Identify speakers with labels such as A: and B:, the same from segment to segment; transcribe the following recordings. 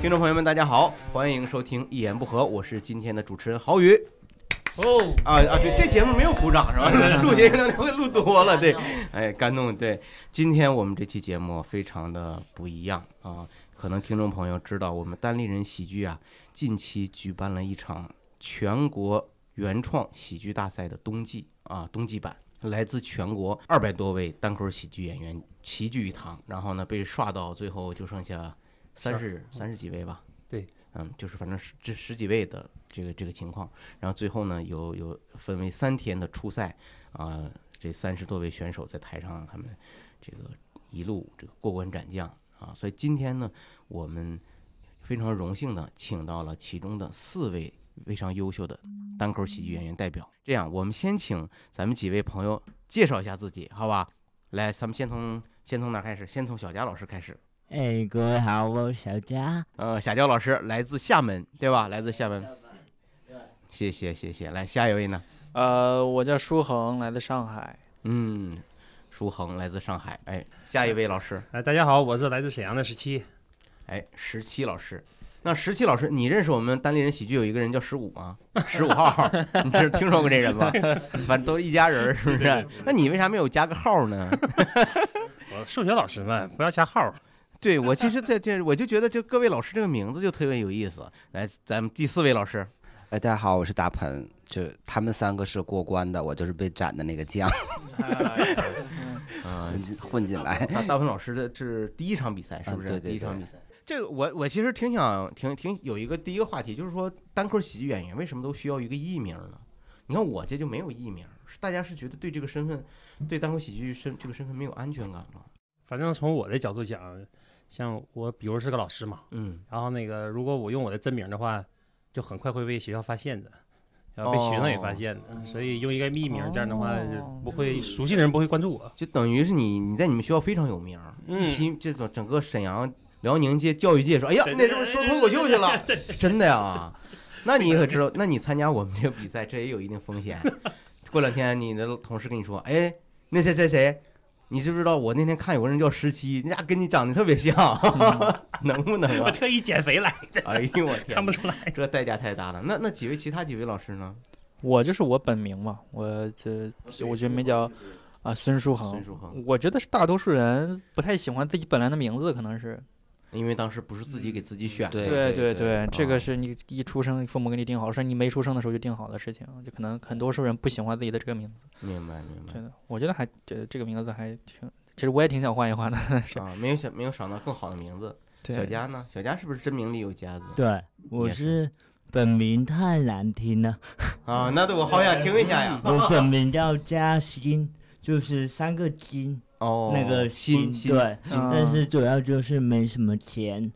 A: 听众朋友们，大家好，欢迎收听《一言不合》，我是今天的主持人郝宇。
B: 哦，
A: 啊啊，对，这节目没有鼓掌是 吧？录节目会录多了，对，哎，感动，对。今天我们这期节目非常的不一样啊，可能听众朋友知道，我们单立人喜剧啊，近期举办了一场全国原创喜剧大赛的冬季啊冬季版，来自全国二百多位单口喜剧演员齐聚一堂，然后呢被刷到最后就剩下三十三十几位吧，
B: 对，
A: 嗯，就是反正十这十几位的这个这个情况，然后最后呢有有分为三天的初赛啊、这三十多位选手在台上他们这个一路这个过关斩将啊，所以今天呢我们。非常荣幸的请到了其中的四位非常优秀的单口喜剧演员代表。这样，我们先请咱们几位朋友介绍一下自己，好吧？来，咱们先从先从哪儿开始？先从小佳老师开始。
C: 哎，各位好，我是小佳。
A: 呃，小佳老师来自厦门，对吧？来自厦门。谢谢谢谢。来，下一位呢？
B: 呃，我叫舒恒，来自上海。
A: 嗯，舒恒来自上海。哎，下一位老师，
D: 哎，大家好，我是来自沈阳的十七。
A: 哎，十七老师。那十七老师，你认识我们单立人喜剧有一个人叫十五吗？十五 号，你这听说过这人吗？反正都一家人儿，是不是？那你为啥没有加个号呢？
D: 我数学老师们不要加号儿，
A: 对我其实在这，我就觉得就各位老师这个名字就特别有意思。来，咱们第四位老师，
E: 哎，大家好，我是大鹏，就他们三个是过关的，我就是被斩的那个 将，
A: 啊，
E: 混进来。
A: 哎大大鹏老师的这是第一场比赛，是不
E: 嗯
A: 是？
E: 对对
A: 第一场
E: 对
A: 比赛。这个我我其实挺想挺挺有一个第一个话题，就是说单口喜剧演员为什么都需要一个艺名呢？你看我这就没有艺名，是大家是觉得对这个身份，对单口喜剧身这个身份没有安全感吗？
D: 反正从我的角度讲，像我比如是个老师嘛，
A: 嗯，
D: 然后那个如果我用我的真名的话，就很快会被学校发现的，然后被学生也发现的，
A: 哦
D: 所以用一个艺名这样的话，
B: 哦
D: 不会熟悉的人不会关注 我。
A: 就等于是你你在你们学校非常有名，
D: 嗯
A: 一提这种整个沈阳、辽宁界、教育界说，哎呀，
D: 对
A: 那是不是说脱口秀去了？ 真的呀？那你可知道？那你参加我们这个比赛，这也有一定风 险。过两天你的同事跟你说，哎，那谁谁谁，你知不知道我那天看有个人叫十七，那家跟你长得特别像， 能不能
D: 我
A: 啊？
D: 特意减肥来，
A: 哎呦我天
D: 嗯看不，出来。
A: 这代价太大了。那那几位其他几位老师呢？
B: 我就是我本名嘛，我这
A: 哦
B: 我觉得没叫啊孙书
A: 孙
B: 恒。
A: 书恒，
B: 我觉得是大多数人不太喜欢自己本来的名字，可能是。
A: 因为当时不是自己给自己选的，
E: 嗯对
B: 对
E: 对
B: 对，这
A: 啊
B: 个是你一出生父母给你定好，是你没出生的时候就定好的事情，就可能很多数人不喜欢自己的这个名字。
A: 明白明白。
B: 真的，我觉得还这这个名字还挺，其实我也挺想换一换的。是
A: 啊，没有想没有想到更好的名字。小
B: 对
A: 佳呢？小佳是不是真名里有佳字？
C: 对，我
A: 也
C: 是本名太难听了，
A: 啊，那对我好想听一下呀。
C: 我本名叫嘉欣，就是三个金，
A: 哦，
C: 那个
A: 新
C: 欣
A: 新
C: 对，
B: 嗯
C: 但是主要就是没什 么钱，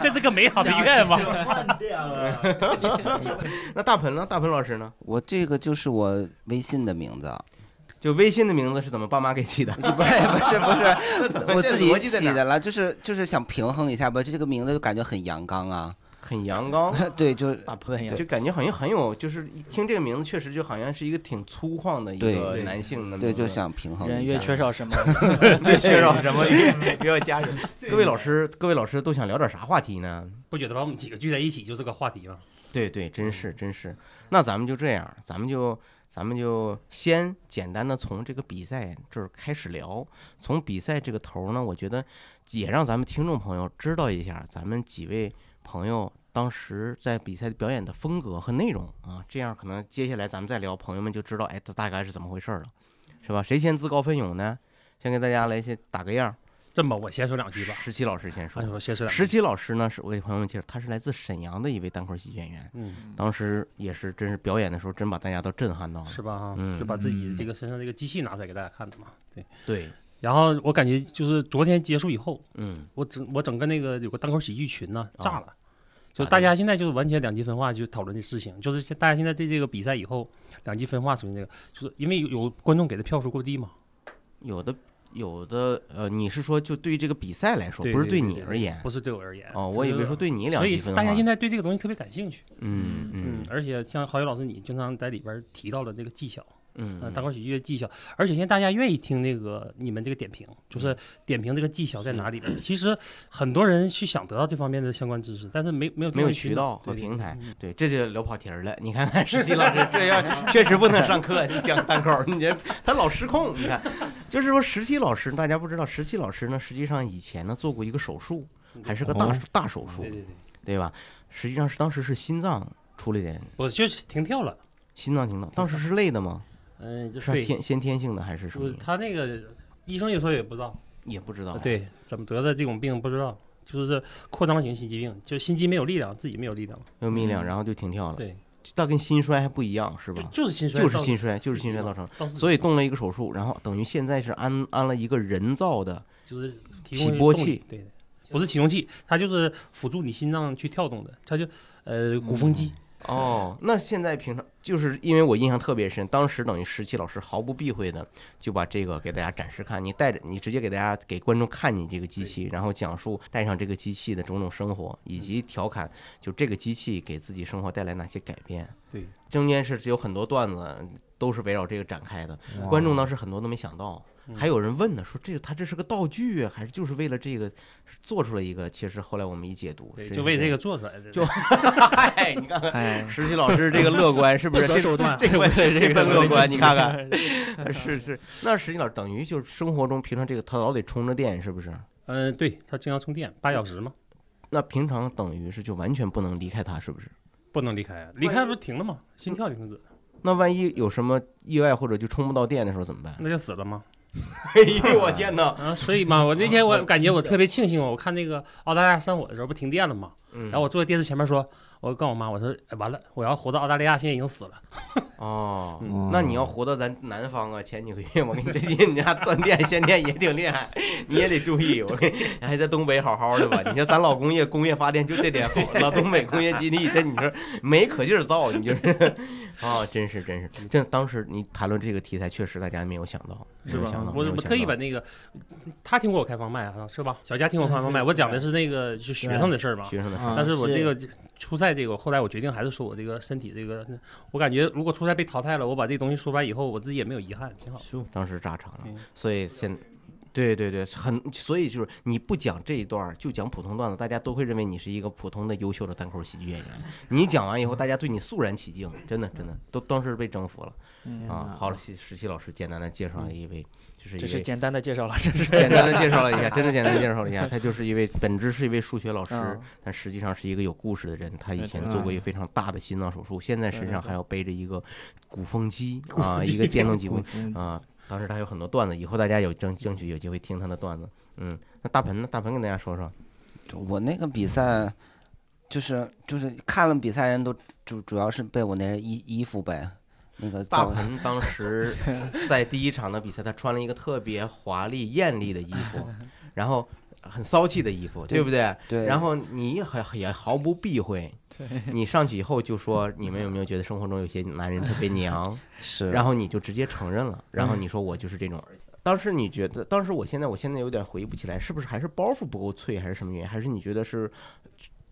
D: 这是个美好的愿望。
C: 换掉了。
A: 那大鹏呢？大鹏老师呢？
E: 我这个就是我微信的名字，
A: 就微信的名字是怎么爸妈给起的？
E: 不是不是不是，我自己
A: 逻辑在
E: 起
A: 哪儿？
E: 的了，就是就是想平衡一下吧，这个名字就感觉很阳刚啊，
A: 很阳刚，
E: 对， 就
A: 大
B: 鹏很阳
A: 就感觉好像很有，就是一听这个名字，确实就好像是一个挺粗犷的一
E: 对
A: 个
D: 对
A: 男性的名
E: 对
A: 字。
E: 就想平衡
B: 人
E: 一
B: 越
E: 下。
B: 缺少 什么，
A: 对缺少什么越越要加人。各位老师，各位老师都想聊点啥话题呢？
D: 不觉得把我们几个聚在一起就是个话题吗？
A: 对对，真是真是。那咱们就这样，咱们就咱们就先简单的从这个比赛这儿开始聊。从比赛这个头儿呢，我觉得也让咱们听众朋友知道一下咱们几位朋友当时在比赛表演的风格和内容啊，这样可能接下来咱们再聊，朋友们就知道哎，这大概是怎么回事儿了，是吧？谁先自告奋勇呢？先给大家来先打个样儿，
D: 这么我先说两句吧。
A: 十七老师先说
D: 哎，。我先说两句。
A: 十七老师呢，是我给朋友们介绍，他是来自沈阳的一位单口喜剧演员。
D: 嗯，
A: 当时也是，真是表演的时候，真把大家都震撼到了。
D: 是吧？哈、
A: 嗯
D: 就把自己这个身上这个机器拿出来给大家看的嘛。
A: 对，
D: 然后我感觉就是昨天结束以后，
A: 嗯，
D: 我整我整个那个有个单口喜剧群呢、
A: 啊
D: 炸了，
A: 咋
D: 就
A: 的
D: 大家现在就是完全两极分化，就讨论这事情，就是现大家现在对这个比赛以后两极分化属于那个，就是因为有有观众给的票数过低嘛，
A: 有的有的，呃，你是说就对于这个比赛来说，
D: 对
A: 不是
D: 对
A: 你而言
D: 不是对我而言。
A: 哦，我以为说
D: 对。
A: 对你两
D: 所以
A: 极分
D: 大家
A: 化
D: 现在对这个东西特别感兴趣，
A: 嗯嗯，
D: 而且像郝宇老师你经常在里边提到了这个技巧，
A: 嗯，
D: 呃，单口喜剧的技巧，而且现在大家愿意听那个你们这个点评，
A: 嗯
D: 就是点评这个技巧在哪里。其实很多人是想得到这方面的相关知识，但是没没有
A: 没有渠
D: 渠
A: 道
D: 道
A: 和
D: 对
A: 平台
D: 嗯，
A: 对，这就聊跑题儿了。你看看石溪老师，这 要确实不能上课，你讲单口儿，你这他老失控。你看，就是说石溪老师，大家不知道，石溪老师呢，实际上以前呢做过一个手术，还是个大、
E: 哦
A: 大手术
D: 对，对对，
A: 对吧？实际上是当时是心脏出了点
D: 我就是停跳了，
A: 心脏停跳，当时是累的吗？
D: 嗯、就是对，
A: 天先天性的啊还是什么
D: 说
A: 原因？
D: 他那个医生也说也不知道，
A: 也不知道。，
D: 对，怎么得的这种病不知道，就是扩张型心肌病，就心肌没有力量，自己没有力量，
A: 没有力量，然后就停跳了。
D: 嗯对，
A: 但跟心衰还不一样，啊是
D: 就
A: 吧？
D: 就是心衰，
A: 就是心衰，就是
D: 自
A: 心
D: 己
A: 衰
D: 嘛
A: 造成。
D: 当时
A: 所以动了一个手术，然后等于现在是安安了一个人造的，
D: 就是提
A: 起
D: 供
A: 波
D: 动力
A: 器，
D: 对的，不是起重器，它就是辅助你心脏去跳动的，它就呃鼓风机，
A: 哦，那现在平常就是因为我印象特别深，当时等于石奇老师毫不避讳的就把这个给大家展示看，你带着你直接给大家给观众看你这个机器，然后讲述带上这个机器的种种生活，以及
D: 嗯
A: 调侃就这个机器给自己生活带来哪些改变。
D: 对，
A: 中间是有很多段子都是围绕这个展开的，
D: 哦
A: 观众当时很多都没想到，
D: 嗯
A: 还有人问呢，说这个他这是个道具啊，还是就是为了这个做出了一个？其实后来我们一解读，
D: 对，
A: 是
D: 嗯就为 这个做出来的，
A: 就嗨，你看看
B: 哎，
A: 石奇老师这个乐观是不是？
B: 不择
A: 这
B: 手段
A: 这份
B: 为了
A: 这
B: 这
A: 份
B: 个
A: 乐观，
B: 这
A: 你
B: 个
A: 看看，是是。那石奇老师等于就是生活中平常这个他老得充着电，是不是？
D: 嗯、对，它经常充电，八小时嘛，
A: 那平常等于是就完全不能离开他，是不是？
D: 不能离开，啊离开不是停了吗？心跳停止，
A: 那万一有什么意外或者就充不到电的时候怎么办？
D: 那就死了吗？
A: 哎呦我天哪！
D: 啊，所以嘛，我那天我感觉我特别庆幸哦，我看那个澳大利亚山火的时候不停电了吗？
A: 嗯
D: 然后我坐在电视前面说，我告诉我妈，我说、哎、完了，我要活到澳大利亚，现在已经死了。
A: 哦，
E: 嗯
A: 那你要活到咱南方啊，前几个月我跟你最近你家断电限电也挺厉害，你也得注意。我跟你还在东北好好的吧？你说咱老工业工业发电就这点好，老东北工业基地这你说没可劲儿造，你就是啊、真是真是，这当时你谈论这个题材，确实大家没有想到，没
D: 是
A: 有
D: 吧
A: 想到？，
D: 我
A: 没有
D: 我
A: 想
D: 特意
A: 到
D: 把那个，他听过我开放麦啊，是吧？小佳听过我开放麦，我讲的是那个就学生的事儿嘛。
A: 学生的事儿，
C: 啊
D: 但是我
C: 是
D: 这个初赛这个，后来我决定还是说我这个身体这个，我感觉如果初赛被淘汰了，我把这东西说出来以后，我自己也没有遗憾，挺好。
C: 书
A: 当时炸场了
D: 嗯，
A: 所以现。对对对，很，所以就是你不讲这一段儿，就讲普通段子，大家都会认为你是一个普通的优秀的单口喜剧演员。你讲完以后，大家对你肃然起敬，真的真的，都当时被征服了
B: 嗯
A: 啊！好了，石石奇老师简单的介绍了一位，就是
B: 这
A: 一
B: 是
A: 位
B: 简单的介
A: 嗯
B: 绍了，这是
A: 简单的介绍了一 下，真的简单地介绍了一下，他就是一位本质是一位数学老师
B: 嗯，
A: 但实际上是一个有故事的人。他以
B: 对
A: 前
B: 对
A: 做过一个非常大的心脏手术，现在身上还要背着一个鼓风机啊，一个电动鼓风
C: 嗯
A: 啊，当时他有很多段子，以后大家有争争取有机会听他的段子。嗯，那大鹏呢？大鹏跟大家说说。
E: 我那个比赛，就是就是看了比赛人都主主要是被我那衣衣服呗，那个
A: 大
E: 造
A: 鹏当时在第一场的比赛，他穿了一个特别华丽艳丽的衣 服，然后很骚气的衣服，对不对？
E: 对，
A: 然后你也很也毫不避讳，你上去以后就说你们有没有觉得生活中有些男人特别娘？
E: 是，
A: 然后你就直接承认了，然后你说我就是这种。当时你觉得，当时我现在我现在有点回忆不起来，是不是还是包袱不够脆，还是什么原因？还是你觉得是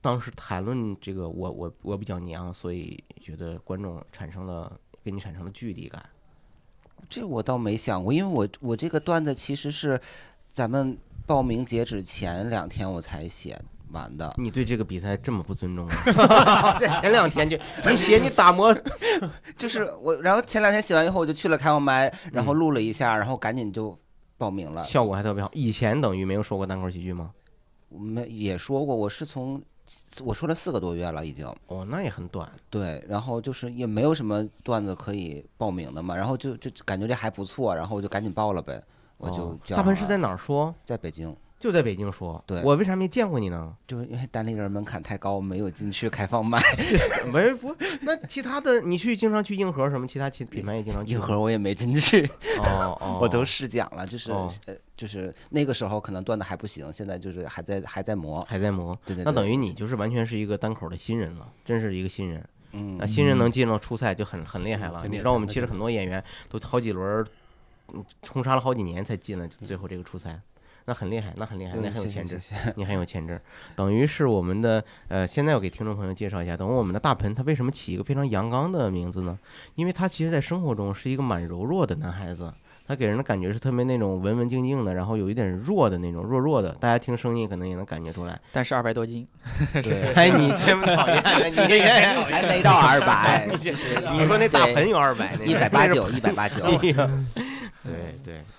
A: 当时谈论这个我我我比较娘，所以觉得观众产生了跟你产生了距离感？
E: 这我倒没想过，因为我我这个段子其实是咱们报名截止前两天我才写完的，
A: 你对这个比赛这么不尊重吗？ 在前两天就你写你打磨，
E: 就是我，然后前两天写完以后我就去了开放麦，然
A: 嗯
E: 后录了一下，然后赶紧就报名了。
A: 效果还特别好。以前等于没有说过单口喜剧吗？
E: 我们也说过，我是从我说了四个多月了已经，
A: 哦，那也很短。
E: 对，然后就是也没有什么段子可以报名的嘛，然后就就感觉这还不错，然后我就赶紧报了呗，我就
A: 哦
E: 交
A: 大鹏是
E: 上
A: 在
E: 了
A: 哪儿说？
E: 在北京，
A: 就在北京说。
E: 对
A: 我为啥没见过你呢？
E: 就是因为单立人门槛太高，没有进去开放麦，
A: 没不，那其他的你去经常去硬核什么，其他其品牌也经常去
E: 硬
A: 吗
E: 核我也没进去。
A: 哦哦，
E: 我都试讲了，就是、
A: 哦
E: 呃，就是那个时候可能段子还不行，现在就是还在还在磨。
A: 还在磨。
E: 对对对，
A: 那等
E: 于
A: 于你就是完全是一个单口的新人了，真是一个新人。那
E: 嗯，
A: 新人能进到初赛就很很厉害
D: 嗯
A: 了。
D: 很
A: 你
D: 厉
A: 知道
D: 害
A: 我们
D: 很
A: 其实
D: 厉害
E: 嗯
A: 很多演员都好几轮儿，嗯，冲杀了好几年才进了最后这个初赛。那很厉害，那很厉害，那很有潜质
E: 谢。 谢。
A: 你很有潜质，等于是我们的呃，现在我给听众朋友介绍一下，等于我们的大盆他为什么起一个非常阳刚的名字呢？因为他其实在生活中是一个蛮柔弱的男孩子，他给人的感觉是特别那种文文静静的，然后有一点弱的那种弱弱的，大家听声音可能也能感觉出来。
B: 但是二百多斤，
A: 对，哎，你这么讨厌的，你这人
E: 还没到二百，
A: 你说那大盆有二百，那是
E: 一百八九，一百 八九。
A: 哎呀对对，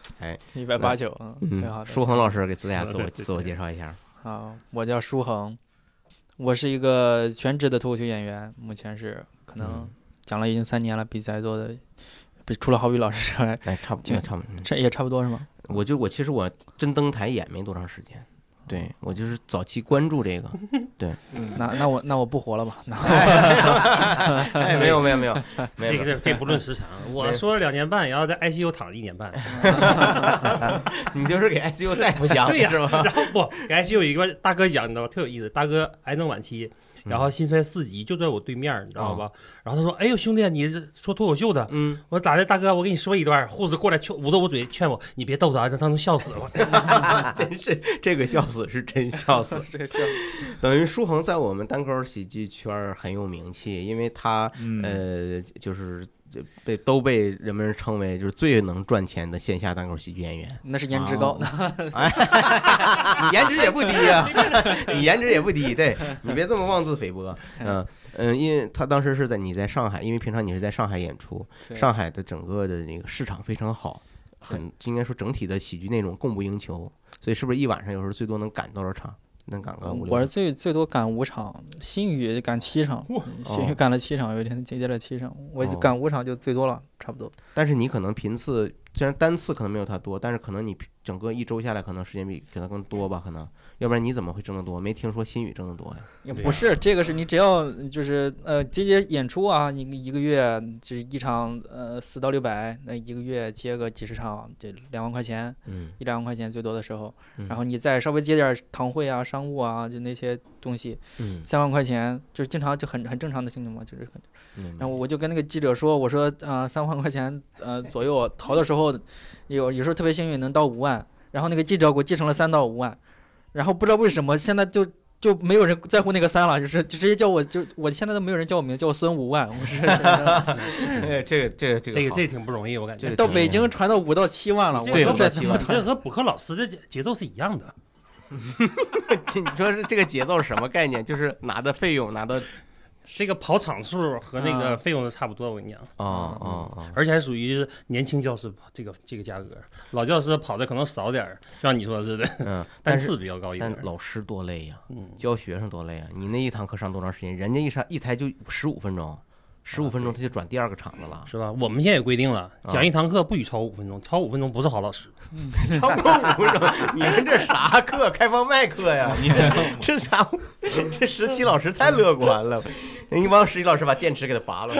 B: 一百八九，嗯，挺好
A: 嗯，
B: 的。
A: 舒恒老师给大家自
D: 对
A: 我
D: 对对
A: 自我介绍一下，
B: 好，我叫舒恒，我是一个全职的脱口秀演员，目前是可能
A: 嗯
B: 讲了已经三年了，比在座的，比除了郝宇老师之外，
A: 哎，差不
B: 就
A: 多，差不多，嗯
B: 这也差不多是吗？
A: 我就我其实我真登台演没多长时间，对我就是早期关注这个，
B: 那那我那我不活了吧？那
A: 哎，没有没有 没有没有
D: 这个
A: 没有，
D: 这这 不论时长，我
A: 没
D: 说了两年半，然后在 ICU 躺了一年 半，
A: 你就是 给 ICU 大夫讲
D: 对呀
A: 是 吧？
D: 然后不给 ICU 有一个大哥讲，你知道吗？特有意思，大哥癌症晚期，然
A: 嗯
D: 后心衰四级，就在我对面儿，你知
A: 哦
D: 道吧？然后他说：“哎呦兄弟，你是说脱口秀的。”
A: 嗯，
D: 我咋的，大哥？我跟你说一段，护士过来劝捂着我嘴劝我，你别逗他，啊让他能笑死我。
A: 真是这个笑死啊是真 笑死，
B: 这笑
A: 等于舒恒在我们单口喜剧圈儿很有名气，因为他
C: 嗯，
A: 呃就是就被都被人们称为就是最能赚钱的线下单口喜剧演员，
B: 那是颜值
A: 哦
B: 高，
A: 你颜值也不低 呀、你颜值也不低，对你别这么妄自菲薄。嗯嗯，因为他当时是在你在上海，因为平常你是在上海演出，
B: 对
A: 上海的整个的那个市场非常好，很应该说整体的喜剧内容供不应求，所以是不是一晚上有时候最多能赶多少场？能赶个五六
B: 我是
A: 场？
B: 最最多赶五场，新宇赶七场，新宇
A: 哦
B: 赶了七场，有一天接接了七场，我就
A: 哦
B: 赶五场就最多了，差不多。
A: 但是你可能频次虽然单次可能没有他多，但是可能你整个一周下来可能时间比给他更多吧，可能要不然你怎么会挣得多？没听说新宇挣得多呀？
B: 也
D: 对
B: 不
D: 呀
B: 是，这个是你只要就是呃接接演出啊，你一个月就是一场呃四到六百，那一个月接个几十场，这两万块钱，
A: 嗯
B: 一两万块钱最多的时候，
A: 嗯
B: 然后你再稍微接点儿堂会啊、商务啊，就那些东西，
A: 嗯，
B: 三万块钱就是经常就很很正常的性质嘛，就是很。
A: 明白
B: 然后我就跟那个记者说，我说啊三万块钱呃左右，投的时候有有时候特别幸运能到五万，然后那个记者给我记成了三到五万，然后不知道为什么现在就。就没有人在乎那个三了，就是就直接叫我，就我现在都没有人叫我名字，叫我孙五万，我 是
A: 哎这个这个这个
D: 这个
A: 好
D: 这挺不容易，我感觉
A: 这。
B: 到北京传到五到七万了，我
A: 对
B: 是
A: 五
B: 在
A: 到七万
D: 这和补课老师的节节奏是一样的。
A: 你说是这个节奏是什么概念？就是拿的费用拿的
D: 这个跑场数和那
B: 啊
D: 个费用是差不多，我跟你讲，
A: 哦哦哦，
D: 而且还属于年轻教师这个这个价格，老教师跑的可能少点儿，就像你说的似的，
A: 嗯，
D: 单
A: 但是
D: 次比较高一点
A: 但
D: 儿。
A: 老师多累呀，
D: 嗯，
A: 教学生多累呀！你那一堂课上多长时间？人家一上一台就十五分钟，十五分钟他就转第二个场子了，
D: 是吧？我们现在也规定了，
A: 啊
D: 讲一堂课不许超过五分钟，超过五分钟不是好老师。
A: 超过五分钟，你们这啥课？开放麦课呀？你这这啥？这实习老师太乐观 了，一帮实习老师把电池给他拔 了。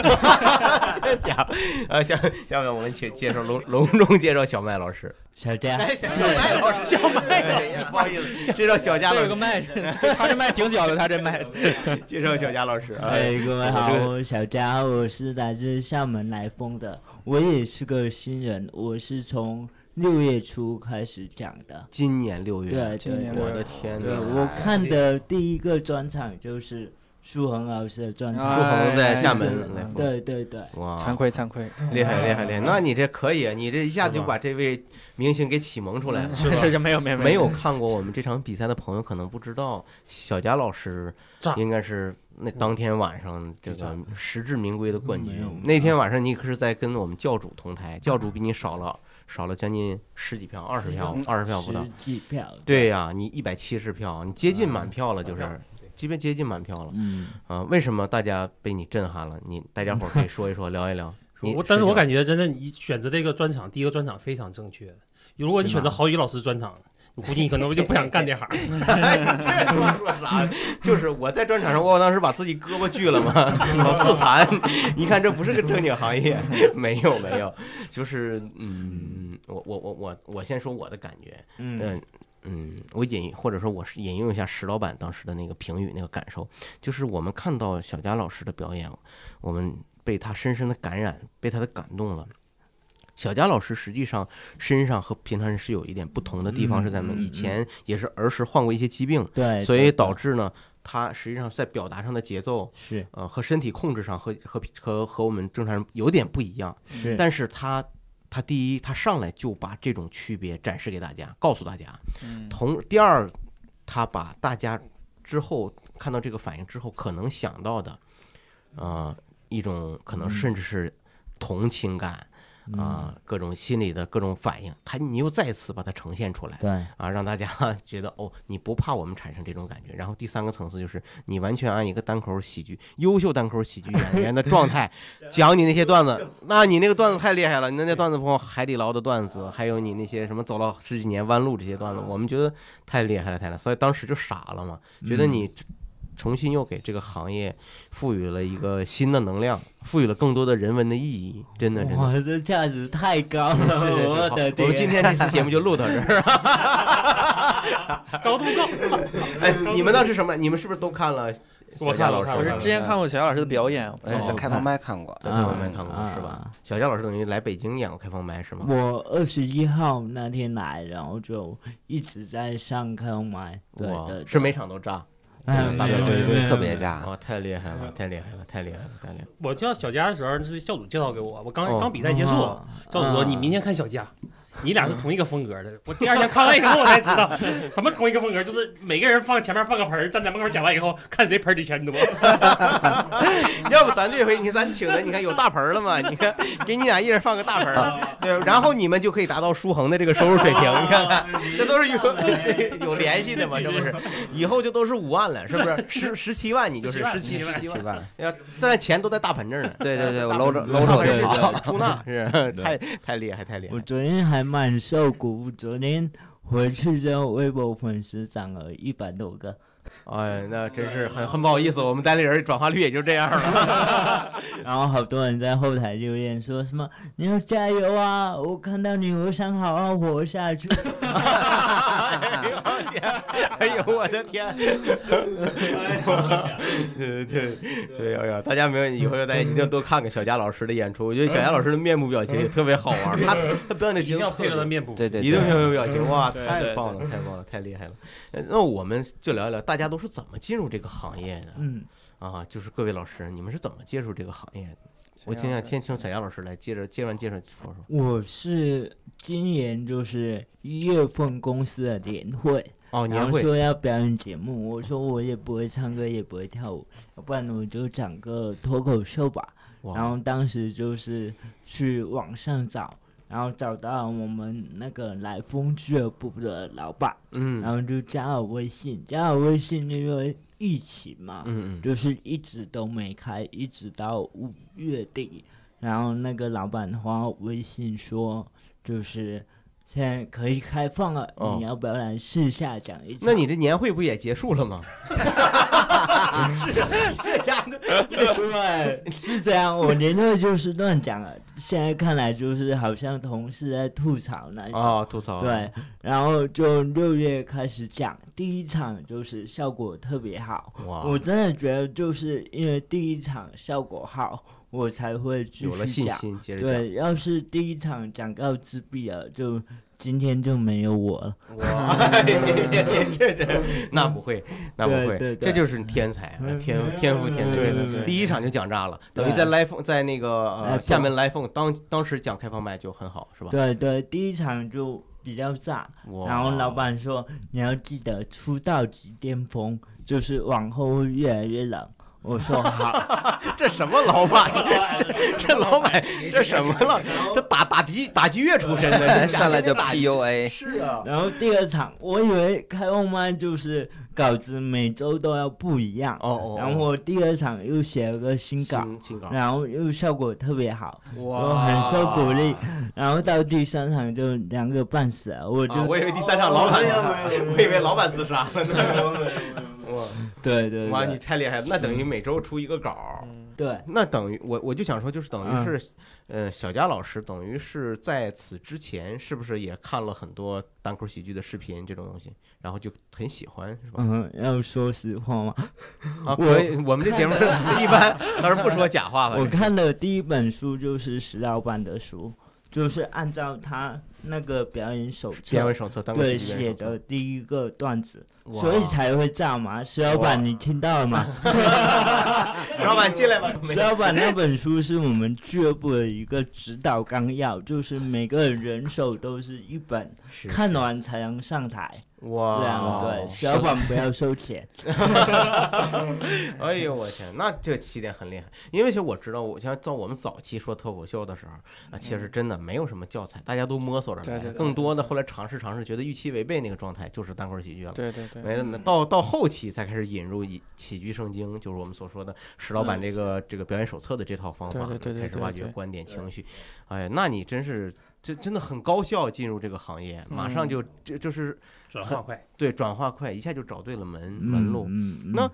A: 这家伙，呃，下下面我们请介绍隆隆重介绍小麦老师。
C: 小佳，
A: 哎小麦老师，小麦老师，不好意思，介绍小佳
B: 这
A: 老
B: 有个
A: 师，
B: 麦， 这他这麦挺小的，他这麦，
E: 嗯
A: 介绍小佳老师啊。
C: 哎，各位好，
A: 我这个
C: 我是小佳，我是来自厦门来风的，我也是个新人，我是从六月初开始讲的。
A: 今年六月，
C: 对
B: 今
C: 对
B: 年
C: 对
B: 六
A: 我
B: 月
A: 的天
C: 对，
A: 哪！
C: 我
D: 哎
C: 看的第一个专场就是舒恒老师的专
A: 舒
C: 场，
A: 恒
D: 哎
A: 在厦门
C: 是
A: 来风
C: 对对对，
A: 哇，
B: 惭愧惭 愧，
A: 厉害厉害厉害！那你这可以，啊，你这一下
D: 是吧
A: 就把这位明星给启蒙出来了。
D: 是吧
B: 这这没有嗯没有
A: 没有看过我们这场比赛的朋友可能不知道，小佳老师
D: 炸
A: 应该是那当天晚上这
D: 就炸
A: 个实至名归的冠军
C: 没有。
A: 那天晚上你可是在跟我们教主同台，教主比你少了少了将近十几票，二十票
B: 嗯，
A: 二十票不到
C: 十。几票，
A: 对呀、你一百七十票，你接近满票了，就是，基本接近满票了
C: 嗯，
A: 啊！为什么大家被你震撼了？你大家伙儿可以说一说，聊一聊。你
D: 我但是我感
A: 觉，
D: 觉真的，你选择这个专场，第一个专场非常正确。如果你选择郝宇老师专场，我估计你可能就不想干 这行。
A: 这他说啥？ 就是我在专场上，我当时把自己胳膊锯了嘛， 老自残。你看这不是个正经行业， 没有没有，就是嗯，我我我我我先说我的感觉，
C: 嗯，
A: 嗯嗯，我引或者说我是引用一下石老板当时的那个评语那个感受，就是我们看到小佳老师的表演，我们被他深深的感染，被他的感动了。小佳老师实际上身上和平常人是有一点不同的地方，
C: 嗯
A: 是咱们
C: 嗯
A: 以
C: 嗯
A: 前也是儿时患过一些疾病，
C: 对，
A: 所以
C: 哎对
A: 导
C: 对
A: 致呢，他实际上在表达上的节奏，
C: 是
A: 呃，和身体控制上和和和和我们正常人有点不一样，
D: 嗯
C: 是，
A: 但是他。他第一，他上来就把这种区别展示给大家，告诉大家。
B: 嗯
A: 同第二，他把大家之后看到这个反应之后可能想到的，啊、一种可能
C: 嗯
A: 甚至是同情感
C: 嗯
A: 啊、各种心理的各种反应，他你又再次把它呈现出来
C: 对，
A: 啊，让大家 觉得哦，你不怕我们产生这种感觉。然后第三个层次就是你完全按一个单口喜剧优秀单口喜剧演员的状态 讲你那些段子，那你那个段子太厉害了，你那那段子包括海底捞的段子，还有你那些什么走了十几年弯路这些段子，我们觉得太厉害了，太厉害了，所以当时就傻了嘛，觉得
C: 嗯
A: 你这重新又给这个行业赋予了一个新的能量，赋予了更多的人文的意义，真的真的。
C: 哇，这价值太高了，
A: 是是是好
C: 我的
A: 我
C: 天！
A: 们今天这期节目就录到这儿。
D: 高度够。
A: 哎，你们倒是什么？你们是不是都看了？小
D: 我
A: 佳
D: 看了
A: 老师，
B: 我是之前看过小姚老师的表演，
E: 哎，在开放麦看过，嗯
A: 在开放麦看过
C: 啊
A: 是吧
C: 啊？
A: 小佳老师等于来北京演过开放麦是吗？
C: 我二十一号那天来，然后就一直在上开麦，对
A: 哇
C: 对，啊
A: 是
C: 没，
A: 每场都炸
C: 嗯
A: 大
C: 对
A: 家
C: 对
E: 特别炸。
A: 哇，太厉害了，太厉害了，太厉害了，太厉害了！
D: 我见到小佳的时候是校主介绍给我，我刚
A: 哦
D: 刚比赛结束，
C: 啊
D: 赵
A: 嗯
D: 主说：“你明天看小佳，你俩是同一个风格的。”我第二天看完以后，我才知 道什么同一个风格，就是每个人放前面放个盆儿，站在门口讲完以后，看谁盆儿里钱多。
A: 要不咱这回你咱请的，你看有大盆儿了吗？ 你看，给你俩一人放个大盆儿，对，然后你们就可以达到舒恒的这个收入水平。你看看，这都是 有有联系的嘛，这不是？以后就都是五万了，是不是？十十七万，你就是十七
D: 17万
A: 十七万
E: 是。吧？
A: 要但钱都在大盆这儿呢。
E: 对 对对我
A: 大
E: 搂
A: 盆大
E: 着搂着我
A: 盆
E: 就
A: 这
E: 跑
A: 个
E: 了
A: 出纳 是太太厉害，太厉害
C: 我。昨天还蛮受鼓舞，昨天回去之后，微博粉丝涨了一百多个，
A: 哎，那真是很很不好意思，我们单立人转化率也就这样了。
C: 然后好多人在后台留言说什么“你要加油啊，我看到你，我想好好活下去
A: 哎呦我天哎呦我的天！对对 对，哎呀，大家没有以后要大家一定要多看看小佳老师的演出，我觉得小佳老师的面部表情也特别好玩，他他表演的
D: 一
A: 节
D: 定
A: 奏
D: 要
A: 特
D: 配合他
A: 别。
D: 面部。
E: 对对
A: 一定
E: 对，
A: 要有表情哇！
B: 对
A: 太
B: 对
A: 棒了，太棒了，太厉害了。呃那我们就聊一聊大家都是怎么进入这个行业”。的。
C: 嗯，
A: 啊，就是各位老师，你们是怎么接触这个行业的？我挺想先请小杨老师来接着接完介绍说说。
C: 我是今年就是一月份公司的年会，
A: 哦，
C: 然
A: 年
C: 后
A: 会
C: 说要表演节目，我说我也不会唱歌，也不会跳舞，要不然我就讲个脱口秀吧。然
A: 哇，
C: 后当时就是去网上找，然后找到我们那个来风俱乐部的老板，
A: 嗯
C: 然后就加了微信，加了微信因为疫情嘛，
A: 嗯嗯，
C: 就是一直都没开，一直到五月底，然后那个老板发微信说，就是现在可以开放了，
A: 哦
C: 你要不要来试下讲一讲？
A: 那你这年会不也结束了吗？是，这家的
C: 对，是这样，我年会就是乱讲了，现在看来就是好像同事在吐槽那一种。
A: 啊，吐槽
C: 哎对，然后就六月开始讲，第一场就是效果特别好，
A: 哇，
C: 我真的觉得就是因为第一场效果好，我才会继
A: 有了
C: 续
A: 信
C: 讲。
A: 心，接 着
C: 对，要是第一场讲到自闭了，就今天就没有我了。
A: 讲。哇， 这这 那不会，那不
C: 对
A: 会，
C: 对对
A: 这就是天才，天天赋天赋。
B: 对对对
A: 第一场就讲炸了，
C: 对
A: 等于在 iPhone 在那个呃
C: iPhone
A: 厦门 iPhone 当当时讲开放麦就很好，是吧？
C: 对对，第一场就比较炸，
A: 哇
C: 然后老板说你要记得出道即巅峰，就是往后会越来越冷。我 说好，
A: 这什么老板？这这老板这什么老？这打打击打击乐出身 的，
E: 上来就
A: 打击
E: PUA，
A: 是啊，
C: 然后第二场我以为开放麦就是稿子每周都要不一样，
A: 哦哦，
C: 然后我第二场又写了个新稿，
A: 新新稿，
C: 然后又效果特别好，我很受鼓励。然后到第三场就两个半死了，我就、
A: 啊！我以为第三场老板，我以为老板自杀了呢。
C: 对对
A: 哇，你
C: 对
A: 太厉害了！那等于每周出一个稿，
C: 对
A: 那等于我我就想说，就是等于是，呃，小佳老师等于是在此之前，是不是也看了很多单口喜剧的视频这种东西，然后就很喜欢，是吧？
C: 嗯，要说实话嘛，
A: 啊，
C: 我
A: 可以，我们这节目 一般倒是不说假话吧。
C: 我看的第一本书就是石老板的书，就是按照他那个表演手
A: 编
C: 册
A: 为手册当个
C: 对
A: 喜剧
C: 写
A: 演
C: 的
A: 员
C: 第一个段子，
A: 手册，
C: 所以
A: 哇
C: 才会炸嘛。石老
A: 哇
C: 板，你听到 了吗？
A: 老板进来吧，
C: 石老板那本书是我们俱乐部的一个指导纲要，就是每个人手都是一本，
A: 是
C: 看完才能上台。这样
A: 哇，
C: 对，石老板不要收钱。
A: 哎呦我天，那这起点很厉害，因为其实我知道，我像在我们早期说脱口秀的时候啊，其实真的没有什么教材，大家都摸索着
B: 对
A: 来
B: 对
A: 的，
B: 对
A: 更多的后来尝试尝试，觉得预期违背那个状态就是单口喜剧了。
B: 对对对，
A: 没了，到到后期才开始引入以起居圣经，就是我们所说的石老板这个、这个表演手册的这套方法，
B: 嗯对对对
A: 开
B: 对
A: 始挖掘
B: 对对
A: 观点情绪。哎，那你真是这真的很高效进入这个行业，马
B: 嗯
A: 上就就就是
D: 转化快。
A: 对转化快，一下就找对了门门
C: 嗯
A: 路。
C: 嗯，嗯
A: 那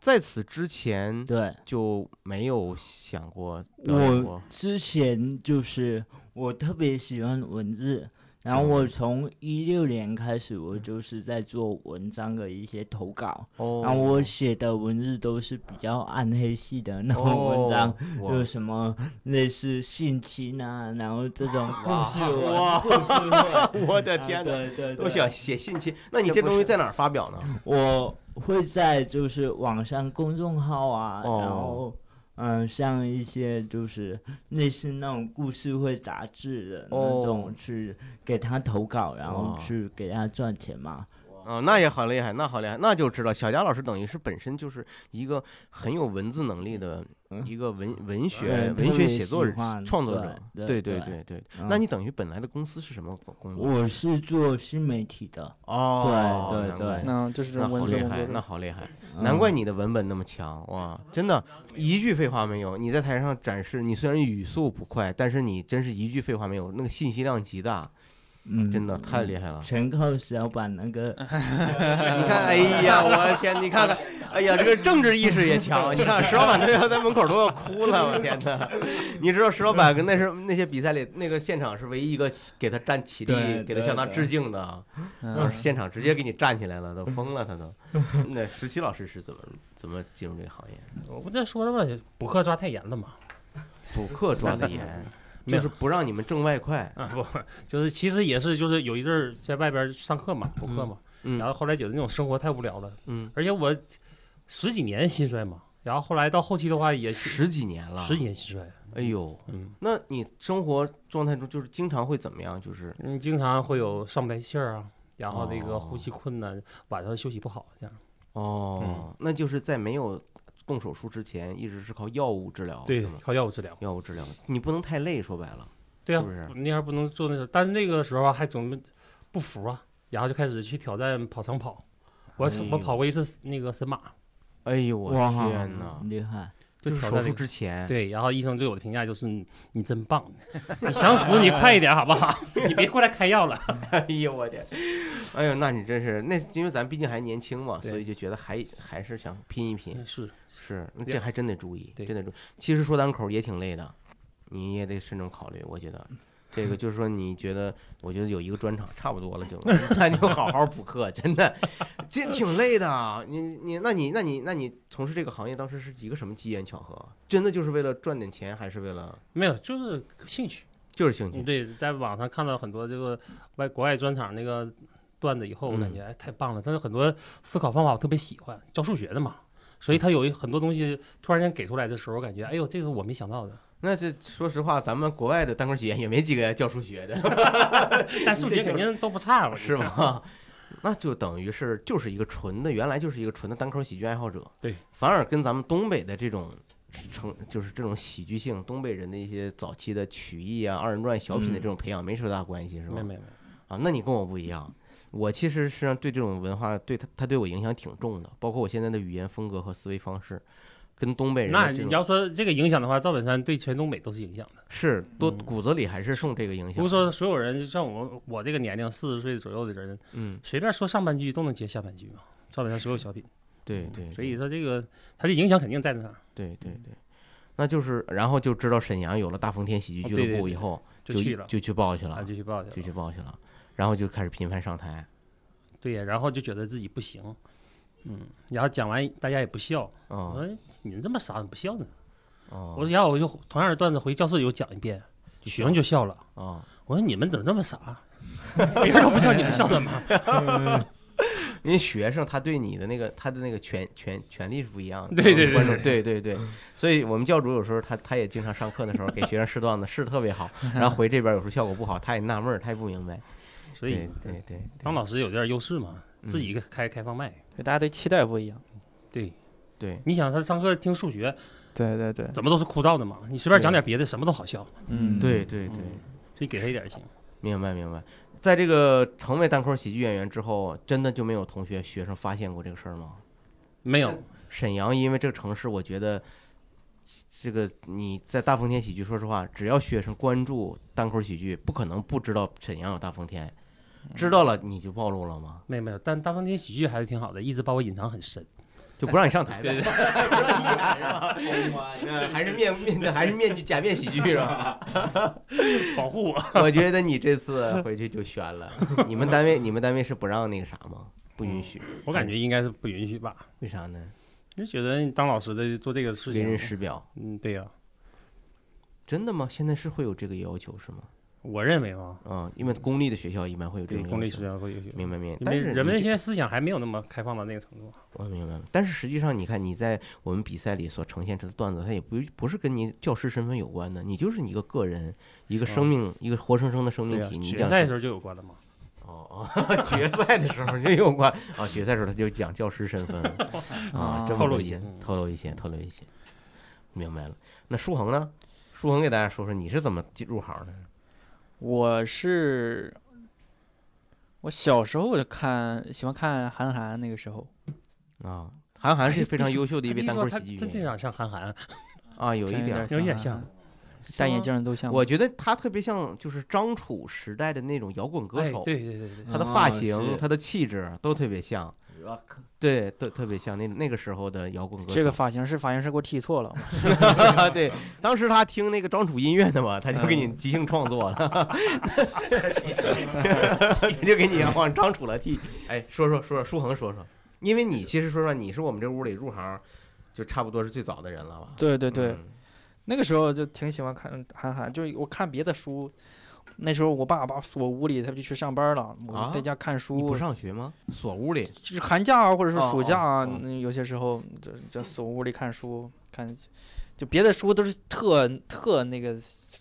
A: 在此之前
C: 对，
A: 就没有想过表演
C: 我
A: 过，
C: 之前就是我特别喜欢文字，然后
A: 喜欢
C: 我从一六年开始，我就是在做文章的一些投稿，
A: 哦，
C: 然后啊我写的文字都是比较暗黑系的那种文章，
A: 哦
C: 就
A: 哇
C: 是什么类似性侵啊，然后这种故事
A: 哇
C: 文、故事 会。
A: 我的天
C: 哪！
A: 哪！
C: 啊对对对，
A: 都想写信息，那你
B: 这
A: 这
B: 不
A: 东西
B: 是
A: 在哪儿发表呢？
C: 我会在就是网上公众号啊，
A: 哦
C: 然后嗯、像一些就是类似那种故事会杂志的那种，
A: 哦
C: 去给他投稿，然后
A: 哇
C: 去给他赚钱嘛。
A: 啊、那也很厉害，那好厉害，那就知道小佳老师等于是本身就是一个很有文字能力的
C: 嗯
A: 一个文文学
C: 嗯
A: 文
C: 特
A: 学
C: 别
A: 写作
C: 喜
A: 人
C: 欢
A: 创作
C: 对
A: 者，
C: 对
A: 对
C: 对
A: 对对。
C: 嗯
A: 那你等于本来的公司是什么工工作？
C: 我是做新媒体的，
A: 哦，
C: 对对
A: 难怪
C: 对
B: 那就是
A: 那
B: 文
A: 好
B: 字
A: 厉
B: 工
A: 害
B: 作，
A: 那
B: 者，
A: 好厉害，
C: 嗯
A: 难怪你的文本那么强哇！真的，一句废话没有。你在台上展示，你虽然语速不快，但是你真是一句废话没有，那个信息量极大，
C: 嗯，
A: 真的太厉害了。
C: 全靠小板那个
A: 你看，哎呀，我的天！你看看，哎呀，这个政治意识也强。你看石老板都要在门口都要哭了，我天哪！你知道石老板跟那是那些比赛里那个现场是唯一一个给他站起立、
C: 对
A: 给他向他致敬的啊，
B: 嗯，
A: 现场直接给你站起来了，都疯了，他都。那石七老师是怎么怎么进入这个行业？
D: 我不这说的嘛，补课抓太严了嘛。
A: 补课抓的 严，
D: 没
A: 就
D: 有
A: 是不让你们挣外快。
D: 啊 不，就是其实也是就是有一阵儿在外边儿上课嘛，补课嘛，然
A: 嗯
D: 后后来觉得那种生活太无聊了，
A: 嗯，
D: 而且我十几年心衰嘛，然后后来到后期的话也
A: 十几年了，
D: 十几年心衰，
A: 哎呦，
D: 嗯
A: 那你生活状态中就是经常会怎么样？就是
D: 嗯，经常会有上不来气儿啊，然后那
A: 哦
D: 个呼吸困难，晚上休息不好这样。嗯
A: 哦，那就是在没有动手术之前，一直是靠药物治疗，哦
D: 对
A: 是吗，
D: 靠药物治疗。
A: 药物治疗，你不能太累，说白了，
D: 对啊，
A: 是不是
D: 那还不能做那事，但是那个时候啊还总不服啊，然后就开始去挑战跑长跑。我
A: 哎呦
D: 我跑过一次那个神马，
A: 哎呦我
C: 哇
A: 天哪！
C: 厉害，
A: 就
D: 就是挑
A: 手
D: 战
A: 术
D: 那个。
A: 之前，
D: 对，然后医生对我的评价就是你你真棒，你想死你快一点好不好？ 你别过来开药了。
A: 哎呦我天，哎呦，那你真是那，因为咱毕竟还年轻嘛，
D: 对
A: 所以就觉得还还是想拼一拼，
D: 是
A: 是，那
D: 对
A: 这还真得注意，
D: 对
A: 真得注意。其实说单口也挺累的，你也得慎重考虑，我觉
D: 嗯
A: 得。这个就是说，你觉得，我觉得有一个专场差不多了，就那你就好好补课，真的，这挺累的。啊你你，那你那你那你从事这个行业当时是一个什么机缘巧合？真的就是为了赚点钱，还是为了
D: 没有，就是兴趣。
A: 就是兴
D: 嗯，
A: 趣？
D: 对，在网上看到很多这个外国外专场那个段子以后，我
A: 嗯
D: 感觉哎太棒了。但是很多思考方法我特别喜欢，教数学的嘛，所以
A: 嗯
D: 他有一很多东西突然间给出来的时候，我感觉哎呦，这个我没 想到的。
A: 那这说实话，咱们国外的单口喜剧演员也没几个教数学的，
D: 但数学肯定都不差，我
A: 是？
D: 觉得
A: 吗？ 那就等于是就是一个纯的，原来就是一个纯的单口喜剧爱好者，
D: 对，
A: 反而跟咱们东北的这种成就是这种喜剧性，东北人的一些早期的曲艺啊、二人转、小品的这种培养没什么大关系，是
D: 嗯没
A: 吧
D: 有？没有没有，
A: 啊，那你跟我不一样，我其实实际上对这种文化，对他他对我影响挺重的，包括我现在的语言风格和思维方式，跟东北人
D: 那
A: 的这
D: 你
A: 种
D: 要说这个影响的话，赵本山对全东北都是影响的。
A: 是多
D: 嗯
A: 骨子里还是受这个影
D: 比
A: 响
D: 如。说，所有人就像我我这个年龄四十岁左右的人，
A: 嗯，
D: 随便说上半句都能接下半句嘛。赵本山所有小品，
A: 对对，
D: 所以他这个他的影响肯定在那儿，
A: 对对
D: 嗯
A: 对，那就是然后就知道沈阳有了大风天喜剧
D: 啊
A: 俱
D: 对
A: 乐
D: 对
A: 部
D: 对
A: 以后，
D: 就去了
A: 就去报去
D: 啊，
A: 了，
D: 就去报去了
A: 就。去报去了，然后就开始频繁上台。
D: 对呀，然后就觉得自己不行，嗯，然后讲完大家也不笑，我
A: 哦
D: 说你这么傻，怎么不笑呢？
A: 哦，
D: 啊我说然后我就同样的段子回教室又讲一遍，就学生就笑了。
A: 啊，
D: 我说你们怎么这么傻？别人都不笑，你们笑什么？
A: 因为学生他对你的那个他的那个权权权利是不一样的，
D: 对对对
A: 观众对对对，所以我们教主有时候他他也经常上课的时候给学生试段子，试得特别好，然后回这边有时候效果不好，他也纳闷儿，他也不明白。
D: 所
A: 对
D: 以
A: 对对，对
D: 当老师有点优势嘛，
A: 嗯
D: 自己开开放麦。
B: 对大家对期待不一样。
D: 对，
A: 对
D: 你想他上课听数学，
B: 对对对，
D: 怎么都是枯燥的嘛，你随便讲点别的，什么都好笑。
B: 嗯，
A: 对对对，
D: 嗯所以给他一点行。
A: 明白明白。在这个成为单口喜剧演员之后，真的就没有同学学生发现过这个事儿吗？
D: 没有，
A: 沈阳因为这个城市，我觉得这个你在大风天喜剧，说实话，只要学生关注单口喜剧，不可能不知道沈阳有大风天，知道了你就暴露了吗？
D: 没有没有，但大风天喜剧还是挺好的，一直把我隐藏很深。
A: 就不让你上台呗，
D: 对
A: 不让你演是吧？嗯 还是面面还是面具假面喜剧是吧？
D: 保护我。
A: 我觉得你这次回去就悬了。你们单位你们单位是不让那个啥吗？不允许？
D: 我感觉应该是不允许吧？
A: 为啥呢？
D: 就觉得你当老师的做这个事
A: 为人
D: 情，
A: 师表，
D: 嗯，对呀、
A: 真的吗？现在是会有这个要求是吗？
D: 我认为嘛，
A: 啊，因为公立的学校一般会有这
D: 对
A: 种要求。
D: 公立学校会有些，
A: 明白明白，
D: 因
A: 但
D: 为
A: 是
D: 人
A: 你
D: 们
A: 这
D: 现在思想还没有那么开放到那个程度。啊
A: 我明白了，但是实际上你看你在我们比赛里所呈现出的段子，它也不不是跟你教师身份有关的，你就是你一个个人，一个生
D: 嗯
A: 命，一个活生生的生
D: 对
A: 命
D: 呀、
A: 体。你
D: 决
A: 讲
D: 赛的时候就有关了嘛。
A: 哦哦， 决赛的时候就有关啊，决赛时候他就讲教师身 份了啊，这么
D: 透露
A: 个
D: 一
A: 意
D: 些
A: 思
D: 嗯
A: 透露一些，透露一些，明白了。那舒恒呢？舒恒给大家说说你是怎么进入行的？
B: 我是我小时候我就看喜欢看韩寒，那个时候
A: 啊，韩寒是非常优秀的一
D: 他
A: 位
D: 听
A: 单
D: 说
A: 口
D: 他
A: 喜剧
D: 真
A: 演
D: 正
A: 员
D: 想像韩寒，
A: 啊，有一
B: 真
A: 点儿
B: 点嗯
D: 有一点
B: 像
D: 像
B: 韩寒，戴
A: 是
B: 眼
A: 吗
B: 镜儿都像。
A: 我觉得他特别像就是张楚时代的那种摇滚歌
D: 哎
A: 手，
D: 对对对对，
A: 他的发
C: 啊
A: 型、
C: 是
A: 他的气质都特别像，
C: rock
A: 对，都特别像那那个时候的摇滚歌手。
B: 这个发型是发型师给我剃错了，
A: 对，当时他听那个张楚音乐的嘛，他就给你即兴创作了， 他就给你往张楚了替。哎，说说说说，舒恒说说，因为你其实说说你是我们这屋里入行就差不多是最早的人了吧？
B: 对对对，
A: 嗯，
B: 那个时候就挺喜欢看韩寒，就我看别的书。那时候我爸把锁屋里，他就去上班了，我
A: 啊
B: 就在家看
A: 你
B: 书
A: 不。上学吗？锁屋里
B: 就是寒假啊，或者是
A: 哦
B: 暑假啊，
A: 哦哦
B: 那有些时候就就锁屋里看书，看就别的书都是特特那个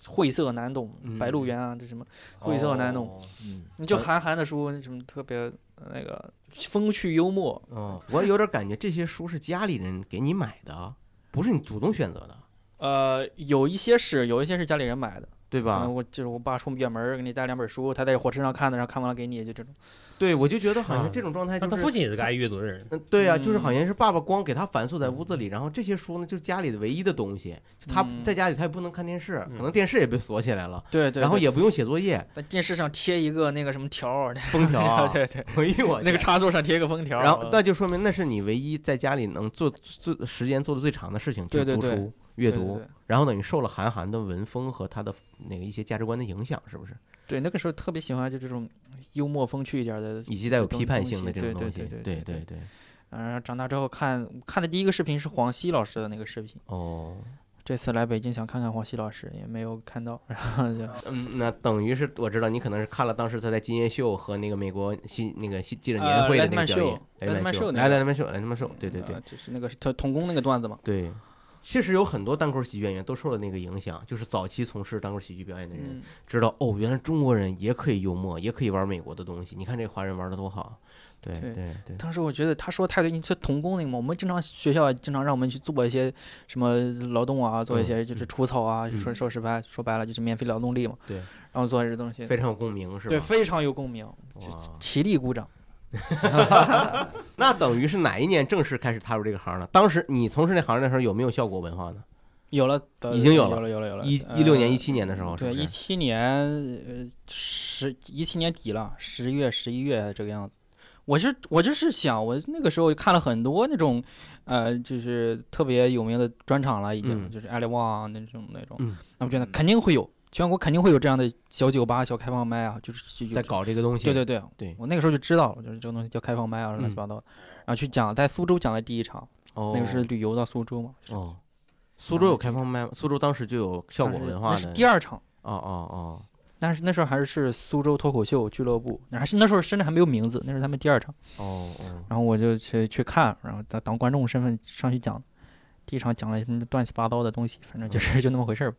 B: 晦涩难懂，
A: 嗯
B: 白鹿原》啊，这什么，晦涩难懂
A: 哦
C: 嗯，
B: 你就韩寒的书那什么特别呃那个呃风趣幽默，
A: 哦，我有点感觉这些书是家里人给你买的，不是你主动选择的，
B: 呃，有一些是有一些是家里人买的，
A: 对
B: 可
A: 吧
B: 能？我就是我爸出远门儿给你带两本书，他在火车上看的，然后看完了给你，就这种。
A: 对，我就觉得好像
B: 嗯
D: 啊
A: 这种状态
D: 那
A: 就
D: 他
A: 是
D: 父亲也是个爱阅读的人，
A: 嗯，对呀、就是好像是爸爸光给他反锁在屋子里，然后这些书呢，就是家里的唯一的东西。就他
B: 嗯
A: 在家里他也不能看电视，
D: 嗯
A: 可能电视也被锁起来了，
B: 对对。
A: 然后
B: 对
A: 也不用写作业，
B: 在电视上贴一个那个什么条儿，。
A: 封条、啊
B: 对对，
A: 哎呦我
B: 那个
A: 天。
B: 插座上贴一个封条啊儿。
A: 然后那就说明那是你唯一在家里能做最时间做的最长的事情，就
B: 对
A: 是
B: 对
A: 读
B: 对
A: 书、阅
B: 对对
A: 读
B: 对。
A: 然后等于受了韩寒的文风和他的那个一些价值观的影响，是不是？
B: 对，那个时候特别喜欢就这种幽默风趣一点儿的。
A: 以及带有
B: 这
A: 批判
B: 呃东
A: 性的
B: 西
A: 这种
B: 对
A: 东西
B: 对。对
A: 对
B: 对对
A: 对。
B: 嗯，然后长大之后看看的第一个视频是黄西老师的那个视频，
A: 哦，
B: 这次来北京想看看黄西老师，也没有看到，然后就
A: 嗯，那等于是我知道你可能是看了当时他在金夜秀和那个美国新那个新记者年
B: 呃
A: 会的
B: 莱
A: 那个
B: 特曼
A: 表演
B: 秀，
A: 莱
B: 莱
A: 特
B: 特
A: 曼
B: 曼秀那
A: 来
B: 个
A: 来来曼秀，来来曼秀，对对对
B: 呃就是那个是他童工那个段子嘛。
A: 对，其实有很多单口喜剧演员都受了那个影响，就是早期从事单口喜剧表演的人
B: 嗯，
A: 知道哦，原来中国人也可以幽默，也可以玩美国的东西，你看这华人玩的多好，对
B: 对
A: 对对，
B: 当时我觉得他说太对，你说童工那个嘛，我们经常学校也经常让我们去做一些什么劳动啊，做一些就是除草啊，
A: 嗯
B: 说说实白说白了就是免费劳动力嘛。
A: 对，
B: 然后做这东西，
A: 非常有共鸣是
B: 对
A: 吧？
B: 非常有共鸣，
A: 哇，
B: 起立鼓掌。
A: 那等于是哪一年正式开始踏入这个行呢？当时你从事那行的时候有没有效果文化呢？
B: 有了，呃
A: 已经有
B: 有
A: 了
B: 了，有了，有了。
A: 一
B: 呃
A: 一六年、一七年的时哦候，是
B: 对，
A: 不
B: 一
A: 是？
B: 七年呃十一七年底了，十月十一月这个样子。我是我就是想，我那个时候看了很多那种，呃，就是特别有名的专场了，已经、
A: 嗯
B: 就是艾利旺那种那种，
A: 嗯
B: 那我觉得肯定会有，全国肯定会有这样的小酒吧、小开放麦啊，就是就
A: 在。搞这个东西，
B: 对对对，
A: 对嗯
B: 我那个时候就知道了，就是这个东西叫开放麦啊，乱七八糟的。然后去讲，在苏州讲的第一场，
A: 哦，
B: 那个是旅游到苏州嘛，就是
A: 哦，苏州有开放麦吗，苏州当时就有效
B: 当
A: 果
B: 时
A: 文化
B: 那是
A: 的
B: 第二场，
A: 哦哦
B: 但是那时候还是苏州脱口秀俱乐部，还是那时候甚至还没有名字，那是他们第二场。
A: 哦哦哦，
B: 然后我就去去看，然后当当观众身份上去讲，第一场讲了什么乱七八糟的东西，反正就是 就那么回事儿吧。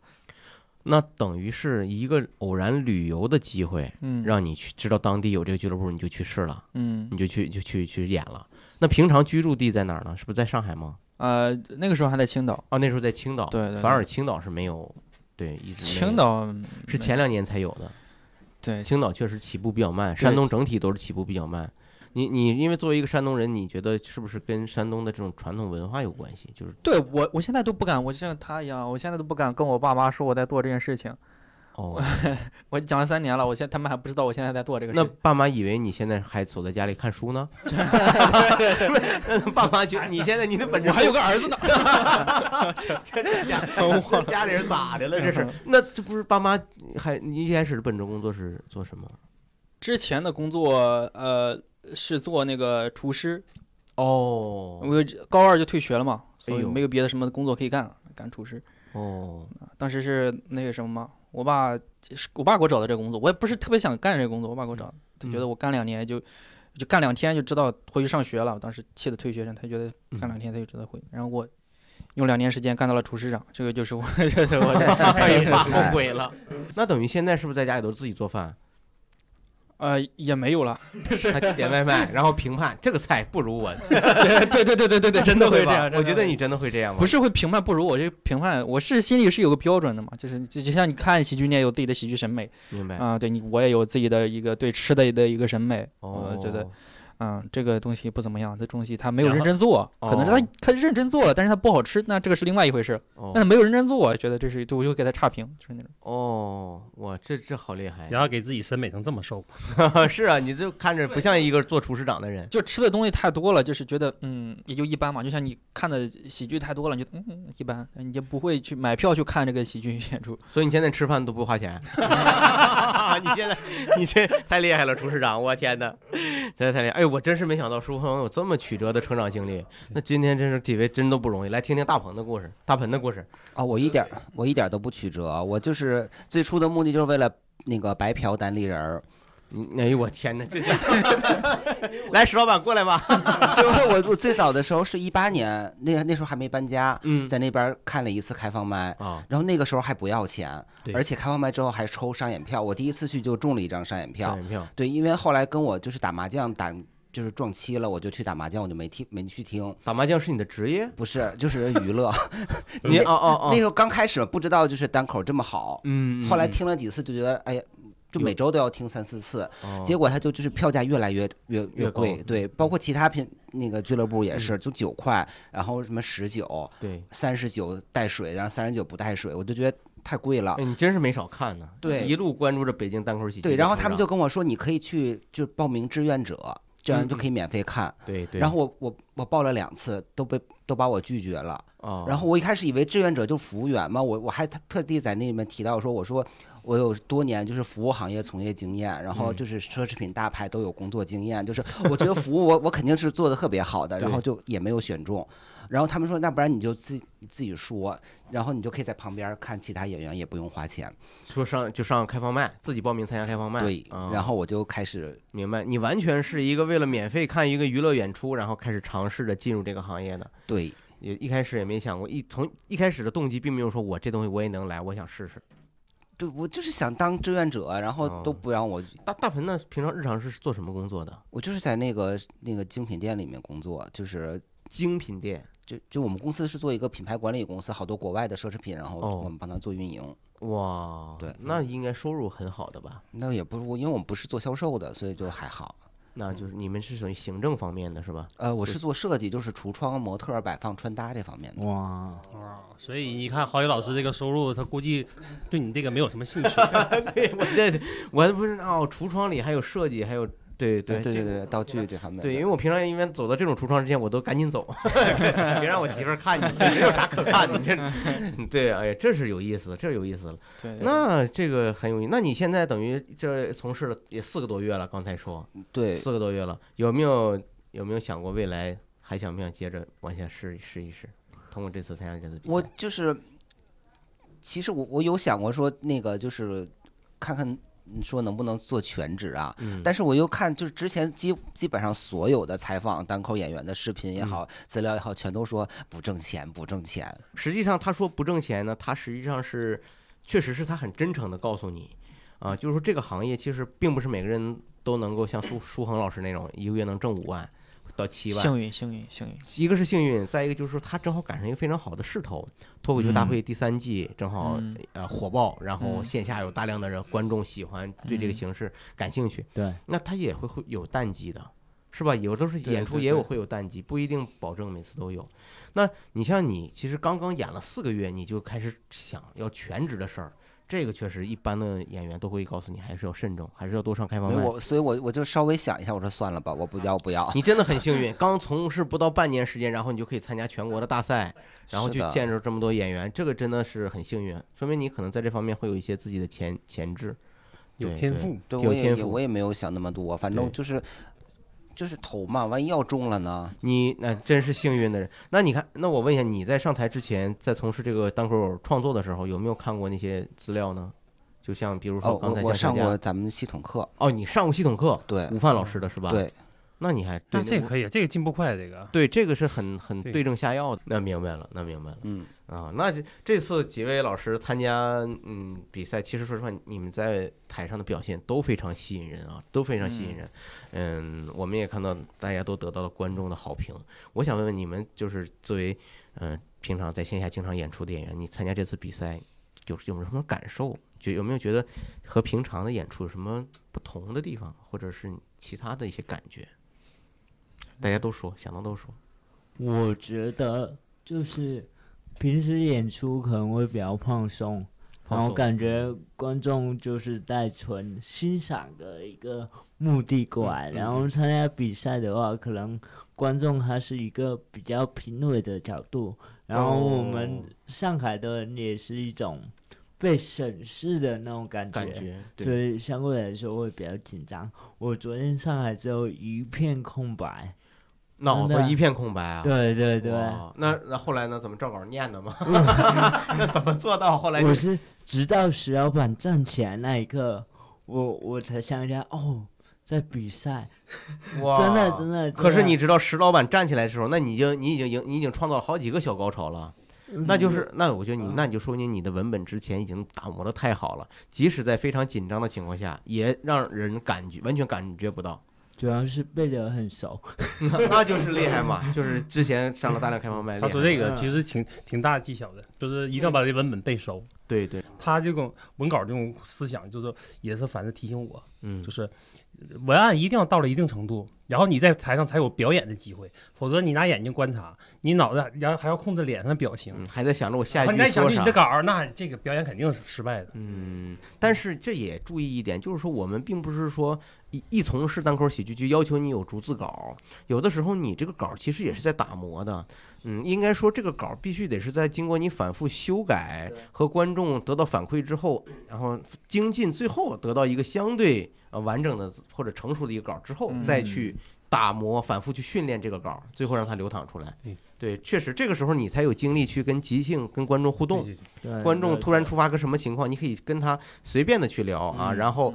A: 那等于是一个偶然旅游的机会，
B: 嗯，
A: 让你去知道当地有这个俱乐部，你就去试了，
B: 嗯
A: 你就去就去去演了。那平常居住地在哪儿呢？是不是在上海吗？
B: 呃那个时候还在青岛，
A: 啊，那时候在青岛，
B: 对对对
A: 反而青岛是没有，对，一直没有
B: 青岛
A: 是前两年才有的。
B: 对
A: 青岛确实起步比较慢，
B: 对
A: 山东整体都是起步比较慢。你你因为作为一个山东人，你觉得是不是跟山东的这种传统文化有关系？就是
B: 对我我现在都不敢，我就像他一样，我现在都不敢跟我爸妈说我在做这件事情。
A: 哦，
B: 我讲了三年了，我现在他们还不知道我现在在做这个事
A: 那
B: 情。
A: 爸妈以为你现在还守在家里看书 呢？那爸妈觉得你现在你的本质
B: 我还有个儿子呢，
A: 家这家里人咋的了？这是那这不是爸妈还你一开始的本职工作是做什么？
B: 之前的工作呃是做那个厨师，
A: 哦
B: 我高二就退学了嘛，所
A: 哎
B: 以
A: 呦
B: 没有别的什么工作可以干，干厨师。
A: 哦
B: 当时是那个什么嘛，我爸是我爸给我找的这个工作，我也不是特别想干这个工作，我爸给我找
A: 嗯
B: 的，他觉得我干两年就就干两天就知道回去上学了，我当时气得退学生，他觉得
A: 嗯
B: 干两天他就知道回，然后我用两年时间干到了厨师长，这个就是我 这是我的
A: 哎呀，爸后悔了。 那等于现在是不是在家里都自己做饭，
B: 呃也没有了，
A: 还点外卖，然后评判这个菜不如我，
B: 对对对对对对，真的会这
A: 吧
B: 样，真的
A: 我觉得
B: 会
A: 你真的会这样吗？
B: 不是会评判不如我这评判，我是心里是有个标准的嘛，就是就就像你看喜剧，你也有自己的喜剧审美
A: 明白
B: 啊、对你我也有自己的一个对吃的的一个审美，
A: 哦，
B: 我觉得嗯，这个东西不怎么样，这东西他没有
D: 然
B: 认
D: 后
B: 真做，可能是他
A: 哦
B: 他认真做了，但是他不好吃，那这个是另外一回事。
A: 哦
B: 那他没有认真做，我觉得这是就我就给他差评，就是那种。
A: 哦，哇，这这好厉害！
D: 然后给自己审美成这么瘦，
A: 是啊， 你就看着不像一个做厨师长的人。
B: 就吃的东西太多了，就是觉得嗯也就一般嘛，就像你看的喜剧太多了，你就嗯嗯一般，你就不会去买票去看这个喜剧演出。
A: 所以你现在吃饭都不花钱， 你现在你这太厉害了，厨师长，我天哪，真的太厉害！哎，我真是没想到舒鹏有这么曲折的成长经历。那今天真是几位真都不容易，来听听大鹏的故事，大鹏的故事。
E: 啊、我一点儿我一点儿都不曲折，我就是最初的目的就是为了那个白嫖单立人儿。
A: 你哎呦我天哪，这 来石老板过来吧。
E: 就是我我最早的时候是一八年，那那时候还没搬家，
A: 嗯
E: 在那边儿看了一次开放麦，
A: 啊，
E: 然后那个时候还不要钱，
A: 对
E: 而且开放麦之后还抽上演票，我第一次去就中了一张上演票
A: 三，元票
E: 对，因为后来跟我就是打麻将打就是撞期了，我就去打麻将，我就没听没去听，
A: 打麻将是你的职业？
E: 不是就是娱乐。
A: 你哦 哦
E: 那时
A: 哦，
E: 候刚开始不知道就是单口这么好，
A: 嗯，嗯
E: 后来，听了几次就觉得哎呀。就每周都要听三四次，结
A: 果
E: 果他就就是票价越来越越
A: 越高嗯
E: 贵，对，包括其他品那个俱乐部也是，就九块，然后什么十九、
A: 对，
E: 三十九带水，然后三十九不带水，我就觉得太贵了
A: 哎。你真是没少看呢。
E: 对
A: 一路关注着北京单口喜剧的成长。
E: 对，然后他们就跟我说，你可以去就报名志愿者，这样就可以免费看。
A: 对嗯对，
E: 然后我我我报了两次，都被都把我拒绝了。
A: 哦
E: 然后我一开始以为志愿者就是服务员嘛，我我还特特地在那里面提到说，我说我有多年就是服务行业从业经验，然后
A: 嗯
E: 就是奢侈品大牌都有工作经验，就是我觉得服务我 我肯定是做的特别好的，然后就也没有选中。然后他们说，那不然你就自己自己说，然后你就可以在旁边看其他演员，也不用花钱。
A: 说上就上开放麦，自己报名参加开放麦。
E: 对，
A: 啊
E: 然后我就开始
A: 明白，你完全是一个为了免费看一个娱乐演出，然后开始尝试着进入这个行业的。
E: 对
A: 也一开始也没想过，一从一开始的动机并没有说我这东西我也能来，我想试试。
E: 对，我就是想当志愿者，啊然后都
A: 哦
E: 不让我
A: 大大鹏呢，平常日常是做什么工作的？
E: 我就是在那个那个精品店里面工作，就是
A: 精品店。
E: 就就我们公司是做一个品牌管理公司，好多国外的奢侈品，然后
A: 哦
E: 我们帮他做运营。
A: 哇，
E: 对
A: 那应该收入很好的吧？
E: 那也不是我，因为我们不是做销售的，所以就还好。
A: 那就是你们是属于行政方面的是吧？嗯
E: 呃，我
A: 对
E: 是做设计，就是橱窗、模特儿摆放、穿搭这方面的。
C: 哇，
D: 啊，所以你看郝宇老师这个收入，他估计对你这个没有什么 兴趣。
A: 对我这我不是哦，橱窗里还有设计，还有对哎对
E: 对
A: 这
E: 对对，道具这方面的。
A: 对，因为我平常一般走到这种橱窗之前，我都赶紧走， 别让我媳妇儿看你，这没有啥可看的。这， 对，哎呀，这是有意思，这是有意思了。
B: 对，
A: 那这个很有意，那你现在等于这从事了也四个多月了，刚才说
E: 对
A: 四个多月了，有没有有没有想过未来还想不想接着往下试试一试？通过这次参加这次比赛，
E: 我就是其实我我有想过说那个就是看看你说能不能做全职啊，
D: 嗯
E: 但是我又看，就是之前基基本上所有的采访单口演员的视频也
A: 嗯
E: 好，资料也好，全都说不挣钱，不挣钱。
A: 实际上他说不挣钱呢，他实际上是确实是他很真诚的告诉你啊，就是说这个行业其实并不是每个人都能够像苏苏恒老师那种一个月能挣五万到七万。
B: 幸运幸运幸运，
A: 一个是幸运，再一个就是说他正好赶上一个非常好的势头，脱口秀大
E: 嗯
A: 会第三季正好、
B: 嗯
A: 呃火爆，然后
B: 嗯
A: 线下有大量的人观众喜欢，对这个
B: 嗯
A: 形式感兴趣，
C: 对，
A: 那他也会会有淡季的，是吧？有的时候
D: 对
A: 演出
D: 对
A: 也有
D: 对
A: 会有淡季，不一定保证每次都有。那你像你，其实刚刚演了四个月，你就开始想要全职的事儿，这个确实一般的演员都会告诉你，还是要慎重，还是要多上开放
E: 没有
A: 麦。啊
E: 我，所以我我就稍微想一下，我说算了吧，我不要不 要。
A: 你真的很幸运，刚从事不到半年时间，然后你就可以参加全国的大赛，然后
E: 是
A: 去
E: 的
A: 见着这么多演员，这个真的是很幸运，说明你可能在这方面会有一些自己的潜潜质。
D: 有
A: 对
D: 天
A: 对
D: 赋，
E: 对，
A: 挺有
E: 我也
A: 天
E: 也
A: 赋
E: 我也没有想那么多，反正
A: 对
E: 就是就是投嘛，万一要中了呢？
A: 你那真是幸运的人。那你看，那我问一下，你在上台之前，在从事这个单口创作的时候，有没有看过那些资料呢？就像比如
E: 哦，
A: 说
E: 我
A: 刚才
E: 我
A: 像
E: 上
A: 参加
E: 过咱们系统课，
A: 哦，你上过系统课，
E: 对
A: 午饭老师的是吧？，
E: 对，
A: 那你还对
D: 那这个可以，啊这个进步快，这个
A: 对这个是很很
D: 对
A: 对症下药的。那明白了，那明白了
E: 嗯，
A: 啊。那这这次几位老师参加嗯比赛，其实说实话，你们在台上的表现都非常吸引人啊，都非常吸引人。嗯，我们也看到大家都得到了观众的好评。我想问问你们，就是作为嗯、呃平常在线下经常演出的演员，你参加这次比赛有有没有什么感受？就有没有觉得和平常的演出有什么不同的地方，或者是其他的一些感觉？大家都说，想到都说，
C: 我觉得就是平时演出可能会比较放松，
A: 放
C: 然后
A: 松
C: 感觉观众就是在纯欣赏的一个目的过来，
A: 嗯嗯
C: 然后参加比赛的话，可能观众他是一个比较评委的角度，然后我
A: 哦
C: 们上海的人也是一种被审视的那种感
A: 感觉
C: 所以相对来说会比较紧张。我昨天上来之后一片空白，
A: 脑
C: 真
A: 子
C: 的
A: 一片空白啊。
C: 对对对，
A: 哇哦那那后来呢？怎么照稿念 的吗？ 那怎么做到后来？
C: 我是直到石老板站起来那一刻，我我才想起来，哦，在比赛，
A: 哇，
C: 真的真的。
A: 可是
C: 真的
A: 你知道石老板站起来的时候，那你已经你已经赢你已经创造了好几个小高潮了，
C: 嗯
A: 那就是那我觉得你那你就说明你的文本之前已经打磨的太好了，即使在非常紧张的情况下，也让人感觉完全感觉不 到，
C: 主要是背得很熟，
A: 那那就是厉害嘛，就是之前上了大量开放麦，
D: 他说
A: 厉害嗯
D: 这个
C: 嗯
D: 其实挺挺大技巧的，就是一定要把这文本背熟。
A: 对对，
D: 他这种文稿这种思想，就是也是反正提醒我，
A: 嗯
D: 就，是文案一定要到了一定程度，然后你在台上才有表演的机会，否则你拿眼睛观察，你脑子然后还要控制脸上的表情，
A: 嗯还在想着我下一
D: 然后你再
A: 句
D: 想
A: 说
D: 起你
A: 啥
D: 的。稿儿，那这个表演肯定是失败的。
A: 嗯，但是这也注意一点，就是说我们并不是说一一从事单口喜剧就要求你有逐字稿，有的时候你这个稿其实也是在打磨的。嗯，应该说这个稿必须得是在经过你反复修改和观众得到反馈之后，然后精进，最后得到一个相对呃完整的或者成熟的一个稿之后，再去打磨、反复去训练这个稿，最后让它流淌出来
D: 对。
A: 对，确实这个时候你才有精力去跟即兴、跟观众互动。
D: 对对对
C: 对
A: 观众
C: 嗯对
A: 突然突发个什么情况，你可以跟他随便的去聊啊，
C: 嗯
A: 然后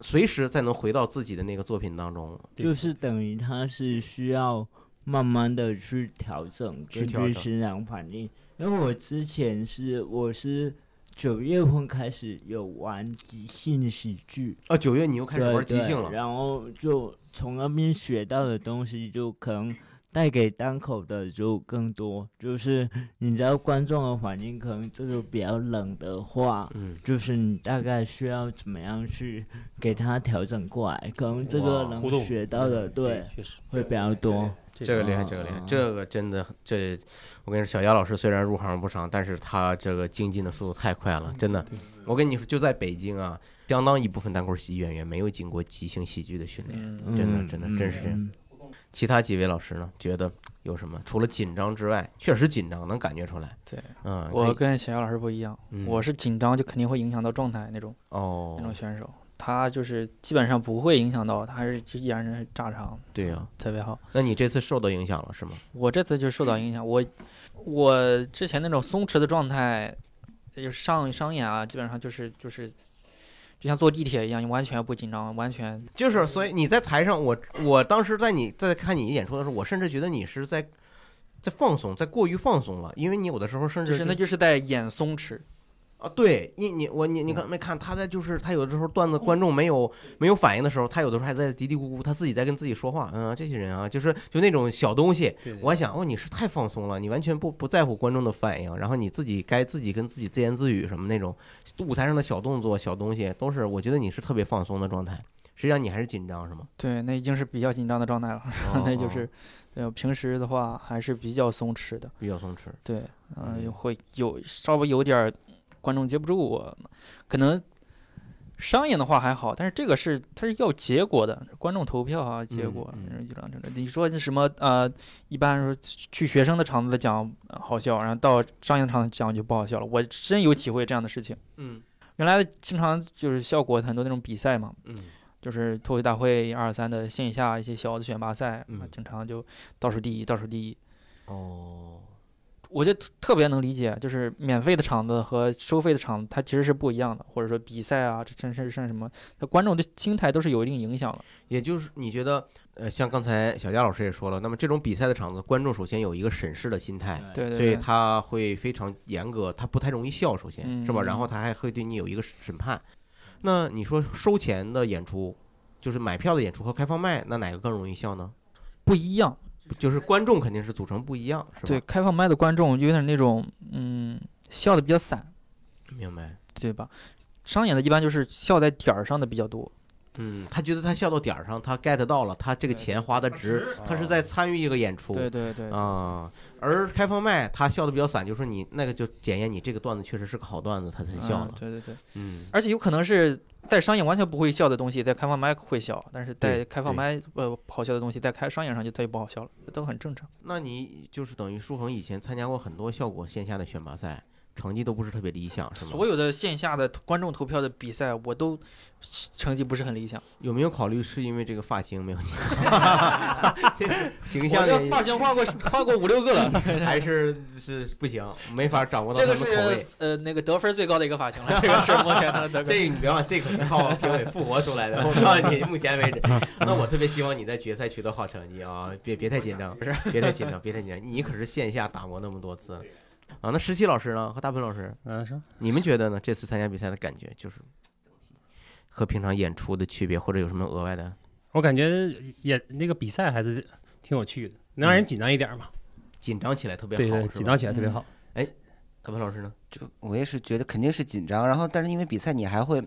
A: 随时再能回到自己的那个作品当中。
C: 就是等于他是需要慢慢的去调整，
A: 去
C: 根
A: 调
C: 据
A: 整
C: 市场反应。因为我之前是我是九月份开始有玩即兴喜剧，
A: 啊，九月你又开始
C: 对
A: 玩即
C: 对
A: 兴了，
C: 然后就从那边学到的东西，就可能带给单口的就更多。就是你知道观众的反应，可能这个比较冷的话，
A: 嗯，
C: 就是你大概需要怎么样去给它调整过来，可能这个
A: 哇
D: 互
C: 能
D: 动
C: 学到的对
D: 确实
C: 会比较多。
A: 这个厉害，
C: 啊
A: 这个厉害，这个真的，这我跟你说，小姚老师虽然入行不长，但是他这个精进的速度太快了，真的。我跟你说，就在北京啊，相当一部分单口喜剧演员没有经过即兴喜剧的训练。
B: 嗯
C: 嗯
A: 真的真的真是这样
C: 嗯
A: 其他几位老师呢，觉得有什么？除了紧张之外，确实紧张，能感觉出来。
B: 对，
A: 嗯，
B: 我
A: 可以
B: 跟小姚老师不一样，
A: 嗯
B: 我是紧张就肯定会影响到状态那种
A: 哦
B: 那，种选手，他就是基本上不会影响到，他还是就依然是炸场，
A: 对啊呀、
B: 特别好。
A: 那你这次受到影响了是吗？
B: 嗯我这次就受到影响，我我之前那种松弛的状态，就是上商演啊，基本上就是就是，就像坐地铁一样，你完全不紧张，完全
A: 就是所以你在台上，我我当时在你在看你演出的时候，我甚至觉得你是在在放松，在过于放松了，因为你有的时候甚
B: 就
A: 至
B: 是那就是在演松弛。
A: 啊，对你你我你你看没看他在就是他有的时候
B: 哦
A: 段子观众没有没有反应的时候，他有的时候还在嘀嘀咕咕，他自己在跟自己说话，嗯、这些人啊，就是就那种小东西，
D: 对
A: 我还想哦，你是太放松了，你完全不不在乎观众的反应，然后你自己该自己跟自己自言自语什么那种舞台上的小动作、小东西，都是我觉得你是特别放松的状态，实际上你还是紧张是吗？
B: 对，那已经是比较紧张的状态了。
A: 哦
B: 那就
A: 哦
B: 是，对，平时的话还是比较松弛的。
A: 比较松弛。
B: 对，嗯、
A: 嗯
B: 也会有稍微有点儿观众接不住我，可能商演的话还好，但是这个是它是要结果的，观众投票啊，结
A: 嗯
B: 果
A: 嗯
B: 嗯就这样这样你说那什么呃，一般说去学生的场子讲呃好笑，然后到商业场讲就不好笑了，我深有体会这样的事情。
A: 嗯
B: 原来经常就是效果很多那种比赛嘛，
A: 嗯
B: 就是脱口秀大会二三的线下一些小的选拔赛，啊
A: 嗯
B: 经常就倒数第一，倒数第一，
A: 哦，
B: 我就特特别能理解，就是免费的场子和收费的场子，它其实是不一样的，或者说比赛啊，这甚至甚至什么，它观众的心态都是有一定影响了。
A: 也就是你觉得，呃，像刚才小佳老师也说了，那么这种比赛的场子，观众首先有一个审视的心态，
C: 哎
B: 对对
A: 所以
B: 对，
A: 他会非常严格，他不太容易笑，首先、是吧？
B: 嗯
A: 然后他还会对你有一个审判。那你说收钱的演出，就是买票的演出和开放麦，那哪个更容易笑呢？
B: 不一样。
A: 就是观众肯定是组成不一样，是吧？
B: 对，，开放麦的观众有点那种，嗯，笑的比较散，
A: 明白。
B: 对吧？商演的一般就是笑在点儿上的比较多，
A: 嗯，他觉得他笑到点儿上，他 get 到了，他这个
B: 对
A: 钱花的值，他是在参与一个演出。
B: 对对对，
A: 啊、而开放麦他笑的比较散，就说你那个就检验你这个段子确实是个好段子，他才
B: 嗯
A: 笑了。
B: 对对对。
A: 嗯，
B: 而且有可能是在商演完全不会笑的东西，在开放麦会笑，但是
A: 对
B: 在开放
A: 对
B: 麦呃好笑的东西，在开商演上就它就不好笑了，这都很正常。
A: 那你就是等于舒恒以前参加过很多效果线下的选拔赛，成绩都不是特别理想，是吗？
B: 所有的线下的观众投票的比赛，我都成绩不是很理想。
A: 有没有考虑是因为这个发型没有剪？这个形象
B: 我
A: 的
B: 这发型 换过换过五六个了，
A: 还是是不行，没法掌握到
B: 这
A: 他
B: 个
A: 们
B: 是
A: 口味。
B: 呃那个得分最高的一个发型了，这个是目前的得 分。
A: 这个你别忘，这个是 靠评委复活出来的。我告诉你，目前为 止，那我特别希望你在决赛取得好成绩啊！别别太紧张，别太紧张，别太紧张。你可是线下打磨那么多次了啊！那石七老师呢？和大鹏老师，
D: 嗯是
A: 你们觉得呢？这次参加比赛的感觉就是和平常演出的区别，或者有什么额外的
D: 我感觉演那个比赛还是挺有趣的，
A: 嗯
D: 能让人紧张一点嘛？
A: 紧张起来特别
D: 对
A: 好？
D: 对，
A: 是吧
D: 紧张起来特别
B: 嗯
D: 好。
A: 大鹏老师呢？
E: 就我也是觉得肯定是紧张，然后但是因为比赛你还会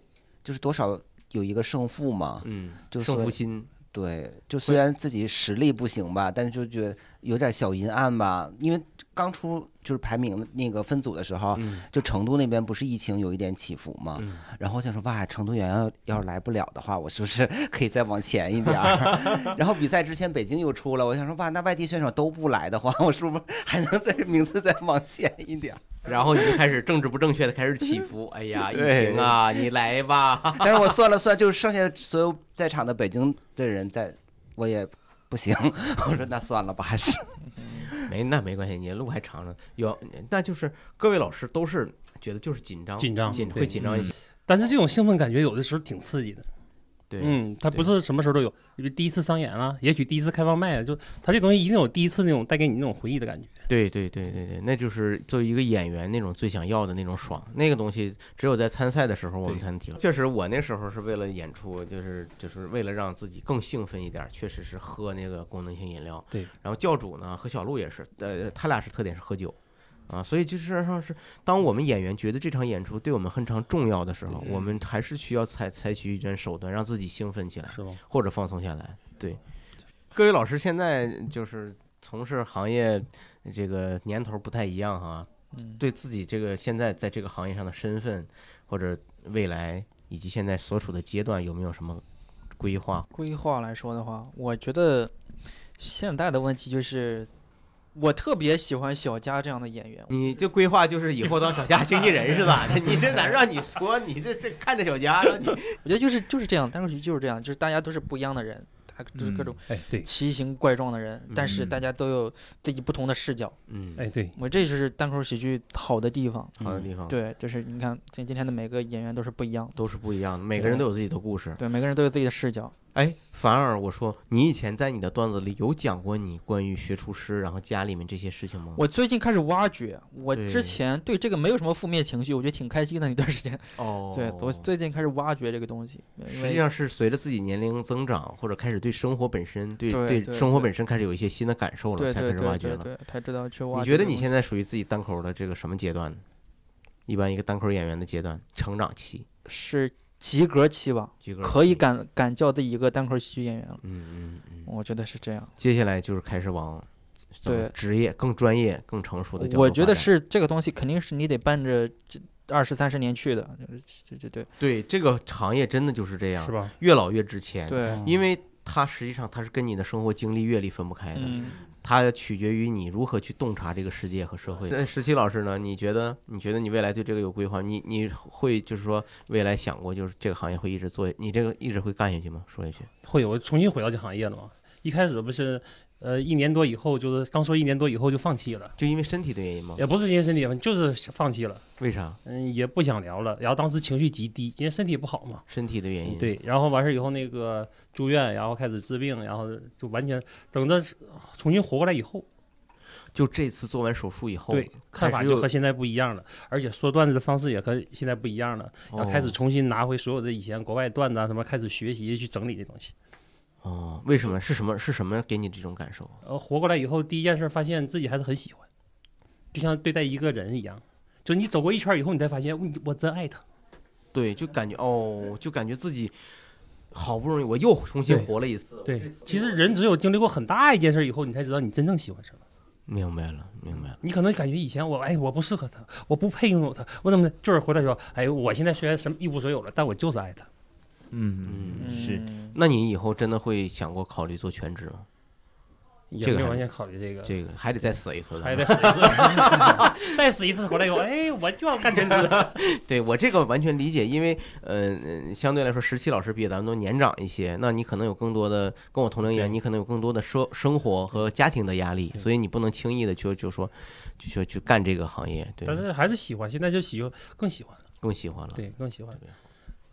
E: 就是多少有一个胜负嘛，
A: 嗯，
E: 就
A: 胜负
E: 说
A: 心，
E: 对，就虽然自己实力不行吧，但是就觉得有点小阴暗吧，因为刚出就是排名的那个分组的时候，
A: 嗯
E: 就成都那边不是疫情有一点起伏嘛，
A: 嗯
E: 然后我想说哇，成都远要要是来不了的话，我是不是 可以再往前一点儿？ 然后比赛之前北京又出了，我想说哇，那外地选手都不来的话，我是不是还能再名次再往前一点儿？
A: 然后你就开始政治不正确的开始起 伏。哎呀，疫
E: 对
A: 情啊，你来吧。
E: 但是我算了算，就是剩下所有在场的北京的人在，我也不 行，我说那算了吧，还是。
A: 没，那没关系，你路还长着。有，那就是各位老师都是觉得就是紧张，嗯
D: 紧张
A: 紧
D: 对
A: 会紧张一些。
D: 但是这种兴奋感觉有的时候挺刺激的，
A: 对，
D: 嗯，它不
A: 对
D: 是什么时候都有，因为第一次商演啊，也许第一次开放麦啊，就它这东西一定有第一次那种带给你那种回忆的感觉。
A: 对对对对对，那就是作为一个演员那种最想要的那种爽，那个东西只有在参赛的时候我们
D: 对
A: 才能体会。确实，我那时候是为了演出，就是就是为了让自己更兴奋一点，确实是喝那个功能性饮料。
D: 对，
A: 然后教主呢和小鹿也是，呃，他俩是特点是喝酒。啊，所以就是上是，当我们演员觉得这场演出对我们非常重要的时候，
D: 对嗯
A: 我们还是需要采采取一种手段，让自己兴奋起来。
D: 是吧？
A: 或者放松下来。对，各位老师现在就是从事行业这个年头不太一样哈，
B: 嗯，
A: 对自己这个现在在这个行业上的身份或者未来以及现在所处的阶段有没有什么规划？
B: 规划来说的话，我觉得现在的问题就是，我特别喜欢小佳这样的演员，
A: 你这规划就是以后当小佳经纪人是咋的？ 你这咋让你说？你这这看着小佳，让你
B: 我觉得就是就是这样，单口喜剧就是这样，就是大家都是不一样的人，还就是各
A: 嗯
B: 种
D: 哎对，
B: 奇形怪状的人，但是
C: 嗯
B: 大家都有自己不同的视角。
A: 嗯，
D: 哎对，
B: 我这就是单口喜剧好的地方。
A: 好的地方，，
B: 对，就是你看今今天的每个演员都是不一样的，
A: 都是不一样的，每个人都有自己的故事。
B: 对，每个人都有自己的视角。
A: 哎，反而我说，你以前在你的段子里有讲过你关于学厨师，然后家里面这些事情吗？
B: 我最近开始挖掘，我
A: 嗯对
B: 之前对这个没有什么负面情绪，我觉得挺开心的那段时间。
A: 哦，
B: 对我最近开始挖掘这个东西，因
A: 实际
B: 为
A: 上是随着自己年龄增长，或者开始对生活本身、对
B: 对对
A: 生活
B: 对
A: 本身开始有一些新的感受了，
B: 对
A: 才
B: 对
A: 开始挖
B: 对
A: 掘
B: 对
A: 了。
B: 对，才知道去挖掘。
A: 你觉得你现在属于自己单口的这个什么阶段呢？一般一个单口演员的阶段，成长期，
B: 在是及格期吧？
A: 几个
B: 可以
A: 期，
B: 敢敢叫自己一个单口喜剧演员了，
A: 嗯嗯嗯。
B: 我觉得是这样。
A: 接下来就是开始往怎么
B: 对
A: 职业更专业、更成熟的角度
B: 我觉
A: 发
B: 得
A: 展
B: 是这个东西，肯定是你得伴着这二十三十年去的，就是这这对
A: 对这个行业真的就是这样
D: 是，吧？
A: 越老越值钱。，
B: 对，
A: 因为它实际上它是跟你的生活经历、阅历分不开的。
B: 嗯，
A: 它取决于你如何去洞察这个世界和社会。那十七老师呢？你觉得？你觉得你未来对这个有规划？你你会就是说未来想过就是这个行业会一直做，你这个一直会干下去吗？说一句。
D: 会有重新回到这行业了嘛？一开始不是呃一年多以后，就是刚说一年多以后就放弃了，
A: 就因为身体的原因吗？
D: 也不是因为身体，就是放弃了，
A: 为啥？
D: 嗯，也不想聊了。然后当时情绪极低，因为身体不好嘛。
A: 身体的原因。，
D: 对，然后完事儿以后那个住院，然后开始治病，然后就完全等着重新活过来以后，
A: 就这次做完手术以后，
D: 对，看法
A: 开始
D: 就
A: 又
D: 和现在不一样了，而且说段子的方式也和现在不一样了，
A: 哦
D: 然后开始重新拿回所有的以前国外段子啊什么，开始学习去整理这东西。
A: 哦。哦，为什么？是什么？是什么给你这种感受？
D: 呃，活过来以后，第一件事儿发现自己还是很喜欢，就像对待一个人一样，就你走过一圈儿以后，你才发现，嗯我真爱他。
A: 对，就感觉哦，就感觉自己好不容易我又重新
D: 对
A: 活了一次。
D: 对，其实人只有经历过很大一件事儿以后，你才知道你真正喜欢什么。
A: 明白了，明白了。
D: 你可能感觉以前我哎我不适合他，我不配拥有他，我怎么的就是回来说，哎，我现在虽然什么一无所有了，但我就是爱他。
C: 嗯嗯是，
B: 嗯
A: 那你以后真的会想过考虑做全职吗？
D: 也
A: 这个
D: 没有
A: 还
D: 完全考虑这个，
A: 这个还得再死一次。
D: 还得再死一次， 再死一次回来以后，哎，我就要干 全职。
A: 对我这个完全理解，因为呃，呃相对来说，十七老师比咱们都年长一些，那你可能有更多的跟我同龄一样，
D: 对
A: 你可能有更多的生生活和家庭的压力，
D: 对
A: 所以你不能轻易的就就说就就去干这个行业，对
D: 但，是还是喜欢，现在就喜欢，更喜欢了，
A: 更喜欢了。
D: 对，更喜欢
A: 对。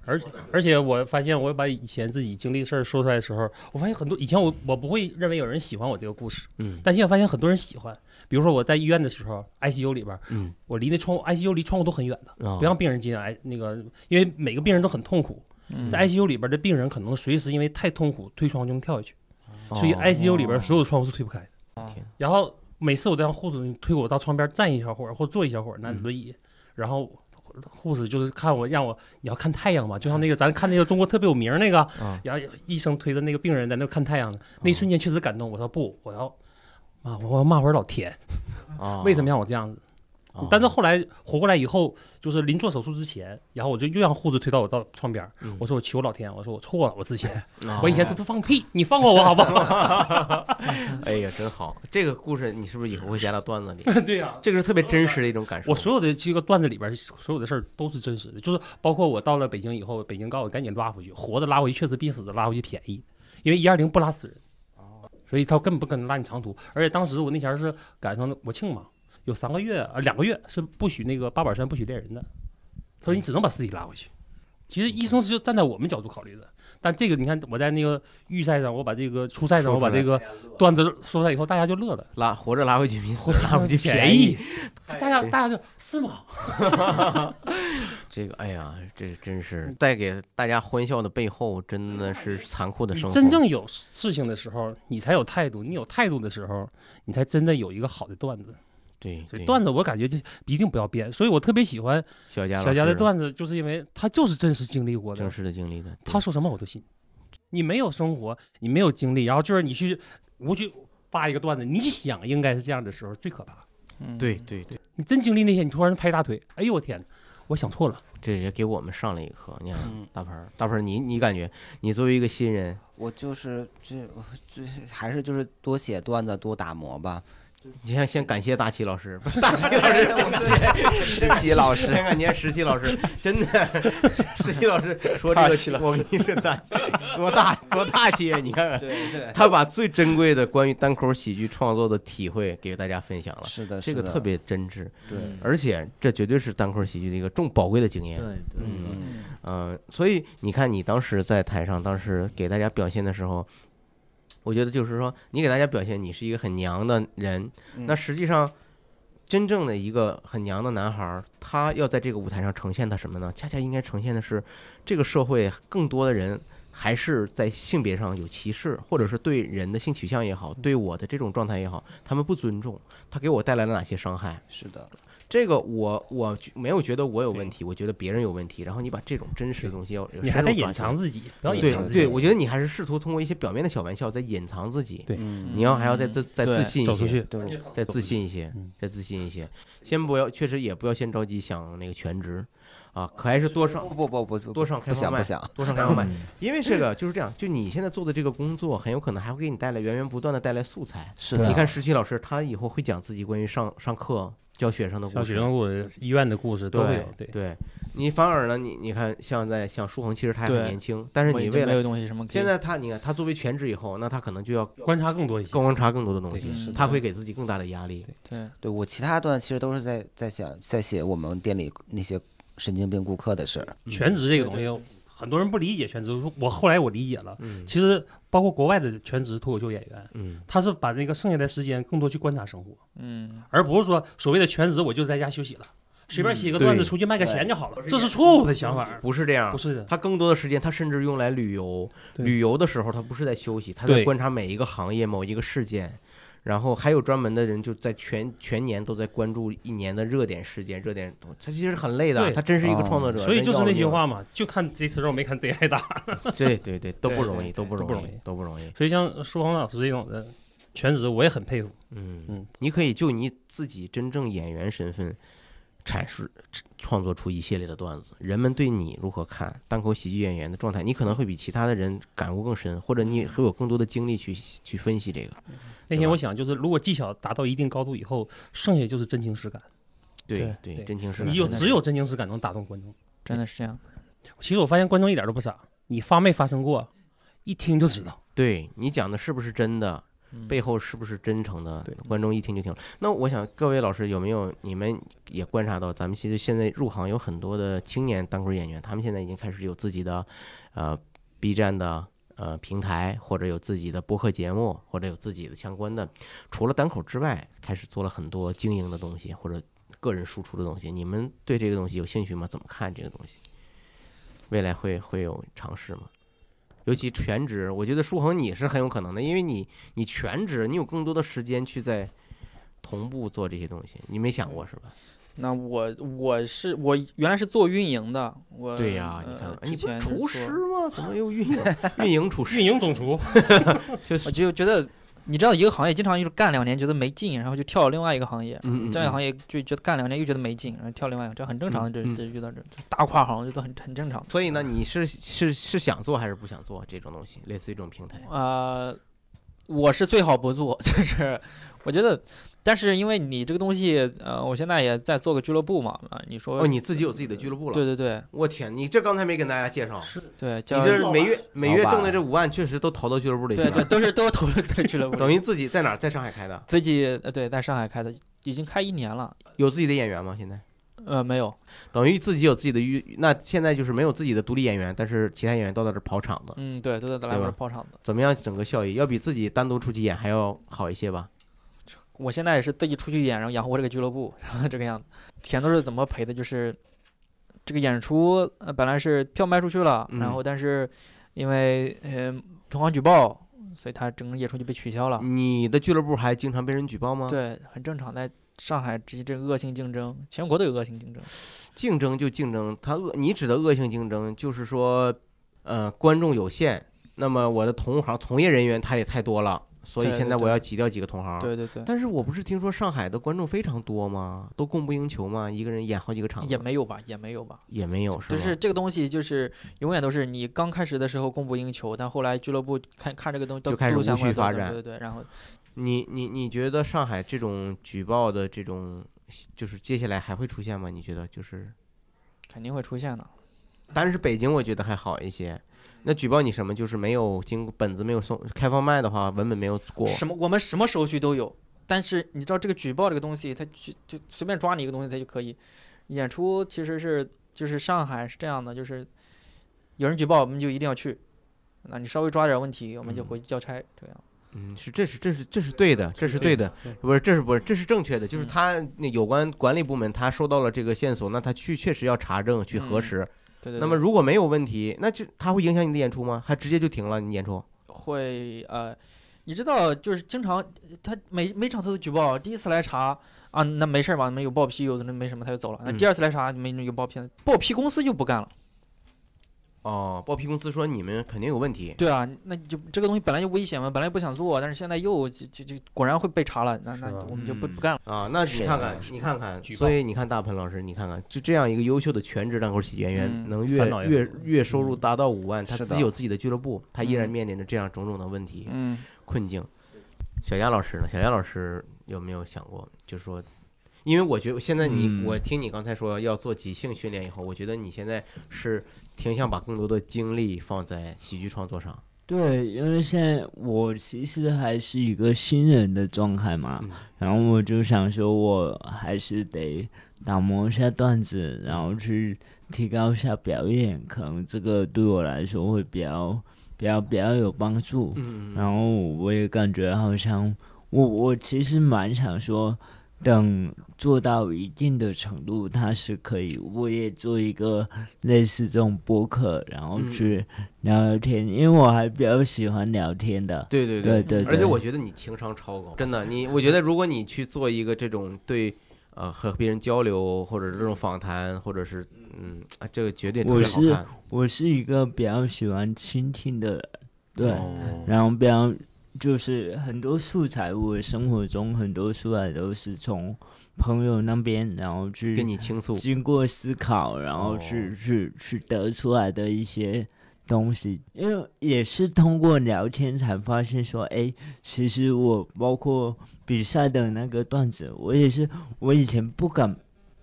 D: 而且而且我发现，我把以前自己经历的事儿说出来的时候，我发现很多以前我我不会认为有人喜欢我这个故事，
A: 嗯
D: 但现在发现很多人喜欢。比如说我在医院的时候，ICU 里边儿，
A: 嗯，
D: 我离那窗户 ICU 离窗户都很远的。
A: 啊
D: 不让病人进来，那个，因为每个病人都很痛苦，
B: 嗯
D: 在 ICU 里边的病人可能随时因为太痛苦推窗户就能跳下去，哎所以
A: 哦
D: ICU 里边所有的窗户是推不开的。
B: 哦
A: 天
D: 然后每次我都让护士推我到窗边站一小会儿或坐一小会儿，那
A: 嗯
D: 轮椅，然后护士就是看我让我你要看太阳嘛，就像那个咱看那个中国特别有名儿那个
A: 嗯，
D: 然后医生推着那个病人在那看太阳，
A: 啊
D: 那一瞬间确实感动。我说不，我要。骂我要骂会儿老天，
A: 啊
D: 为什么让我这样子？
A: 啊
D: 但是后来活过来以后，就是临做手术之前，然后我就又让护士推到我到窗边儿，
A: 嗯
D: 我说我求老天，我说我错了，我之前
A: 啊
D: 我以前都是放屁，你放过我好不 好？
A: 哎呀真好，这个故事你是不是以后会加到段子里？
D: 对呀、
A: 这个是特别真实的一种感受。
D: 我所有的这个段子里边儿，所有的事儿都是真实的，就是包括我到了北京以后，北京告诉我赶紧拉回去，活的拉回去确实比死的拉回去便宜，因为一二零不拉死人，
A: 哦
D: 所以他根本不可能拉你长途。而且当时我那前儿是赶上国庆嘛，有三个月啊两个月是不许那个八宝山不许猎人的，他说你只能把尸体拉回去。其实医生是站在我们角度考虑的，但这个你看我在那个预赛上，我把这个初赛上，
A: 说
D: 我
A: 出来
D: 把这个段子说出来以后，大家就乐 了。
A: 拉活着拉回去比死
D: 活
A: 了
D: 着
A: 拉回去
D: 便
A: 宜
D: 宜，，大家大家就是吗？
A: 这个哎呀，这真
D: 嗯
A: 是带给大家欢笑的背后，真的是残酷的
D: 你
A: 生活。
D: 真正有事情的时候，你才有态度；你有态度的时候，你才真的有一个好的段子。
A: 对
D: 所
A: 对
D: 以段子我感觉就一定不要编，所以我特别喜欢
A: 小佳
D: 小佳的
A: 段
D: 段子，就是因为他就是真实经历过
A: 真
D: 的，
A: 实的经历的，
D: 他说什么我都信。你没有生活，你没有经历，然后就是你去无去扒一个段子，你想应该是这样的时候最可怕。
B: 嗯
A: 对对对，
D: 你真经历那天，你突然拍大腿，哎呦我天哪，我想错了。
A: 这也给我们上了一课。你
E: 嗯
A: 看大盆儿，大盆儿，你你感觉你作为一个新人，
E: 我就是这这还是就是多写段子多打磨吧，
A: 你先先感谢大齐老师，不是大齐老师，
E: 石奇老师，
A: 先感谢石奇老师，真的，石奇老师说
D: 大
A: 这
D: 齐
A: 个
D: 老
A: 我们是大气，多大多大气啊！你看看，
E: 对对，
A: 他把最珍贵的关于单口喜剧创作的体会给大家分享了，
E: 是的，
A: 这
E: 是
A: 个
E: 的
A: 特别真挚，
E: 对，
A: 而且这绝对是单口喜剧的一个重宝贵的经验
C: 对。对，
A: 嗯
E: 嗯，
A: 嗯，所以你看，你当时在台上，当时给大家表现的时候，我觉得就是说，你给大家表现你是一个很娘的人，
E: 嗯
A: 那实际上，真正的一个很娘的男孩儿，他要在这个舞台上呈现他什么呢？恰恰应该呈现的是，这个社会更多的人还是在性别上有歧视，或者是对人的性取向也好，对我的这种状态也好，他们不尊重，他给我带来了哪些伤害？
E: 是的，
A: 这个我我觉没有觉得我有问题，我觉得别人有问题。然后你把这种真实的东西要，
D: 你还得隐藏自己，不要隐
A: 对
D: 藏自己。
A: 对，我觉得你还是试图通过一些表面的小玩笑在隐藏自己。
D: 对
E: 嗯
A: 你要还要再自再自
B: 对
A: 信一
D: 走出
A: 些，
D: 去，
E: 对，
A: 再自信一些
D: 嗯，
A: 再自信一些。先不要，确实也不要先着急想那个全职啊，可还是多上
E: 不不不不不
A: 多上
E: 不
A: 开
E: 想
A: 放
E: 不
A: 麦，
E: 想，
A: 多上开放麦。
C: 嗯
A: 因为这个就是这样，就你现在做的这个工作，很有可能还会给你带来源源不断的带来素材。
E: 是
C: 对
A: 你
C: 啊
A: 看石奇老师，他以后会讲自己关于上上课教学生的故
D: 像
A: 事
D: 学，生故事、医院的故事都会
A: 对
D: 有。对，
A: 你反而呢，你你看像在像舒恒，其实他还很
B: 对
A: 年轻，但是
B: 我已
A: 你
B: 经
A: 为
B: 没
A: 了
B: 有东西什么可以
A: 现在他，你看他作为全职以后，那他可能就要
D: 观察更多一些。
A: 观察更多的东
E: 对
A: 西
B: 是，
A: 嗯他
B: 的
A: 会给自己更大的压力。
B: 对
E: 对我其他段其实都是在在想在写我们店里那些神经病顾客的事儿，
A: 嗯
D: 全职这个东
B: 对
D: 西，很多人不理解全职。我后来我理解了，
A: 嗯
D: 其实包括国外的全职脱口秀演员，
A: 嗯，
D: 他是把那个剩下的时间更多去观察生活，
B: 嗯
D: 而不是说所谓的全职我就在家休息了，随便写个
A: 嗯对
D: 段子出去卖个钱就好了，这是错误的想法。
A: 不是这样
B: 嗯
D: 不，是的，
A: 他更多的时间，他甚至用来旅游。
D: 对
A: 旅游的时候，他不是在休息，他在
D: 对
A: 观察每一个行业、某一个事件。然后还有专门的人，就在全全年都在关注一年的热点事件、热点，他其实很累的，
D: 对
A: 他真是一个
E: 哦
A: 创作者。
D: 所以
A: 人
D: 就是
A: 要
D: 那句
A: 命，
D: 话嘛，就看贼吃肉没看贼 挨打。
A: 对对对，都不
D: 对
A: 容
D: 对
A: 易，都不
D: 都不
A: 容
D: 容易
A: 都不容易。
D: 所以像舒恒老师这种的全职，我也很佩服。
A: 嗯
D: 嗯，
A: 你可以就你自己真正演员身份阐述、创作出一系列的段子，人们对你如何看单口喜剧演员的状态，你可能会比其他的人感悟更深，或者
D: 嗯
A: 你会有更多的精力去去分析这个。
D: 那
A: 对
D: 天
A: 吧
D: 我想，就是如果技巧达到一定高度以后，剩下就是真情实感。
A: 对
D: 对
A: 真情实感。
D: 你有
A: 真的
D: 只有真情实感能打动观众。
B: 真的是这样
D: 其实我发现观众一点都不傻，你发没发生过，一听就知道。
A: 对你讲的是不是真的，
B: 嗯
A: 背后是不是真诚的
D: 对，
A: 观众一听就听了。那我想各位老师有没有你们也观察到，咱们其实现在入行有很多的青年单口演员，他们现在已经开始有自己的呃 B 站的。呃，平台或者有自己的播客节目，或者有自己的相关的，除了单口之外，开始做了很多经营的东西或者个人输出的东西。你们对这个东西有兴趣吗？怎么看这个东西？未来会会有尝试吗？尤其全职，我觉得舒恒你是很有可能的，因为你你全职，你有更多的时间去在同步做这些东西，你没想过是吧？
B: 那我我是我原来是做运营的，我
A: 对呀、
B: 呃
A: 你看，
B: 之
A: 你不
B: 前
A: 是
B: 是
A: 厨
B: 做
A: 师吗？怎么又运营运营厨师？
D: 运 营总厨，
A: 就是
B: 我就觉得，你知道一个行业经常就是干两年觉得没劲，然后就跳另外一个行业，
A: 嗯，嗯
B: 这样一个
A: 嗯
B: 行业就觉得干两年又觉得没劲，然后跳另外一个，这很正常的，这
A: 嗯嗯
B: 这遇到这这大跨行这都很很正常的。
A: 所以呢，你是是是想做还是不想做这种东西？类似于这种平台，
B: 呃，我是最好不做， 就是我觉得，但是因为你这个东西，呃，我现在也在做个俱乐部嘛，啊，你说
A: 哦，你自己有自己的俱乐部了。
B: 对，对对
A: 我天，你这刚才没跟大家介绍，你
B: 对，叫
A: 这每月每月
E: 老板
A: 挣的这五万，确实都投到俱乐部里去
B: 对对
A: 了。
B: 都是都投入对 俱乐部里，
A: 等于自己在哪儿？在上海开的，
B: 自己呃对在上海开的，已经开一年了，
A: 有自己的演员吗？现在？
B: 呃，没有，
A: 等于自己有自己的娱，那现在就是没有自己的独立演员，但是其他演员都在这跑场子，
B: 嗯，对，都在来
A: 对
B: 回
A: 吧
B: 包场的。
A: 怎么样？整个效益要比自己单独出去演还要好一些吧？
B: 我现在也是自己出去演，然后养活这个俱乐部，然后这个样子。钱都是怎么赔的？就是这个演出呃本来是票卖出去了，
A: 嗯
B: 然后但是因为呃同行举报，所以他整个演出就被取消了。
A: 你的俱乐部还经常被人举报吗？，
B: 对，很正常，在上海这这恶性竞争，全国都有恶性竞争。
A: 竞争就竞争，他恶，你指的恶性竞争就是说，呃，观众有限，那么我的同行从业人员他也太多了，所以
B: 对
A: 现在
B: 对
A: 我要挤掉几个同行。
B: 对对对，
A: 但是我不是听说上海的观众非常多吗？都供不应求吗？一个人演好几个场子
B: 也没有吧，也没有吧。
A: 也没有，是吧？
B: 就是这个东西，就是永远都是你刚开始的时候供不应求，但后来俱乐部看看这个东西都
A: 就开始
B: 都相
A: 无序发
B: 关的对
A: 展
B: 对对，然后
A: 你你你觉得上海这种举报的这种，就是接下来还会出现吗？你觉得就是，
B: 肯定会出现的。
A: 但是北京我觉得还好一些。那举报你什么？就是没有经本子没有送开放麦的话，文本没有过。
B: 什么我们什么手续都有，但是你知道这个举报这个东西，它就就随便抓你一个东西，它就可以。演出其实是就是上海是这样的，就是有人举报我们就一定要去，那你稍微抓点问题，我们就
A: 嗯
B: 回去交差，这样。
A: 嗯，是这是这是这是对的，这是对的，，不是这是不是这是正确的，就是
B: 嗯
A: 他那有关管理部门他收到了这个线索，那他去确实要查证去核
B: 嗯
A: 实。
B: 对对对。
A: 那么如果没有问题，那就他会影响你的演出吗？他直接就停了你演出？
B: 会呃，你知道，就是经常他每每场他都举报，第一次来查啊，那没事儿吧，没有报批，有的人没什么他就走了。那第
A: 嗯
B: 二次来查没有报批，报批公司就不干了。
A: 哦，报批公司说你们肯定有问题。
B: 对啊，那就这个东西本来就危险嘛，本来不想做，但是现在又就就就果然会被查了，那那
D: 是吧
B: 我们就不
A: 嗯
B: 不干了。
A: 啊，那你
C: 谁
A: 看
C: 来
A: 看，你看看，
D: 举报
A: 所以你看大鹏老师，你看看，就这样一个优秀的全职单口喜剧演员，
B: 嗯
A: 能
D: 烦
A: 月
D: 恼也
A: 月
D: 很
A: 月收入达到五万，他
E: 是
A: 自
E: 的
A: 己有自己的俱乐部，他依然
B: 嗯
A: 面临着这样种种的问题、
B: 嗯，
A: 困境。小丫老师呢？小丫老师有没有想过，就是说，因为我觉得现在你，
C: 嗯
A: 我听你刚才说要做即兴训练以后，我觉得你现在是挺想把更多的精力放在喜剧创作上。
C: 对，因为现在我其实还是一个新人的状态嘛，
A: 嗯
C: 然后我就想说，我还是得打磨一下段子，然后去提高一下表演，可能这个对我来说会比较、比较、比较有帮助。
A: 嗯
C: 然后我也感觉好像我我其实蛮想说，等做到一定的程度，它是可以，我也做一个类似这种播客，然后
A: 嗯
C: 去聊聊天，因为我还比较喜欢聊天的。
A: 对对
C: 对对
A: 而且
C: 对
A: 我觉得你情商超高，真的，你我觉得如果你去做一个这种对。呃，和别人交流，或者是这种访谈，或者是嗯，啊这个绝对特
C: 我
A: 别好
C: 是
A: 看。
C: 我是一个比较喜欢倾听的人，对，
A: 哦
C: 然后比较就是很多素材，我生活中很多素材都是从朋友那边，然后去
A: 跟你倾诉，
C: 经过思考，然后去、
A: 哦
C: 去去得出来的一些东西，因为也是通过聊天才发现说，哎，其实我包括比赛的那个段子，我也是我以前不敢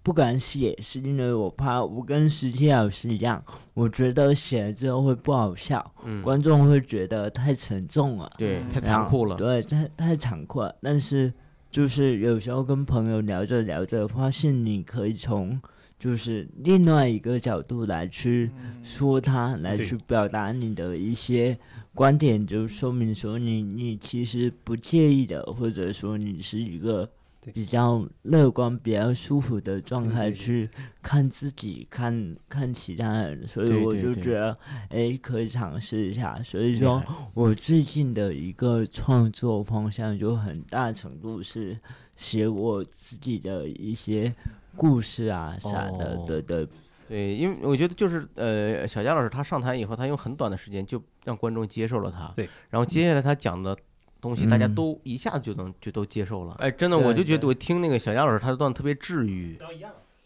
C: 不敢写，是因为我怕我跟石琪老师一样，我觉得写了之后会不好笑，
A: 嗯，
C: 观众会觉得太沉重了。
A: 对，太
C: 然
A: 残
C: 后
A: 酷了。
C: 对，太太残酷了。但是就是有时候跟朋友聊着聊着，发现你可以从就是另外一个角度来去
B: 嗯
C: 说它，来
D: 对
C: 去表达你的一些观点，就说明说你你其实不介意的，或者说你是一个
D: 对。
C: 比较乐观、比较舒服的状
A: 对
C: 态
A: 对对
C: 去看自己、看看其他人，所以
A: 对
C: 我
A: 对
C: 就
A: 对
C: 觉得，哎，可以尝试一下。所以
A: 厉
C: 说
A: 害，
C: 我最近的一个创作方向，就很大程度是写我自己的一些故事啊啥的，
A: 哦
C: 对对，
A: 对，因为我觉得就是呃，小佳老师他上台以后，他用很短的时间就让观众接受了他，
D: 对，
A: 然后接下来他讲的东西，大家
C: 嗯
A: 都一下子就能就都接受了。哎，真的，我就
C: 对
A: 觉得
C: 对
A: 我听那个小佳老师他的段子特别治愈，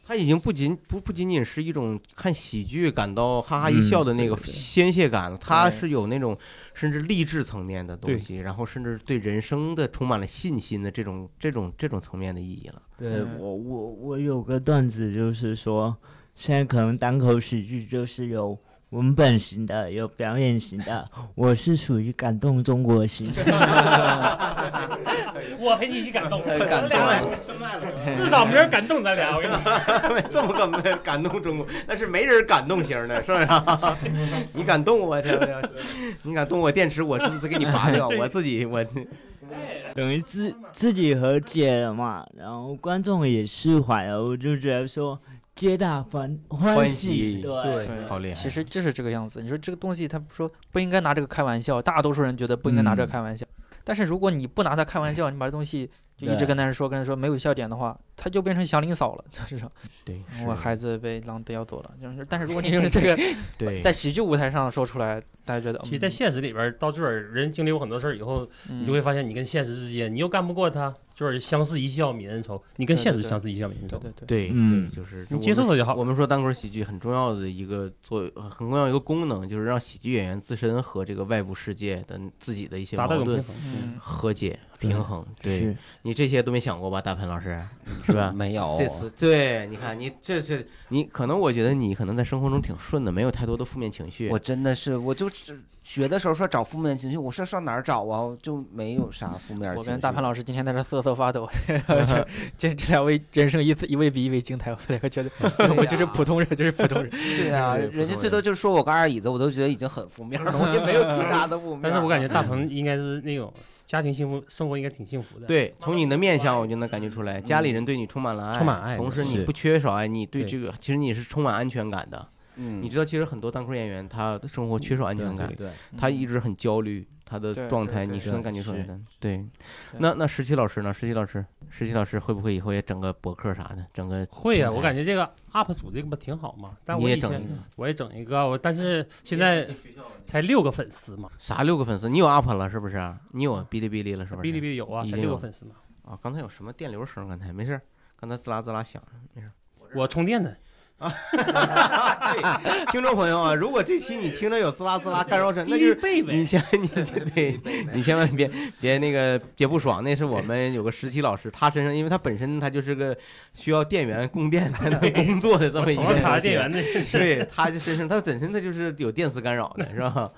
A: 他已经不仅不不仅仅是一种看喜剧感到哈哈一笑的那个宣泄感了，他
B: 对
A: 是有那种甚至励志层面的东
D: 对
A: 西，然后甚至对人生的充满了信心的这种这种这种层面的意义了。
C: 对
B: 嗯
C: 我我我有个段子，就是说，现在可能单口喜剧就是有文本型的，有表演型的，我是属于感动中国型。
D: 我陪你一起 感动，
E: 感动
D: 咱俩 至少没人敢动咱俩。我跟 你说，
A: 这么个没感动中国，那是没人感动型的，是不是啊？你敢动我， 对不对？你敢动我电池，我自己给你拔掉，我自己我
C: 等于自自己和解了嘛，然后观众也释怀了，我就觉得说皆大欢欢喜，对，
B: 对
A: 好厉害。
B: 其实就是这个样子。你说这个东西，他说不应该拿这个开玩笑，大多数人觉得不应该拿这个
C: 嗯
B: 开玩笑。但是如果你不拿它开玩笑，你把这东西就一直
C: 对
B: 跟他说，跟他说没有笑点的话，他就变成祥林嫂了，就是说
A: 对，是
B: 我孩子被狼叼走了。就是，但是如果你用这个
A: 对
B: 在喜剧舞台上说出来，大家觉得，
D: 其实，在现实里边，到这儿人经历过很多事儿以后，
B: 嗯
D: 你就会发现，你跟现实之间，你又干不过他，就是相似一笑泯恩仇，你跟
B: 对
D: 现
B: 对
D: 实
B: 对
D: 相似一笑泯恩
B: 对
D: 仇。
B: 对对，
A: 对，
C: 嗯
A: 对就是
D: 你
A: 我
D: 接
A: 们
D: 受了就好
A: 我们说单口喜剧很重要的一个作，很重要一个功能，就是让喜剧演员自身和这个外部世界的自己的一些
D: 达
A: 矛
D: 到一种平
A: 盾
D: 衡。
B: 嗯，
A: 和解、
C: 对
A: 平衡。对
C: 是
A: 你这些都没想过吧，大潘老师，是吧？
E: 没有啊
A: 这次对，你看你这是你可能我觉得你可能在生活中挺顺的，没有太多的负面情绪
E: 我。真的是，我就是学的时候说找负面情绪，我说上哪儿找啊？我就没有啥负面情绪。
B: 我跟大潘老师今天在这瑟瑟发抖， 就这这两位人生一次一位比一位精彩，我两个觉得我就是普通人，就是普通人。
E: 对啊，
A: 对不
E: 人家
A: 同
E: 最
A: 人
E: 多就是说我个二椅子，我都觉得已经很负面了，我也没有其他的负面 了。
D: 但是我感觉大鹏应该是那种家庭幸福，生活应该挺幸福的。，
A: 对，从你的面相我就能感觉出来，家里人对你充满了爱，
D: 充满爱
A: 同时你
C: 是
A: 不缺少爱，你对
D: 对
A: 这个其实你是充满安全感的。
E: 嗯，
A: 你知道，其实很多单口演员他的生活缺少安全感，
C: 对，
A: 他一直很焦虑，他
B: 对
A: 的状态
B: 对对
A: 你是能
C: 对
A: 感觉出来
C: 是
A: 的。对，那那石奇老师呢？石奇老师，石奇老师会不会以后也整个博客啥的，整个
D: 会呀、
A: 平台
D: 我感觉这个 UP 主这个不挺好嘛？但
A: 嗯你
D: 我
A: 也
D: 以
A: 整
D: 前
A: 一个
D: 我也整一个，我但是现在才六个粉丝嘛，
A: 啥六个粉丝？你有 UP 了是不是？啊你有哔哩哔哩了是不是？
D: 哔哩哔哩有啊，
A: 已
D: 才
A: 经
D: 六
A: 有
D: 个粉丝嘛。
A: 啊，刚才有什么电流声？刚才没事儿，刚才滋啦滋啦响。
D: 我充电的，
A: 对，听众朋友啊，如果这期你听着有滋啦滋啦干扰声，那就是
D: 贝
A: 你
D: 贝，
A: 千你对你千万别别那个别不爽，那是我们有个实习老师，他身上因为他本身他就是个需要电源供电才能工作的这
D: 我
A: 么一
D: 手
A: 个
D: 上插着
A: 人
D: 电源的，
A: 对，他就身上，他本身他就是有电磁干扰的，是吧？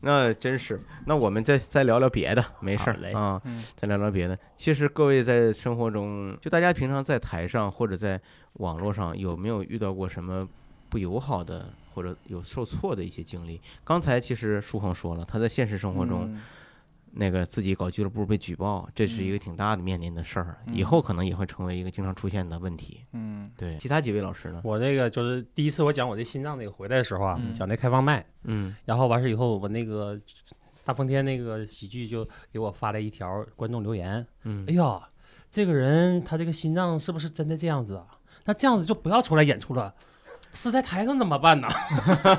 A: 那真是，那我们再再聊聊别的，没事
C: 好嘞
A: 儿啊，
B: 嗯
A: 再聊聊别的。其实各位在生活中，就大家平常在台上或者在网络上，有没有遇到过什么不友好的或者有受挫的一些经历？刚才其实舒恒说了，他在现实生活中，
B: 嗯
A: 那个自己搞俱乐部被举报，这是一个挺大的面临的事儿，啊以
B: 嗯
A: 后可能也会成为一个经常出现的问题。
B: 嗯
A: 对，其他几位老师呢？
D: 我那个就是第一次我讲我这心脏那个回来的时候啊，
B: 嗯
D: 讲那开放麦，
A: 嗯，
D: 然后完事以后我那个大风天那个喜剧就给我发了一条观众留言，
A: 嗯
D: 哎呀，这个人他这个心脏是不是真的这样子啊？那这样子就不要出来演出了，死在台上怎么办呢？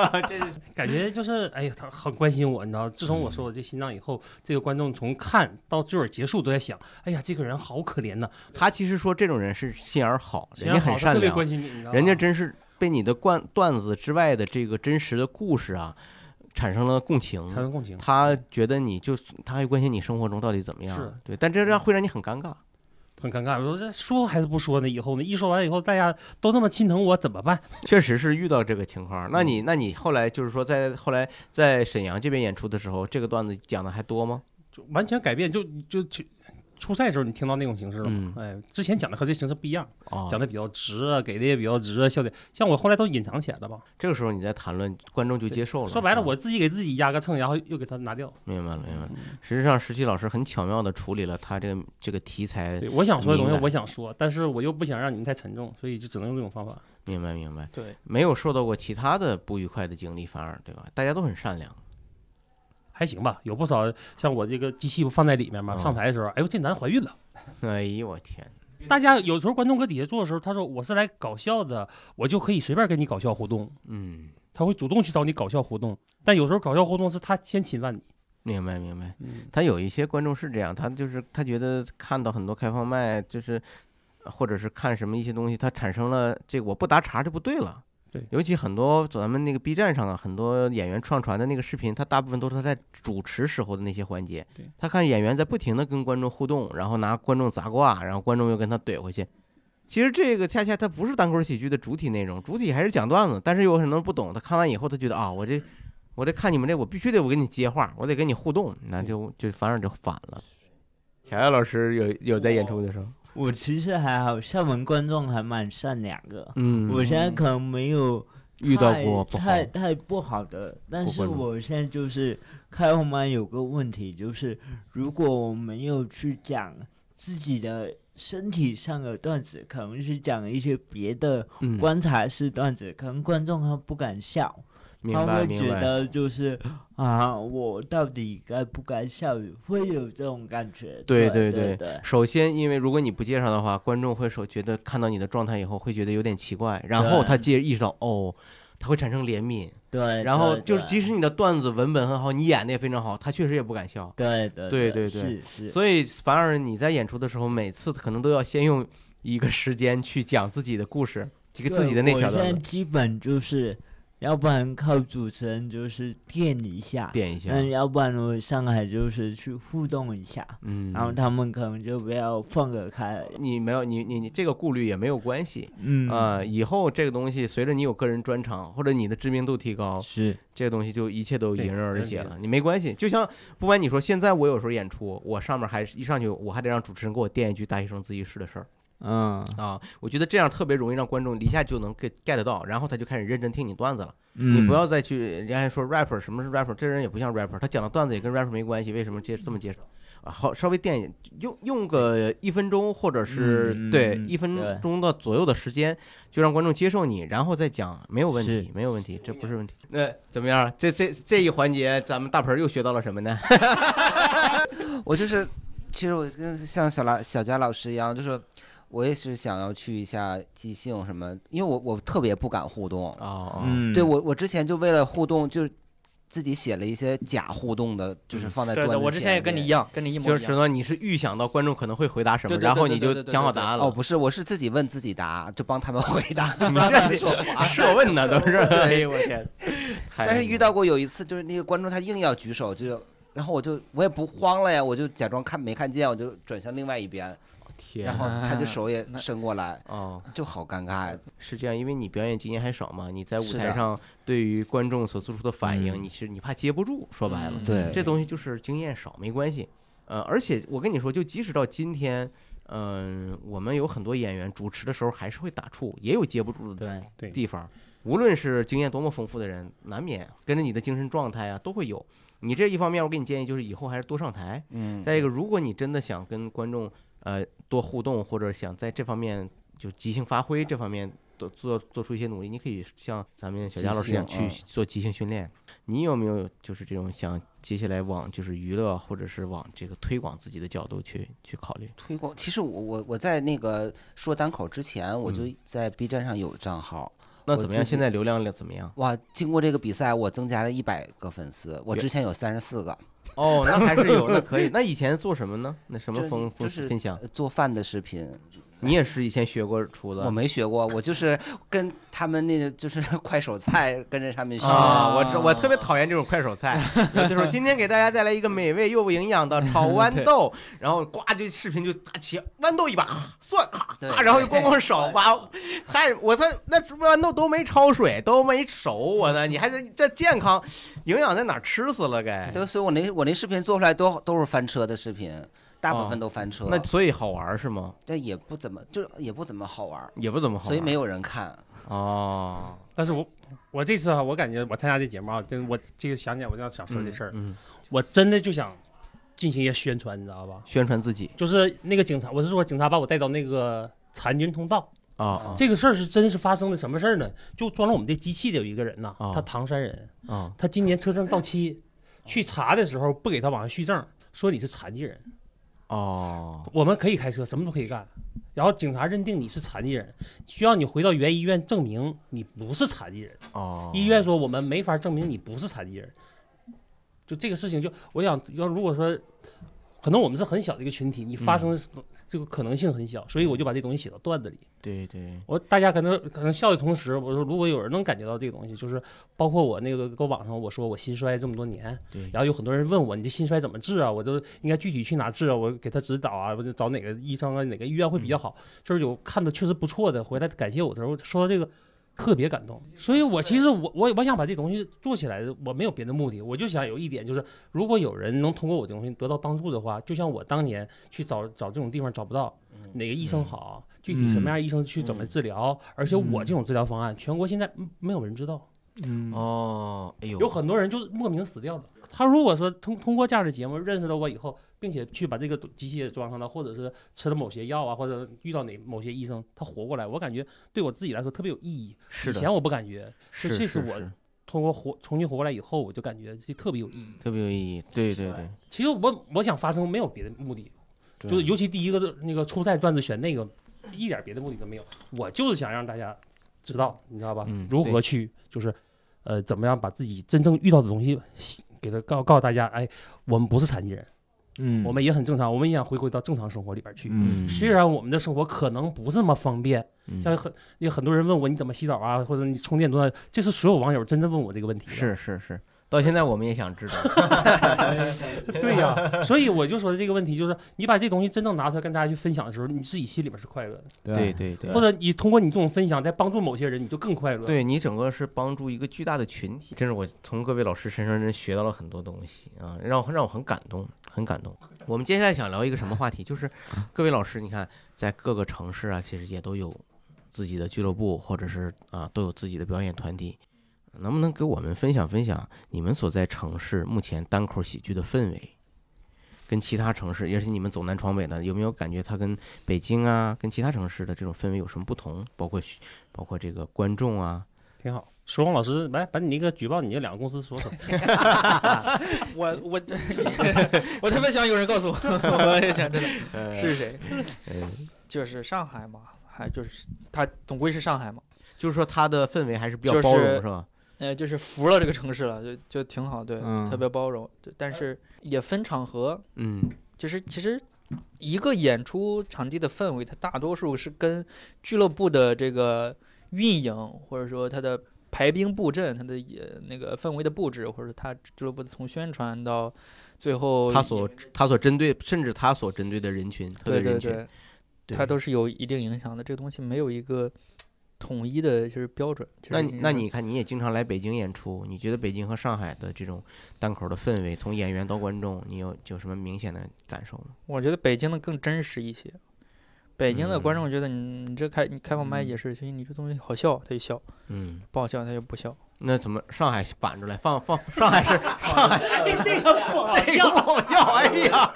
D: 感觉就是哎呀，他很关心我，你知道，自从我说我这心脏以后，这个观众从看到最后结束都在想，哎呀，这个人好可怜呐、
A: 他其实说这种人是心眼儿好，人
D: 人
A: 家
D: 好
A: 很
D: 他
A: 善
D: 特别
A: 良，
D: 关心你，你知道吗
A: 人家真是被你的段段子之外的这个真实的故事啊，产生了共
D: 产
A: 情。
D: 生共情。
A: 他觉得你就他还关心你生活中到底怎么
D: 是
A: 样，对，但这样会让你很尴尬。
D: 很尴尬，我说这说还是不说呢？以后呢？一说完以后，大家都那么心疼我，怎么办？
A: 确实是遇到这个情况。那你那你后来就是说在后来在沈阳这边演出的时候，这个段子讲的还多吗？
D: 就完全改变，就就去初赛的时候，你听到那种形式了吗？
A: 嗯
D: 哎，之前讲的和这形式不一样，
A: 哦，
D: 讲的比较直啊，给的也比较直啊，笑点像我后来都隐藏起来了吧？
A: 这个时候你在谈论，观众就接受了。
D: 说白了，
A: 嗯
D: 我自己给自己压个秤，然后又给它拿掉。
A: 明白了，明白了。实际上，石奇老师很巧妙的处理了他这个这个题材
D: 对，我想说的东
A: 明
D: 西
A: 白
D: 我想说，但是我又不想让你们太沉重，所以就只能用这种方法。
A: 明白明白，
B: 对，
A: 没有受到过其他的不愉快的经历，反而对吧？大家都很善良，
D: 还行吧，有不少像我这个机器不放在里面吗？
A: 嗯
D: 上台的时候，哎呦，这男怀孕了。
A: 哎呦我天，
D: 大家有时候观众搁底下坐的时候，他说我是来搞笑的，我就可以随便跟你搞笑互动，
A: 嗯，
D: 他会主动去找你搞笑互动。但有时候搞笑互动是他先侵犯你。
A: 明白明白。
D: 嗯，
A: 他有一些观众是这样，他就是他觉得看到很多开放麦，就是或者是看什么一些东西，他产生了这个我不搭茬就不对了。
D: 对
A: 尤其很多咱们那个 B 站上啊，很多演员上传的那个视频，他大部分都是他在主持时候的那些环节
D: 对。
A: 他看演员在不停的跟观众互动，然后拿观众砸挂，然后观众又跟他怼回去。其实这个恰恰它不是单口喜剧的主体内容，主体还是讲段子。但是有很多人不懂，他看完以后，他觉得啊，我这我这看你们这，我必须得我跟你接话，我得跟你互动，
C: 嗯
A: 那就就反而就反了。小艾老师有有在演出的时候，
C: 我其实还好，厦门观众还蛮善良的。
A: 嗯
C: 我现在可能没有
A: 遇到
C: 太
A: 过不好
C: 太太不好的，但
A: 过
C: 是
A: 关了
C: 我现在就是开后麦有个问题，就是如果我没有去讲自己的身体上的段子，可能是讲一些别的
A: 嗯
C: 观察式段子，可能观众他不敢笑，
A: 明
C: 他
A: 白
C: 会觉
A: 明白，
C: 得就是啊，我到底该不该笑，会有这种感觉。
A: 对
C: 对
A: 对
C: 对，
A: 首先，因为如果你不介绍的话，观众会首觉得看到你的状态以后会觉得有点奇怪，然后
C: 对
A: 他接意识到哦，它会产生怜悯。
C: 对，
A: 然后
C: 对
A: 就是，即
C: 对
A: 使你的段子文本很好，你演的也非常好，他确实也不敢笑。
C: 对对
A: 对对对
C: 是是，
A: 所以反而你在演出的时候，每次可能都要先用一个时间去讲自己的故事，这个
C: 对
A: 自己的那条
C: 我现
A: 段
C: 在
A: 子
C: 基本就是，要不然靠主持人就是垫一下，
A: 点一下。
C: 嗯，要不然我上海就是去互动一下，
A: 嗯，
C: 然后他们可能就比较放得开，
A: 呃你没有你你你这个顾虑也没有关系
C: 嗯
A: 啊、以后这个东西随着你有个人专场或者你的知名度提高，
C: 是
A: 这个东西就一切都
D: 对
A: 迎刃而
D: 没问
A: 解
D: 题
A: 了。你没关系，就像不瞒你说，现在我有时候演出，我上面还是一上去我还得让主持人给我垫一句大学生自习室的事儿。
C: 嗯
A: 啊，我觉得这样特别容易让观众一下就能 get get 到，然后他就开始认真听你段子了。
C: 嗯，
A: 你不要再去，人家还说 rapper 什么是 rapper，这人也不像 rapper，他讲的段子也跟 rapper 没关系，为什么介这么介绍？啊，好，稍微垫一用用个一分钟，或者是、
C: 嗯嗯
A: 对
C: 嗯
A: 一
C: 对
A: 分钟到左右的时间，就让观众接受你，然后再讲，没有问
C: 是
A: 题，没有问题，这不是问题。那怎么样？这这这一环节，咱们大盆儿又学到了什么呢？
E: 我就是，其实我跟像小老小佳老师一样，就是我也是想要去一下即兴什么，因为我我特别不敢互动。
A: 哦，
C: 嗯，
E: 对我我之前就为了互动，就自己写了一些假互动的，就是放在
B: 对
E: 段子
B: 对，我之前也
E: 前
B: 跟你
E: 面
B: 一样，跟你一模一
A: 就
B: 样。
A: 是什么？你是预想到观众可能会回答什么，
B: 对对对
A: 然后你
B: 对
A: 就
B: 对对对
A: 讲好
B: 对对
A: 答案了。
E: 哦，不是，我是自己问自己答，就帮他们回答。
A: 你 这说设问呢都是， 哎呦我天！哎
E: 但是遇到过有一次，就是那个观众他硬要举手，就然后我就我也不慌了呀，我就假装看没看见，我就转向另外一边，
A: 天
E: 然后他就
B: 啊
E: 手也
B: 那
E: 伸过来，
A: 哦，
E: 就好尴尬呀。
A: 是这样，因为你表演经验还少嘛，你在舞
E: 是
A: 台
E: 的
A: 上对于观众所做出的反应，
C: 嗯
A: 你是你怕接不住，说白了，
B: 嗯
E: 对
A: 这东西就是经验少没关系。呃，而且我跟你说，就即使到今天，嗯、我们有很多演员主持的时候还是会打怵，也有接不住的
C: 对
D: 对
A: 地方。无论是经验多么丰富的人，难免跟着你的精神状态啊都会有。你这一方面，我给你建议就是以后还是多上台，
E: 嗯，
A: 再一个，如果你真的想跟观众呃多互动，或者想在这方面就即兴发挥这方面多做做出一些努力，你可以像咱们小
E: 即
A: 佳老师一样
E: 兴
A: 去
E: 嗯
A: 做即兴训练。你有没有就是这种想接下来往就是娱乐或者是往这个推广自己的角度去去考虑？
E: 推广。其实我我我在那个说单口之前，我就在 B 站上有账号。
A: 那
E: 我
A: 怎么样？
E: 自己
A: 现在流量怎么样？
E: 哇，经过这个比赛，我增加了一百个粉丝，我
A: 原
E: 之前有三十四个。
A: 哦，那还是有，那可以。那以前做什么呢？那什么
E: 就是
A: 风风
E: 就是
A: 分享？
E: 呃做饭的视频，
A: 你也是以前学过厨子
E: 我没学过，我就是跟他们那个就是快手菜跟着他们学。
A: 啊，
B: 啊
A: 我知我特别讨厌这种快手菜， 有的时候今天给大家带来一个美味又不营养的 炒豌豆，然后呱就视频就大切豌豆一把，咔蒜咔
E: 对
A: 咔，然后就咣咣勺，哇，还我他那豌豆都没焯水，都没熟，我呢，你还得这健康营养在哪儿吃死了该？
E: 对，所以我那我那视频做出来都都是翻车的视频，大部分都翻车，
A: 哦那所以好玩是吗？
E: 但也不怎么，就是也不怎么好玩儿，
A: 也不怎么好玩，
E: 所以没有人看。
A: 哦，
D: 但是我我这次啊，我感觉我参加这节目啊，真我这个想起来我就想说这事儿，
A: 嗯，嗯
D: 我真的就想进行一些宣传，你知道吧？
A: 宣传自己
D: 就是那个警察，我是说警察把我带到那个残疾人通道，
A: 啊啊
D: 这个事儿是真是发生的什么事儿呢？就装了我们这机器的有一个人呐、
A: 啊
D: 他唐山人，
A: 啊
D: 他今年车证到期，去查的时候不给他往上续证，说你是残疾人，
A: 哦，
D: 我们可以开车，什么都可以干。然后警察认定你是残疾人，需要你回到原医院证明你不是残疾人。
A: 哦，
D: 医院说我们没法证明你不是残疾人。就这个事情就，我想要如果说，可能我们是很小的一个群体，你发生这个可能性很小，所以我就把这东西写到段子里。
A: 对对，
D: 我大家可能可能笑的同时，我说如果有人能感觉到这个东西，就是包括我那个搁网上我说我心衰这么多年，
A: 对
D: 然后有很多人问我你这心衰怎么治啊？我都应该具体去哪治啊？我给他指导啊，我就找哪个医生啊，哪个医院会比较好？就是有看的确实不错的，回来感谢我的时候说到这个。特别感动，所以我其实我我我想把这东西做起来，我没有别的目的，我就想有一点就是，如果有人能通过我这东西得到帮助的话，就像我当年去找找这种地方找不到哪个医生好，具体什么样的医生去怎么治疗，而且我这种治疗方案，全国现在没有人知道，
C: 嗯
A: 哦，哎呦，
D: 有很多人就莫名死掉了。他如果说通通过这样的节目认识了我以后，并且去把这个机器也装上了，或者是吃了某些药啊，或者遇到哪某些医生，他活过来，我感觉对我自己来说特别有意义。
A: 是
D: 以
A: 的
D: 前，我不感觉，
A: 是
D: 这是
A: 是
D: 我通过活重新活过来以后，我就感觉这特别有意义。
A: 特别有意义。对
D: 是
A: 对
D: 吧
A: 对，
D: 其实我我想发声没有别的目的，就是尤其第一个那个初赛段子选那个，一点别的目的都没有，我就是想让大家知道，你知道吧？
A: 嗯
D: 如
A: 对
D: 何去就是呃怎么样把自己真正遇到的东西给他告告诉大家，哎，我们不是残疾人，
B: 嗯
D: 我们也很正常，我们也想回归到正常生活里边去。
A: 嗯
D: 虽然我们的生活可能不这么方便，
A: 嗯
D: 像很有很多人问我你怎么洗澡啊，或者你充电多少，这是所有网友真正问我这个问题的。
A: 是是是，到现在我们也想知道，
D: 对呀、所以我就说这个问题就是，你把这东西真正拿出来跟大家去分享的时候，你自己心里面是快乐的，
A: 对对对
D: 或。者你通过你这种分享再帮助某些人，你就更快乐。，
A: 对你整个是帮助一个巨大的群体，真是我从各位老师身上真学到了很多东西啊，让我让我很感动，很感动。我们接下来想聊一个什么话题？就是各位老师，你看在各个城市啊，其实也都有自己的俱乐部，或者是啊都有自己的表演团体，能不能给我们分享分享你们所在城市目前单口喜剧的氛围？跟其他城市，也是你们走南闯北的，有没有感觉它跟北京啊，跟其他城市的这种氛围有什么不同？包括学包括这个观众啊，
D: 挺好。石红老师，来把你那个举报你那两个公司 说说。
B: 我我 我特别想有人告 诉我，我也想知道是 谁，嗯就是上海嘛，还就是他总归是上海嘛，
A: 就是说它的氛围还是比较
B: 就
A: 包容，
B: 是
A: 是吧？
B: 呃，就是服了这个城市了，就就挺好，对，
C: 嗯
B: 特别包容，对但是也分场合，
A: 嗯，
B: 就是其实一个演出场地的氛围，它大多数是跟俱乐部的这个运营，或者说它的排兵布阵，它的也那个氛围的布置，或者它俱乐部从宣传到最后
A: 他所他所针对，甚至他所针对的人群，特
B: 对
A: 别
B: 对
A: 人群，
B: 对，它都是有一定影响的。这个东西没有一个统一的就是标准。其
A: 那
B: 实
A: 你那你看，你也经常来北京演出，你觉得北京和上海的这种单口的氛围，从演员到观众，你有有什么明显的感受吗？
B: 我觉得北京的更真实一些。北京的观众觉得你你这开你开放麦
A: 嗯
B: 也是，你这东西好笑他就笑，
A: 嗯，
B: 不好笑他就不笑。
A: 那怎么上海反出来放放上海是上海
D: 这个不好
A: 哎这个不好笑，哎呀，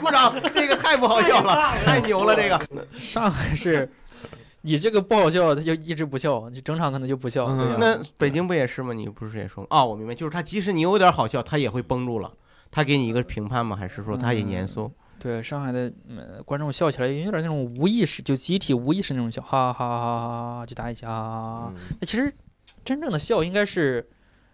A: 鼓掌， 这个太不好笑了，太牛了，这个。
B: 上海 是你这个不好笑他就一直不笑，你整场可能就不笑。
D: 嗯
B: 对呀
A: 那北京不也是吗？你不是也说吗嗯啊？我明白，就是他即使你有点好笑，他也会绷住了。他给你一个评判吗？还是说他也严肃？
B: 对上海的、呃、观众笑起来有点那种无意识，就集体无意识那种笑，哈哈哈哈哈哈，就打一下。哈哈哈哈
D: 嗯
B: 那其实真正的笑应该是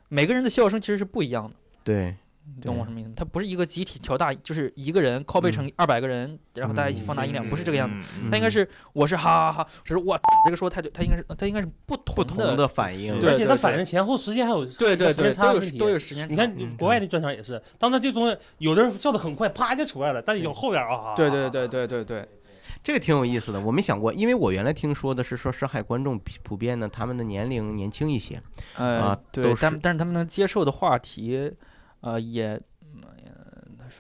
B: 每个人的笑声其实是不一样的。
A: 对，
B: 你懂
A: 对
B: 我什么意思吗？它不是一个集体调大，就是一个人
D: 嗯
B: 靠背成二百个人，然后大家一起放大音量，不是这个样子。
A: 嗯
B: 它应该是我是哈哈哈，是我操这个说的太对，它应该是它应该是不同
A: 不
B: 的，
A: 同的反应。
B: 对
D: 而且它反应前后时间还有
B: 对对
D: 时间
B: 对，
D: 差
B: 都
D: 的
B: 有
D: 问题
B: 都有时间差。
D: 你看你国外的专场也是，当他这东西，有的人笑的很快，啪就出来了，但有后边啊，
B: 对对对对对对，
A: 这个挺有意思的，我没想过，因为我原来听说的是说上海观众普普遍呢，他们的年龄年轻一些。
B: 呃
A: 啊，
B: 对
A: 都，是
B: 但但是他们能接受的话题，呃，也。嗯呃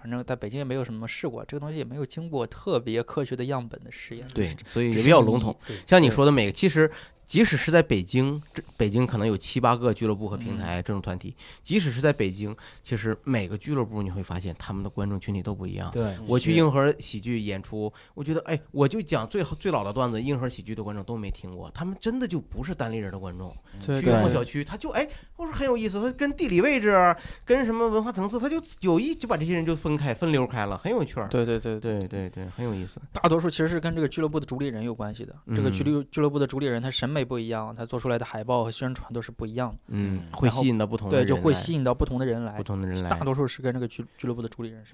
B: 反正在北京也没有什么试过，这个东西也没有经过特别科学的样本的实验。
A: 对，所以也
B: 只是
A: 比较笼统
D: 对。
A: 像你
B: 对
A: 说的每个，其实即使是在北京，这北京可能有七八个俱乐部和平台这种团体，即使是在北京，其实每个俱乐部你会发现他们的观众群体都不一样。
C: 对
A: 我去
C: 是
A: 硬核喜剧演出，我觉得哎，我就讲最好最老的段子，硬核喜剧的观众都没听过，他们真的就不是单立人的观众。
B: 对
A: 去
B: 对
A: 幽默
B: 对
A: 小区，他就哎，我说很有意思，他跟地理位置啊，跟什么文化层次，他就有意就把这些人就分开分流开了，很有趣儿。
B: 对对对
A: 对对对，很有意思。
B: 大多数其实是跟这个俱乐部的主理人有关系的。
A: 嗯
B: 这个俱乐俱乐部的主理人他审美不一样，他做出来的海报和宣传都是不一样的，
A: 嗯，会
B: 然后
A: 吸引到不同的
B: 对，
A: 人
B: 就会
A: 来
B: 吸引到不同的人来
A: 不。同的人
B: 大
A: 来。
B: 多数是跟这个俱俱乐部的主理人是。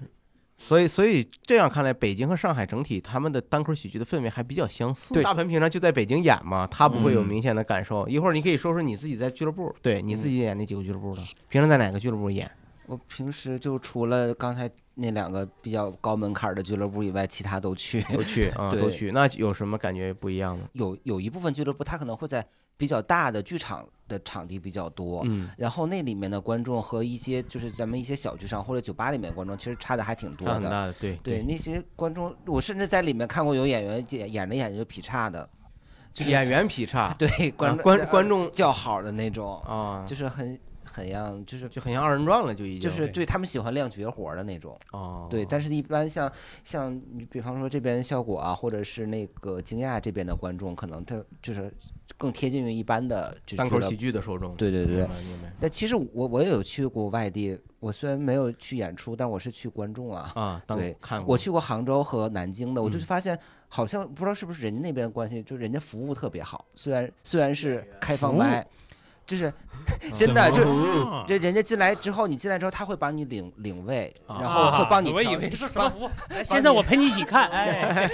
A: 所以，所以这样看来，北京和上海整体他们的单口喜剧的氛围还比较相似。
B: 对
A: 大鹏平常就在北京演嘛，他不会有
C: 嗯
A: 明显的感受。一会儿你可以说说你自己在俱乐部，对你自
E: 嗯
A: 己演那几个俱乐部的，平常在哪个俱乐部演？
E: 我平时就除了刚才那两个比较高门槛儿的俱乐部以外，其他都去。
A: 都去啊，
E: 对
A: 都去。那有什么感觉不一样吗？
E: 有有一部分俱乐部，它可能会在比较大的剧场的场地比较多，
A: 嗯，
E: 然后那里面的观众和一些就是咱们一些小剧场或者酒吧里面的观众，其实差的还挺多
A: 差很
E: 的。
A: 大的，对
E: 对，那些观众，我甚至在里面看过有演员演演着演着就劈叉的， 就是
A: 演员劈叉，
E: 对观
A: 啊观
E: 众
A: 观观众
E: 叫好的那种，
A: 啊，
E: 就是很很样，就是
A: 就很像二人转了，就已经
E: 就是对他们喜欢亮绝活儿的那种。
A: 哦，
E: 对，但是一般像像你比方说这边效果啊，或者是那个惊讶这边的观众，可能他就是更贴近于一般的就
A: 单
E: 是
A: 口
E: 俱乐
A: 喜
E: 部。
A: 剧的受众，
E: 对对对
A: 明。白明白
E: 但其实我我也有去过外地，我虽然没有去演出，但我是去观众啊。
A: 啊，当
E: 对
A: 看过
E: 我去过杭州和南京的，我就
A: 嗯
E: 是发现好像不知道是不是人家那边的关系，就人家服务特别好，虽然虽然是开放麦，就是真
A: 嗯
E: 的就
D: 啊
E: 人人家进来之后，你进来之后他会帮你领领位，
A: 啊
E: 然后会帮你
D: 我
E: 调，
D: 以为是什么服务， 哎现在我陪你一起看，哎，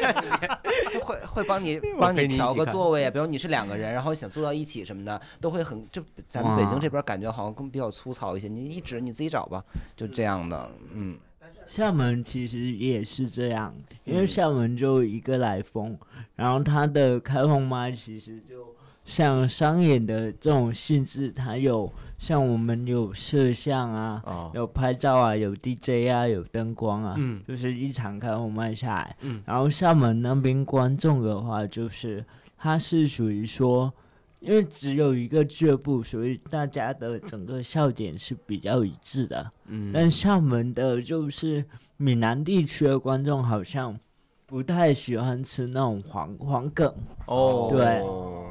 E: 会会帮 你帮
A: 陪
E: 你
A: 你一
E: 调
A: 起
E: 个
A: 看
E: 座位啊，比如你是两个人，然后想坐到一起什么的，都会很就咱们北京这边感觉好像更比较粗糙一些，你一指你自己找吧，就这样的，嗯
C: 厦门其实也是这样，因为
E: 嗯
C: 厦门就一个来风，然后它的开放麦其实就像商演的这种性质，它有像我们有摄像啊，
A: 哦，
E: 嗯
C: 有拍照啊，有 DJ 啊，有灯光啊，
D: 嗯
C: 就是一场开放麦下来，
D: 嗯
C: 然后厦门那边观众的话，就是它是属于说，因为只有一个俱乐部，所以大家的整个笑点是比较一致的，
A: 嗯，
C: 但厦门的就是闽南地区的观众好像不太喜欢吃那种黄黄梗，
A: 哦，
C: 对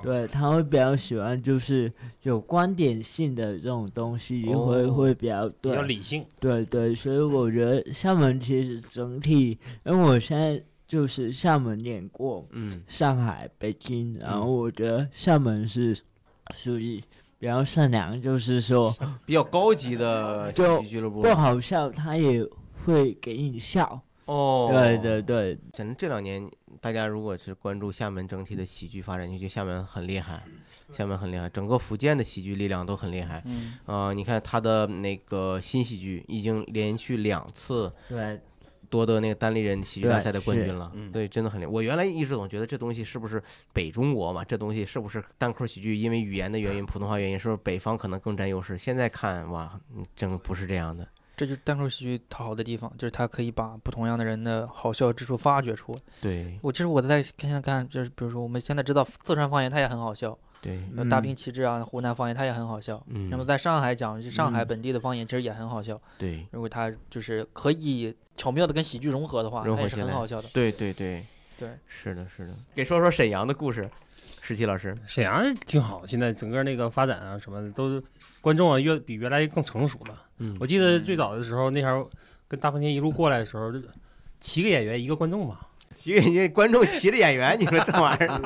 C: 对，他会比较喜欢就是有观点性的这种东西会、
A: 哦
C: 会比较
D: 比较
C: 对
D: 理性，
C: 对对，所以我觉得厦门其实整体，因为我现在就是厦门演过
A: 嗯，
C: 上海、北京，然
A: 嗯
C: 后我觉得厦门是属于比较善良，就是说
A: 比较高级的喜
C: 就
A: 剧俱乐部
C: 不，好笑他也会给你笑。
A: 哦，
C: 对对对，
A: 反正这两年大家如果是关注厦门整体的喜剧发展，就觉得厦门很厉害，
C: 嗯
A: 厦门很厉害，整个福建的喜剧力量都很厉害。
B: 嗯，
A: 呃，你看他的那个新喜剧已经连续两次
C: 对，
A: 夺得那个单立人喜剧
C: 对
A: 大赛的冠
C: 是
A: 军了，
E: 嗯
A: 对，真的很厉害。我原来一直总觉得这东西是不是北中国嘛，这东西是不是单口喜剧因为语言的
C: 嗯
A: 原因、普通话原因，是不是北方可能更占优势？现在看哇，嗯真的不是这样的。
B: 这就是单口喜剧它好的地方，就是它可以把不同样的人的好笑之处发掘出来。
A: 对
B: 我其实我在看现在看，就是比如说我们现在知道四川方言它也很好笑，
A: 对，
B: 呃大兵旗帜啊，湖南方言它也很好笑。
A: 嗯，
B: 那么在上海讲，就上海
C: 嗯
B: 本地的方言其实也很好笑。
A: 对
B: 如果它就是可以巧妙的跟喜剧融合的话，
A: 融
B: 它也
A: 合
B: 是
A: 起
B: 很
A: 来
B: 好笑的。
A: 对对对，
B: 对，
A: 是的，是的。给说说沈阳的故事，石奇老师。
D: 沈阳挺好，现在整个那个发展啊什么的，都是观众啊越比原来更成熟了。
A: 嗯
D: 我记得最早的时候，那时候跟大风天一路过来的时候，就是七个演员一个观众嘛，
A: 骑给人观众骑的演员，你说这玩意 儿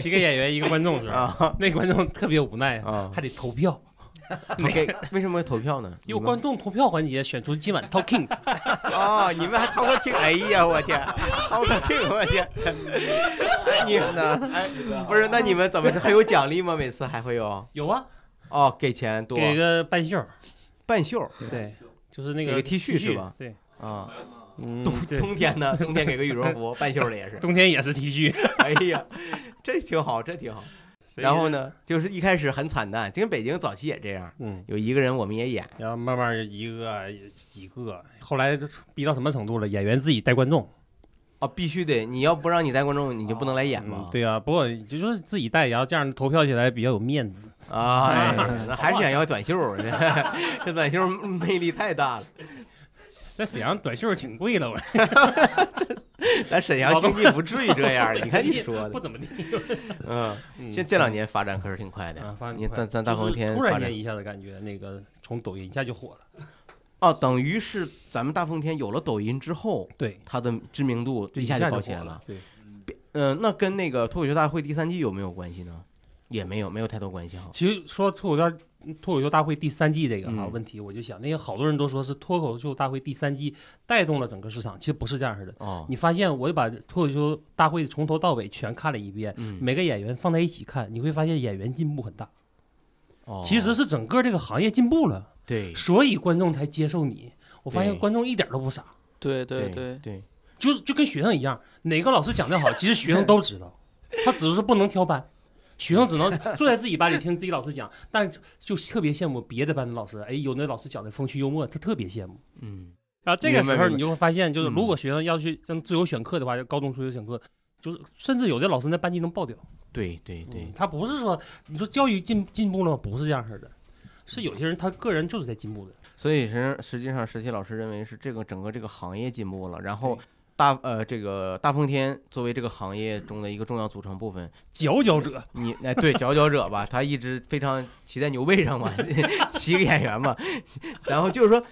D: 七个演员一个观众是吧？
A: 啊
D: 那观众特别无奈啊，
A: 啊
D: 还，得投票，
A: 投给为什么要投票呢？
D: 有
A: 你们
D: 观众投票环节选出今晚 talking，
A: 哦，你们还掏个听？哎呀，我天，掏个听，我天！哎，你们呢？哎，不是，那你们 怎么还有奖励吗？每次还会有？
D: 有啊，
A: 哦，给钱多，
D: 给个半袖儿，
A: 半袖儿
D: 对，就是那
A: 给
D: 个
A: 个 T 恤是吧？
D: 对，
A: 啊。
D: 嗯，
A: 冬
D: 对，
A: 冬天呢？冬天给个羽绒 服，半袖儿的也是。
D: 冬天也是 T 恤。
A: 哎呀，这挺好，这挺好。
D: 所以
A: 然后？呢，就是一开始很惨淡，就跟北京早期也这样，
D: 嗯，
A: 有一个人我们也演。
D: 然后慢慢一个一个，后来都逼到什么程度了？演员自己带观众。
A: 哦，必须得，你要不让你带观众，你就不能来演
D: 嗯
A: 嘛。，
D: 对啊，不过就说自己带，然后这样投票起来比较有面子。
A: 啊，哎 那还是想要短袖儿，这短袖儿魅力太大了。
D: 在沈阳短袖挺贵的，我
A: 咱沈阳经济不至于这样儿，你看 你说
D: 不
A: 的，
D: 怎么地。
A: 嗯，
D: 嗯
A: 现这两年发展可是挺快的
D: 啊，发。
A: 你咱咱大
D: 就是
A: 风天
D: 突然
A: 发
D: 间
A: 展
D: 一下子感觉那个从抖音一下就火了。
A: 哦，等于是咱们大风天有了抖音之后，
D: 对，
A: 它的知名度
D: 这
A: 一下
D: 就
A: 就高起
D: 火
A: 来了
D: 了。。对，
A: 嗯，那跟那个脱口秀大会第三季有没有关系呢？也没有，没有太多关系哈。
D: 其实说脱口秀大脱口秀大会第三季这个哈、
A: 嗯
D: 问题，我就想，那些好多人都说是脱口秀大会第三季带动了整个市场，其实不是这样式的。
A: 哦，
D: 你发现，我就把脱口秀大会从头到尾全看了一遍，
A: 嗯，
D: 每个演员放在一起看，你会发现演员进步很大。
A: 哦
D: 其实是整个这个行业进步了，
A: 对
D: 所以观众才接受你。我发现
A: 对
D: 观众一点都不傻，
B: 对对
A: 对对，
D: 就就跟学生一样，哪个老师讲的好，其实学生都知道，他只是不能挑班。学生只能坐在自己班里听自己老师讲，但就特别羡慕别的班的老师。哎，有那老师讲的风趣幽默，他特别羡慕。
A: 嗯，
D: 然后这个
A: 明白
D: 时候
A: 明白
D: 你就会发现，就是如
A: 嗯
D: 果学生要去像自由选课的话，就高中自由选课，就是甚至有的老师那班级能爆掉。
A: 对对对
D: 嗯，他不是说你说教育进进步了吗？不是这样式的，是有些人他个人就是在进步的。
A: 所以实实际上，石奇老师认为是这个整个这个行业进步了，然后大呃这个大风天作为这个行业中的一个重要组成部分，
D: 佼佼者，
A: 你哎，对佼佼者吧，他一 直非常骑在牛背上嘛，骑个演员嘛，然后就是说，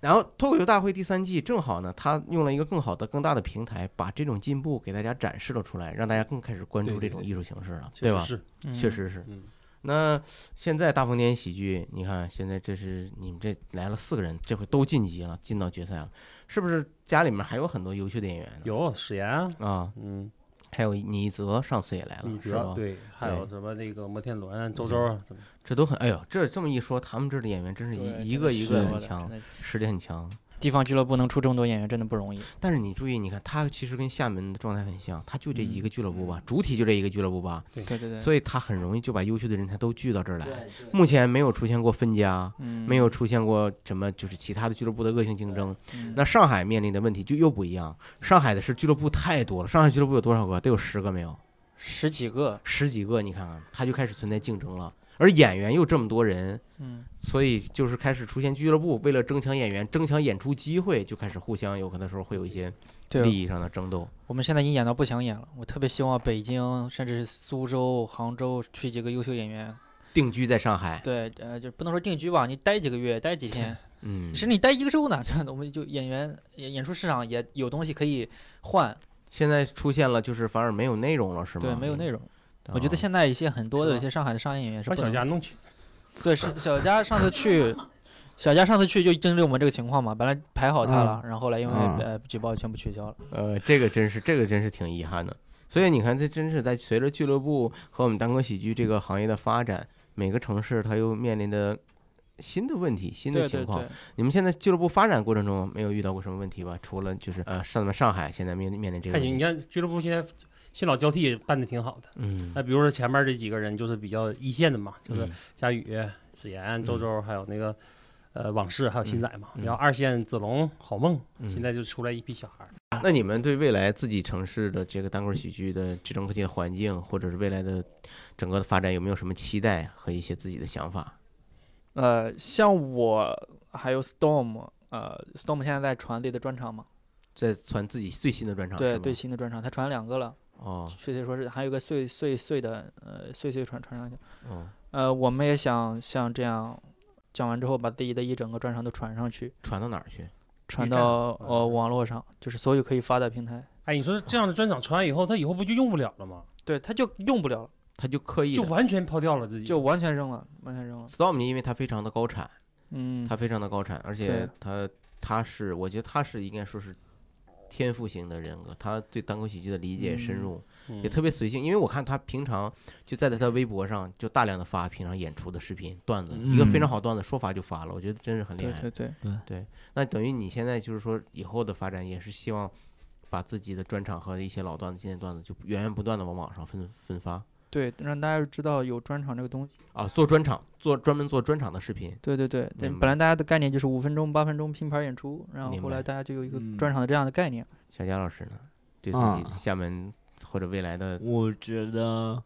A: 然后脱口秀大会第三季正好呢，他用了一个更好的、更大的平台，把这种进步给大家展示了出来，让大家更开始关注
D: 对
A: 这
D: 对
A: 种
D: 对
A: 艺术形式了，
D: 确
A: 对
D: 实
A: 吧？
D: 是，
A: 确实是。
D: 嗯，
A: 那现在大风天喜剧，你看现在这是你们这来了四个人，这回都晋级了，进到决赛了，是不是？家里面还有很多优秀的演员呢
D: 有史岩啊，
A: 啊，
D: 嗯，
A: 还有李泽上次也来了，
D: 米
A: 是吧嗯
D: 泽？对，还有什么那个摩天轮、周周啊，
A: 这都很哎呦，这这么一说，他们这儿的演员真是
B: 对
A: 一一
B: 真
A: 个
B: 的
A: 一
B: 是
A: 个
B: 多
A: 很
B: 的
A: 强
B: 真，的
A: 实力很强。
B: 地方俱乐部能出这么多演员，真的不容易。
A: 但是你注意，你看他其实跟厦门的状态很像，他就这一
B: 嗯
A: 个俱乐部吧，主体就这一个俱乐部吧，
B: 对对对，
A: 所以他很容易就把优秀的人才都聚到这儿来。
C: 对
A: 目前没有出现过分家，
B: 嗯
A: 没有出现过什么就是其他的俱乐部的恶性竞争。
B: 嗯
A: 那上海面临的问题就又不一样，上海的是俱乐部太多了，上海俱乐部有多少个？得有十个没有？
B: 十几个，
A: 十几个，你看看，他就开始存在竞争了。而演员又这么多人，
B: 嗯，
A: 所以就是开始出现俱乐部为了争抢演员、争抢演出机会，就开始互相有可能时候会有一些利
B: 对，
A: 益上的争斗。
B: 我们现在已经演到不想演了。我特别希望北京，甚至是苏州、杭州去几个优秀演员，
A: 定居在上海，
B: 对，呃，就不能说定居吧，你待几个月，待几天，
A: 嗯，
B: 甚至你待一个周呢， 这我们就演员演演出市场也有东西可以换，
A: 现在出现了就是反而没有内容了，是吗？嗯哦
B: 对，没有内
A: 容。
B: 容。我觉得现在一些很多
D: 是
B: 的
D: 吧
B: 一些上海的商业演员是
D: 把
B: 不
D: 小
B: 能
D: 佳弄去，
B: 对，是小佳上次去，小佳上次去就针对我们这个情况嘛，本来排好他了，然后后来因为、
C: 嗯
B: 呃举报全部取消了。
A: 呃，这个真是，这个真是挺遗憾的。所以你看，这真是在随着俱乐部和我们单口喜剧这个行业的发展，每个城市它又面临的新的问题、新的
B: 对对
A: 情况。
B: 对，
A: 你们现在俱乐部发展过程中没有遇到过什么问题吧？除了就是呃，上咱们上海现在面面临这个
D: 还
A: 问
D: 行。你
A: 题，
D: 看俱乐部现在新老交替办的挺好的，
A: 嗯
D: 那比如说前面这几个人就是比较一线的嘛，就是
A: 嗯
D: 佳宇、史岩、周周，还有那个呃往事，还有新仔嘛，
A: 嗯嗯
D: 然后二线子龙、好梦，
A: 嗯
D: 现在就出来一批小孩儿。
A: 那你们对未来自己城市的这个单口喜剧的这种个环境，或者是未来的整个的发展，有没有什么期待和一些自己的想法？
B: 呃，像我还有 Storm，呃，Storm 现在在传自己的专场嘛，
A: 在传自己最新的专场，啊是
B: 对
A: 吗
B: 对，新的专场，他传两个了，
A: 哦
B: 确切说是还有个碎碎碎的，呃，碎碎传传上去。
A: 哦，
B: 呃，我们也想像这样讲完之后，把自己的一整个专场都传上去，
A: 传到哪儿去？
B: 传
D: 站上
B: 到
D: 啊
B: 呃网络上，就是所有可以发的平台。
D: 哎，你说这样的专场传完以后，他以后不就用不了了吗？
B: 对，他就用不了了，
A: 他就刻意
D: 就
A: 地
D: 完全抛掉了自己，
B: 就完全扔了，完全扔了。
A: Storm，因为它非常的高产，
B: 嗯
A: 它，非常的高产，而且
B: 对
A: 它它是，我觉得他是应该说是天赋型的人格，他对单口喜剧的理解也深
B: 嗯
A: 入，
D: 嗯
A: 也特别随性。因为我看他平常就在他的微博上就大量的发平常演出的视频段子，一个非常
C: 嗯
A: 好段子说法就发了，我觉得真是很厉
B: 对
A: 害。
B: 对对，
A: 那等于你现在就是说以后的发展也是希望。把自己的专场和一些老段子、经典段子，就源源不断的往网上分分发
B: 对，让大家知道有专场这个东西。
A: 啊，做专场，做专门做专场的视频，
B: 对对对，对
A: 明
B: 本来大家的概念就是五分钟、八分钟拼盘演出，然后
A: 明
B: 后来
A: 白
B: 大家就有一个
D: 嗯
B: 专场的这样的概念。
A: 小佳老师呢，对自
C: 啊
A: 己厦门或者未来 的，
C: 我觉得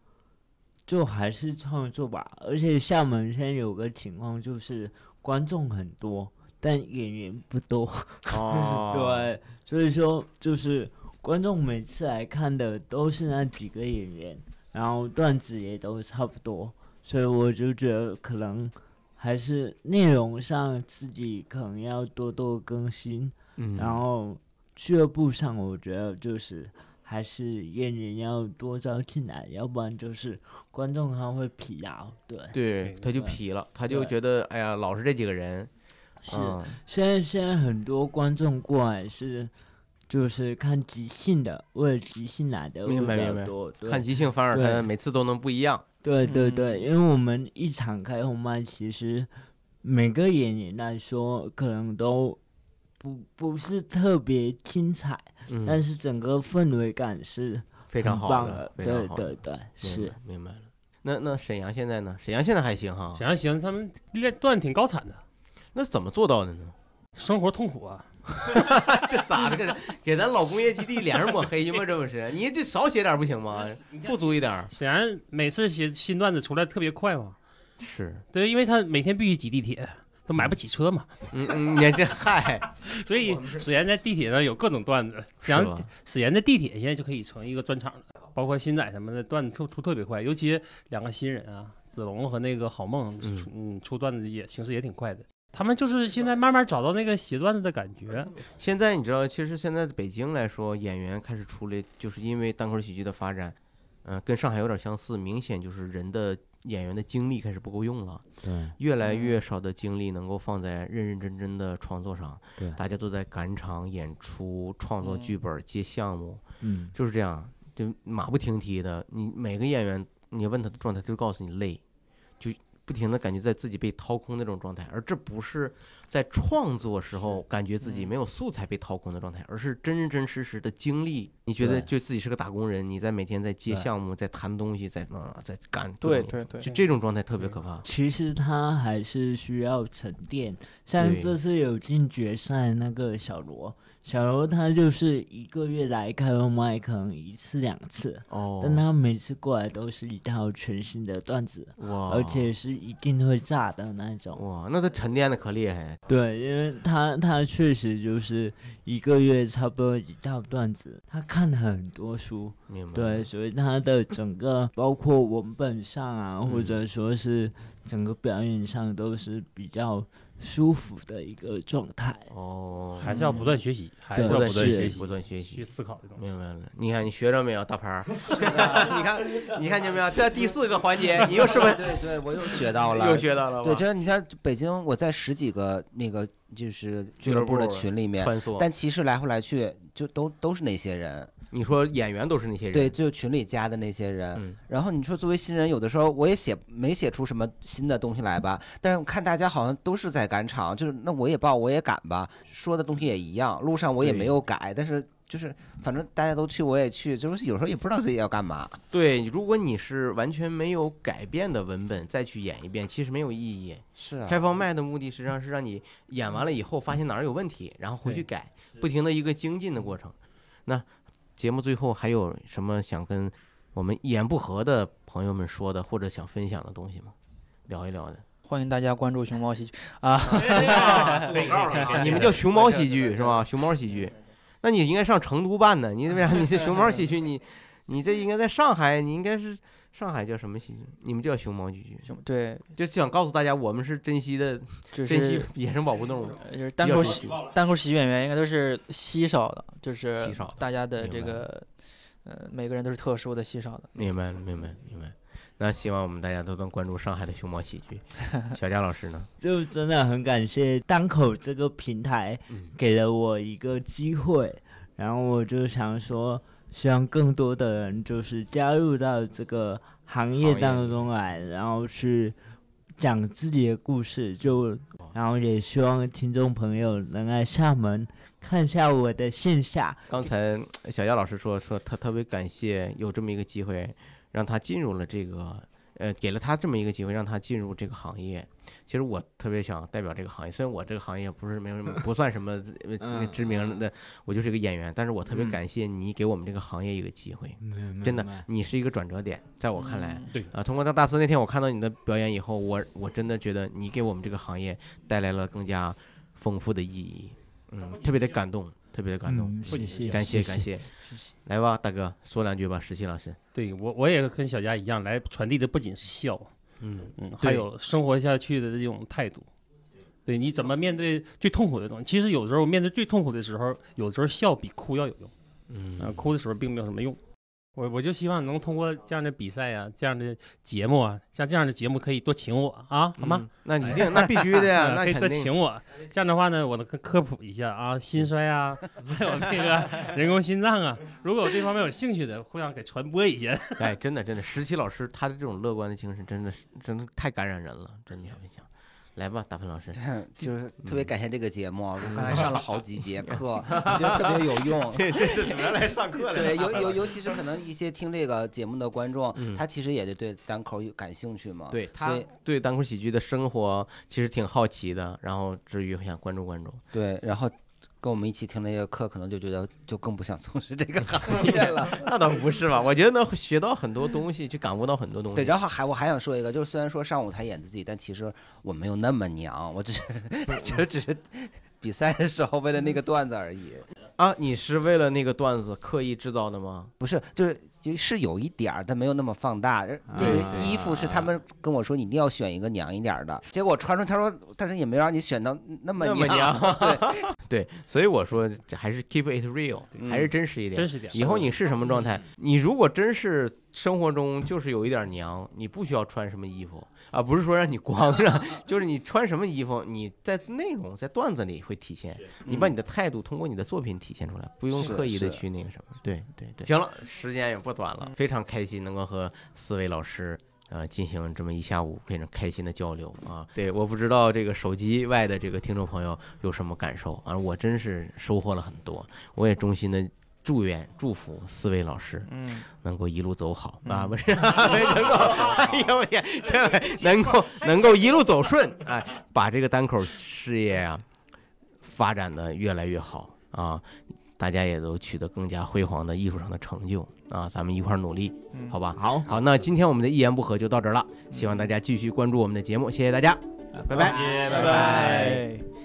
C: 就还是创作吧，而且厦门现在有个情况就是观众很多，但演员不多，
A: 哦
C: 对，所以说就是观众每次来看的都是那几个演员，然后段子也都差不多，所以我就觉得可能还是内容上自己可能要多多更新，
A: 嗯，
C: 然后俱乐部上，我觉得就是还是演员要多招进来，要不然就是观众他会疲劳。对，
A: 对
D: 对
A: 他就
C: 对
A: 皮了，他就
C: 对
A: 觉得哎呀，老是这几个人，
C: 是、
A: 嗯
C: 现在现在很多观众过来是就是看即兴的，为了即兴来的会
A: 明
C: 比
A: 白明
C: 较
A: 白
C: 多。对
A: 看即兴反而
C: 对
A: 他每次都能不一样，
C: 对对对，
B: 嗯
C: 因为我们一场开红麦，其实每个演员来说可能都不不是特别精彩，但
A: 嗯，
C: 是整个氛围感是。
A: 非常好
C: 棒
A: 的
C: 了，
A: 非常
C: 对
A: 好的，
C: 对对，
A: 明
C: 是
A: 白，明白了。那那沈阳现在呢？沈阳现在还行哈，
D: 行行，他们练段挺高产的，
A: 那怎么做到的呢？
D: 生活痛苦啊，
A: 这咋的？这是给咱老工业基地脸上抹黑吗？这不是？你就少写点不行吗？富足一点儿
D: 显然每次写新段子出来特别快嘛，
A: 是，
D: 对，因为他每天必须挤地铁，他买不起车嘛，
A: 嗯嗯，你这嗨，
D: 所以史岩在地铁上有各种段子。史
A: 是吧
D: 岩史岩在地铁现在就可以成一个专场了，包括新仔什么的段子出出特别快，尤其两个新人啊，子龙和那个郝梦
A: 嗯
D: 出嗯出段子也形式也挺快的。他们就是现在慢慢找到那个写段子的感觉，
A: 现在你知道，其实现在北京来说，演员开始出来，就是因为单口喜剧的发展，嗯、跟上海有点相似，明显就是人的演员的精力开始不够用了，
C: 对
A: 越来越少的精力能够放在认认真真的创作上，
C: 对
A: 大家都在赶场演出、创作
D: 嗯
A: 剧本、接项目，
C: 嗯
A: 就是这样，就马不停蹄的。你每个演员，你问他的状态，他就告诉你累，就不停的感觉在自己被掏空那种状态，而这不是在创作时候感觉自己
B: 嗯
A: 没有素材被掏空的状态，而是真真实实的经历。你觉得
C: 对
A: 就自己是个打工人，你在每天在接
C: 对
A: 项目，在谈东西，在那在干各
B: 对
A: 种
B: 对对，
A: 就这种状态特别可怕。
C: 其实他还是需要沉淀。像
A: 对
C: 这次有进决赛那个小罗，小罗他就是一个月来开放麦，可能一次两次，
A: 哦
C: 但他每次过来都是一套全新的段子，
A: 哇，
C: 而且是一定会炸的那种。
A: 哇，那他沉淀的可厉害。
C: 对，因为他他确实就是一个月差不多一套段子，他看很多书，
A: 明白。
C: 对，，所以他的整个包括文本上啊，或
A: 嗯
C: 者说是整个表演上都是比较舒服的一个状态。
A: 哦，
D: 还是要不断学习，还是
C: 对
D: 要
A: 不断
D: 不断
C: 是
D: 学习，
A: 不断学习
D: 去思考 这东西。
A: 明白了，你看你学着没有，大牌 儿？你看，你看见没有？这第四个环节，你又是不 是
E: 对对，我又学到 了，
A: 又学到了吧？
E: 对，真的，你像北京，我在十几个那个就是俱乐部的群里面，
A: 穿梭。
E: 但其实来回来去就都都是那些人，
A: 你说演员都是那些人，
E: 对，，就群里加的那些人。
A: 嗯，
E: 然后你说作为新人，有的时候我也写没写出什么新的东西来吧，但是我看大家好像都是在赶场，就是那我也报我也赶吧，说的东西也一样，路上我也没有改，但是就是反正大家都去我也去，就是有时候也不知道自己要干嘛。
A: 对。如果你是完全没有改变的文本再去演一遍，其实没有意义。
E: 是啊，
A: 开放麦的目的实际上是让你演完了以后发现哪儿有问题，然后回去改，不停的一个精进的过程。那节目最后还有什么想跟我们一言不合的朋友们说的，或者想分享的东西吗？聊一聊的。
B: 欢迎大家关注熊猫喜剧啊，
D: 广告了啊
A: 你们叫熊猫喜剧是吧？熊猫喜剧，那你应该上成都办呢。你为啥 你是熊猫喜剧？你你这应该在上海，你应该是上海叫什么喜剧？你们叫熊猫喜剧，
B: 熊对，
A: 就想告诉大家，我们是珍惜的，
B: 就
A: 珍惜
B: 是
A: 野生保护动物。
B: 呃就是单
A: 比
B: 口
A: 较
B: 喜
A: 少
B: 单口喜剧演员应该都是稀少的，就
A: 稀
B: 是
A: 少的
B: 大家的
A: 明
B: 这
A: 白
B: 个呃每个人都是特殊的稀少的。
A: 明白，明白，明白。那希望我们大家都能关注上海的熊猫喜剧。小佳老师呢？
C: 就真的很感谢单口这个平台
A: 嗯
C: 给了我一个机会，然后我就想说，希望更多的人就是加入到这个行
A: 行
C: 业
A: 业
C: 当中来，然后去讲自己的故事，就然后也希望听众朋友能来厦门看一下我的线下，
A: 刚才小佳老师说说他特别感谢有这么一个机会，让他进入了这个呃，给了他这么一个机会，让他进入这个行业。其实我特别想代表这个行业，虽然我这个行业不是没有什么不算什么呃
C: 嗯
A: 知名的，我就是一个演员，但是我特别
C: 嗯
A: 感谢你给我们这个行业一个机会，真的，你是一个转折点，在我看来。
B: 嗯
A: 啊，通过大大四那天我看到你的表演以后，我我真的觉得你给我们这个行业带来了更加丰富的意义，嗯，特别的感动，特别的感动，
C: 嗯谢谢
A: 感谢
C: 谢
A: 感谢，来吧，大哥说两句吧，石鑫老师，
D: 对我，我也跟小佳一样，来传递的不仅是笑，
A: 嗯，
D: 嗯，还
A: 对
D: 有生活下去的这种态度。对，你怎么面对最痛苦的东西？其实有时候面对最痛苦的时候，有时候笑比哭要有用。
A: 嗯
D: 啊，哭的时候并没有什么用。我我就希望能通过这样的比赛啊，这样的节目啊，像这样的节目可以多请我啊，好吗？
A: 嗯？那一定，那必须的 呀，
D: 啊
A: 那
D: 可以多
A: 肯定。
D: 请我。这样的话呢，我能科科普一下啊，心衰啊， 还有那个人工心脏啊。如果有这方面有兴趣的，互相给传播一下。
A: 哎，真的真的，石鑫老师他的这种乐观的精神，真的是真的太感染人了，真的想不想？来吧，大鹏老师，
E: 就是特别感谢这个节目，我刚才上了好几节课，我觉得特别有 用。
A: 这这是主要来上课
E: 对，尤尤尤其是可能一些听这个节目的观众，
A: 嗯
E: 他其实也就对单口有感兴趣嘛。
A: 对
E: 所
A: 他
E: 以
A: 对单口喜剧的生活其实挺好奇的，然后至于想关注关注。
E: 对，然后跟我们一起听这个课，可能就觉得就更不想从事这个行业了。
A: 那倒不是吧，我觉得能学到很多东西，去感悟到很多东西。
E: 对，然后还我还想说一个，就是虽然说上舞台演自己，但其实我没有那么娘，我只是就只是比赛的时候为了那个段子而已。
A: 啊，你是为了那个段子刻意制造的吗？
E: 不是，就是就是有一点儿，但没有那么放大。那个
C: 啊
E: 衣服是他们跟我说，你一定要选一个娘一点儿的。结果我穿上，他说，但是也没让你选到那么
A: 那么
E: 娘。 对，
A: 对，所以我说这还是 keep it real，还
D: 嗯
A: 是真实一点。
D: 真实点。
A: 以后你是什么状态？你如果真是生活中就是有一点娘，你不需要穿什么衣服啊，不是说让你光着，就是你穿什么衣服，你在内容在段子里会体现，你把你的态度通过你的作品体现出来，不用
E: 是
A: 刻意的
E: 是
A: 去那个什么。对对对，嗯行了，时间也不短了，非常开心能够和四位老师。呃，进行这么一下午非常开心的交流啊！对，我不知道这个手机外的这个听众朋友有什么感受啊，我真是收获了很多，我也衷心的祝愿祝福四位老师
B: 嗯，
A: 能够一路走好啊，不是 能够，哎呦我天，这能够能够一路走顺，哎，把这个单口事业啊发展的越来越好啊，大家也都取得更加辉煌的艺术上的成就啊，咱们一块儿努力，
B: 嗯
A: 好吧？
C: 好，
A: 好，那今天我们的一言不合就到这儿了，希望大家继续关注我们的节目，谢谢大家，拜拜。
E: 拜
D: 拜
B: 拜。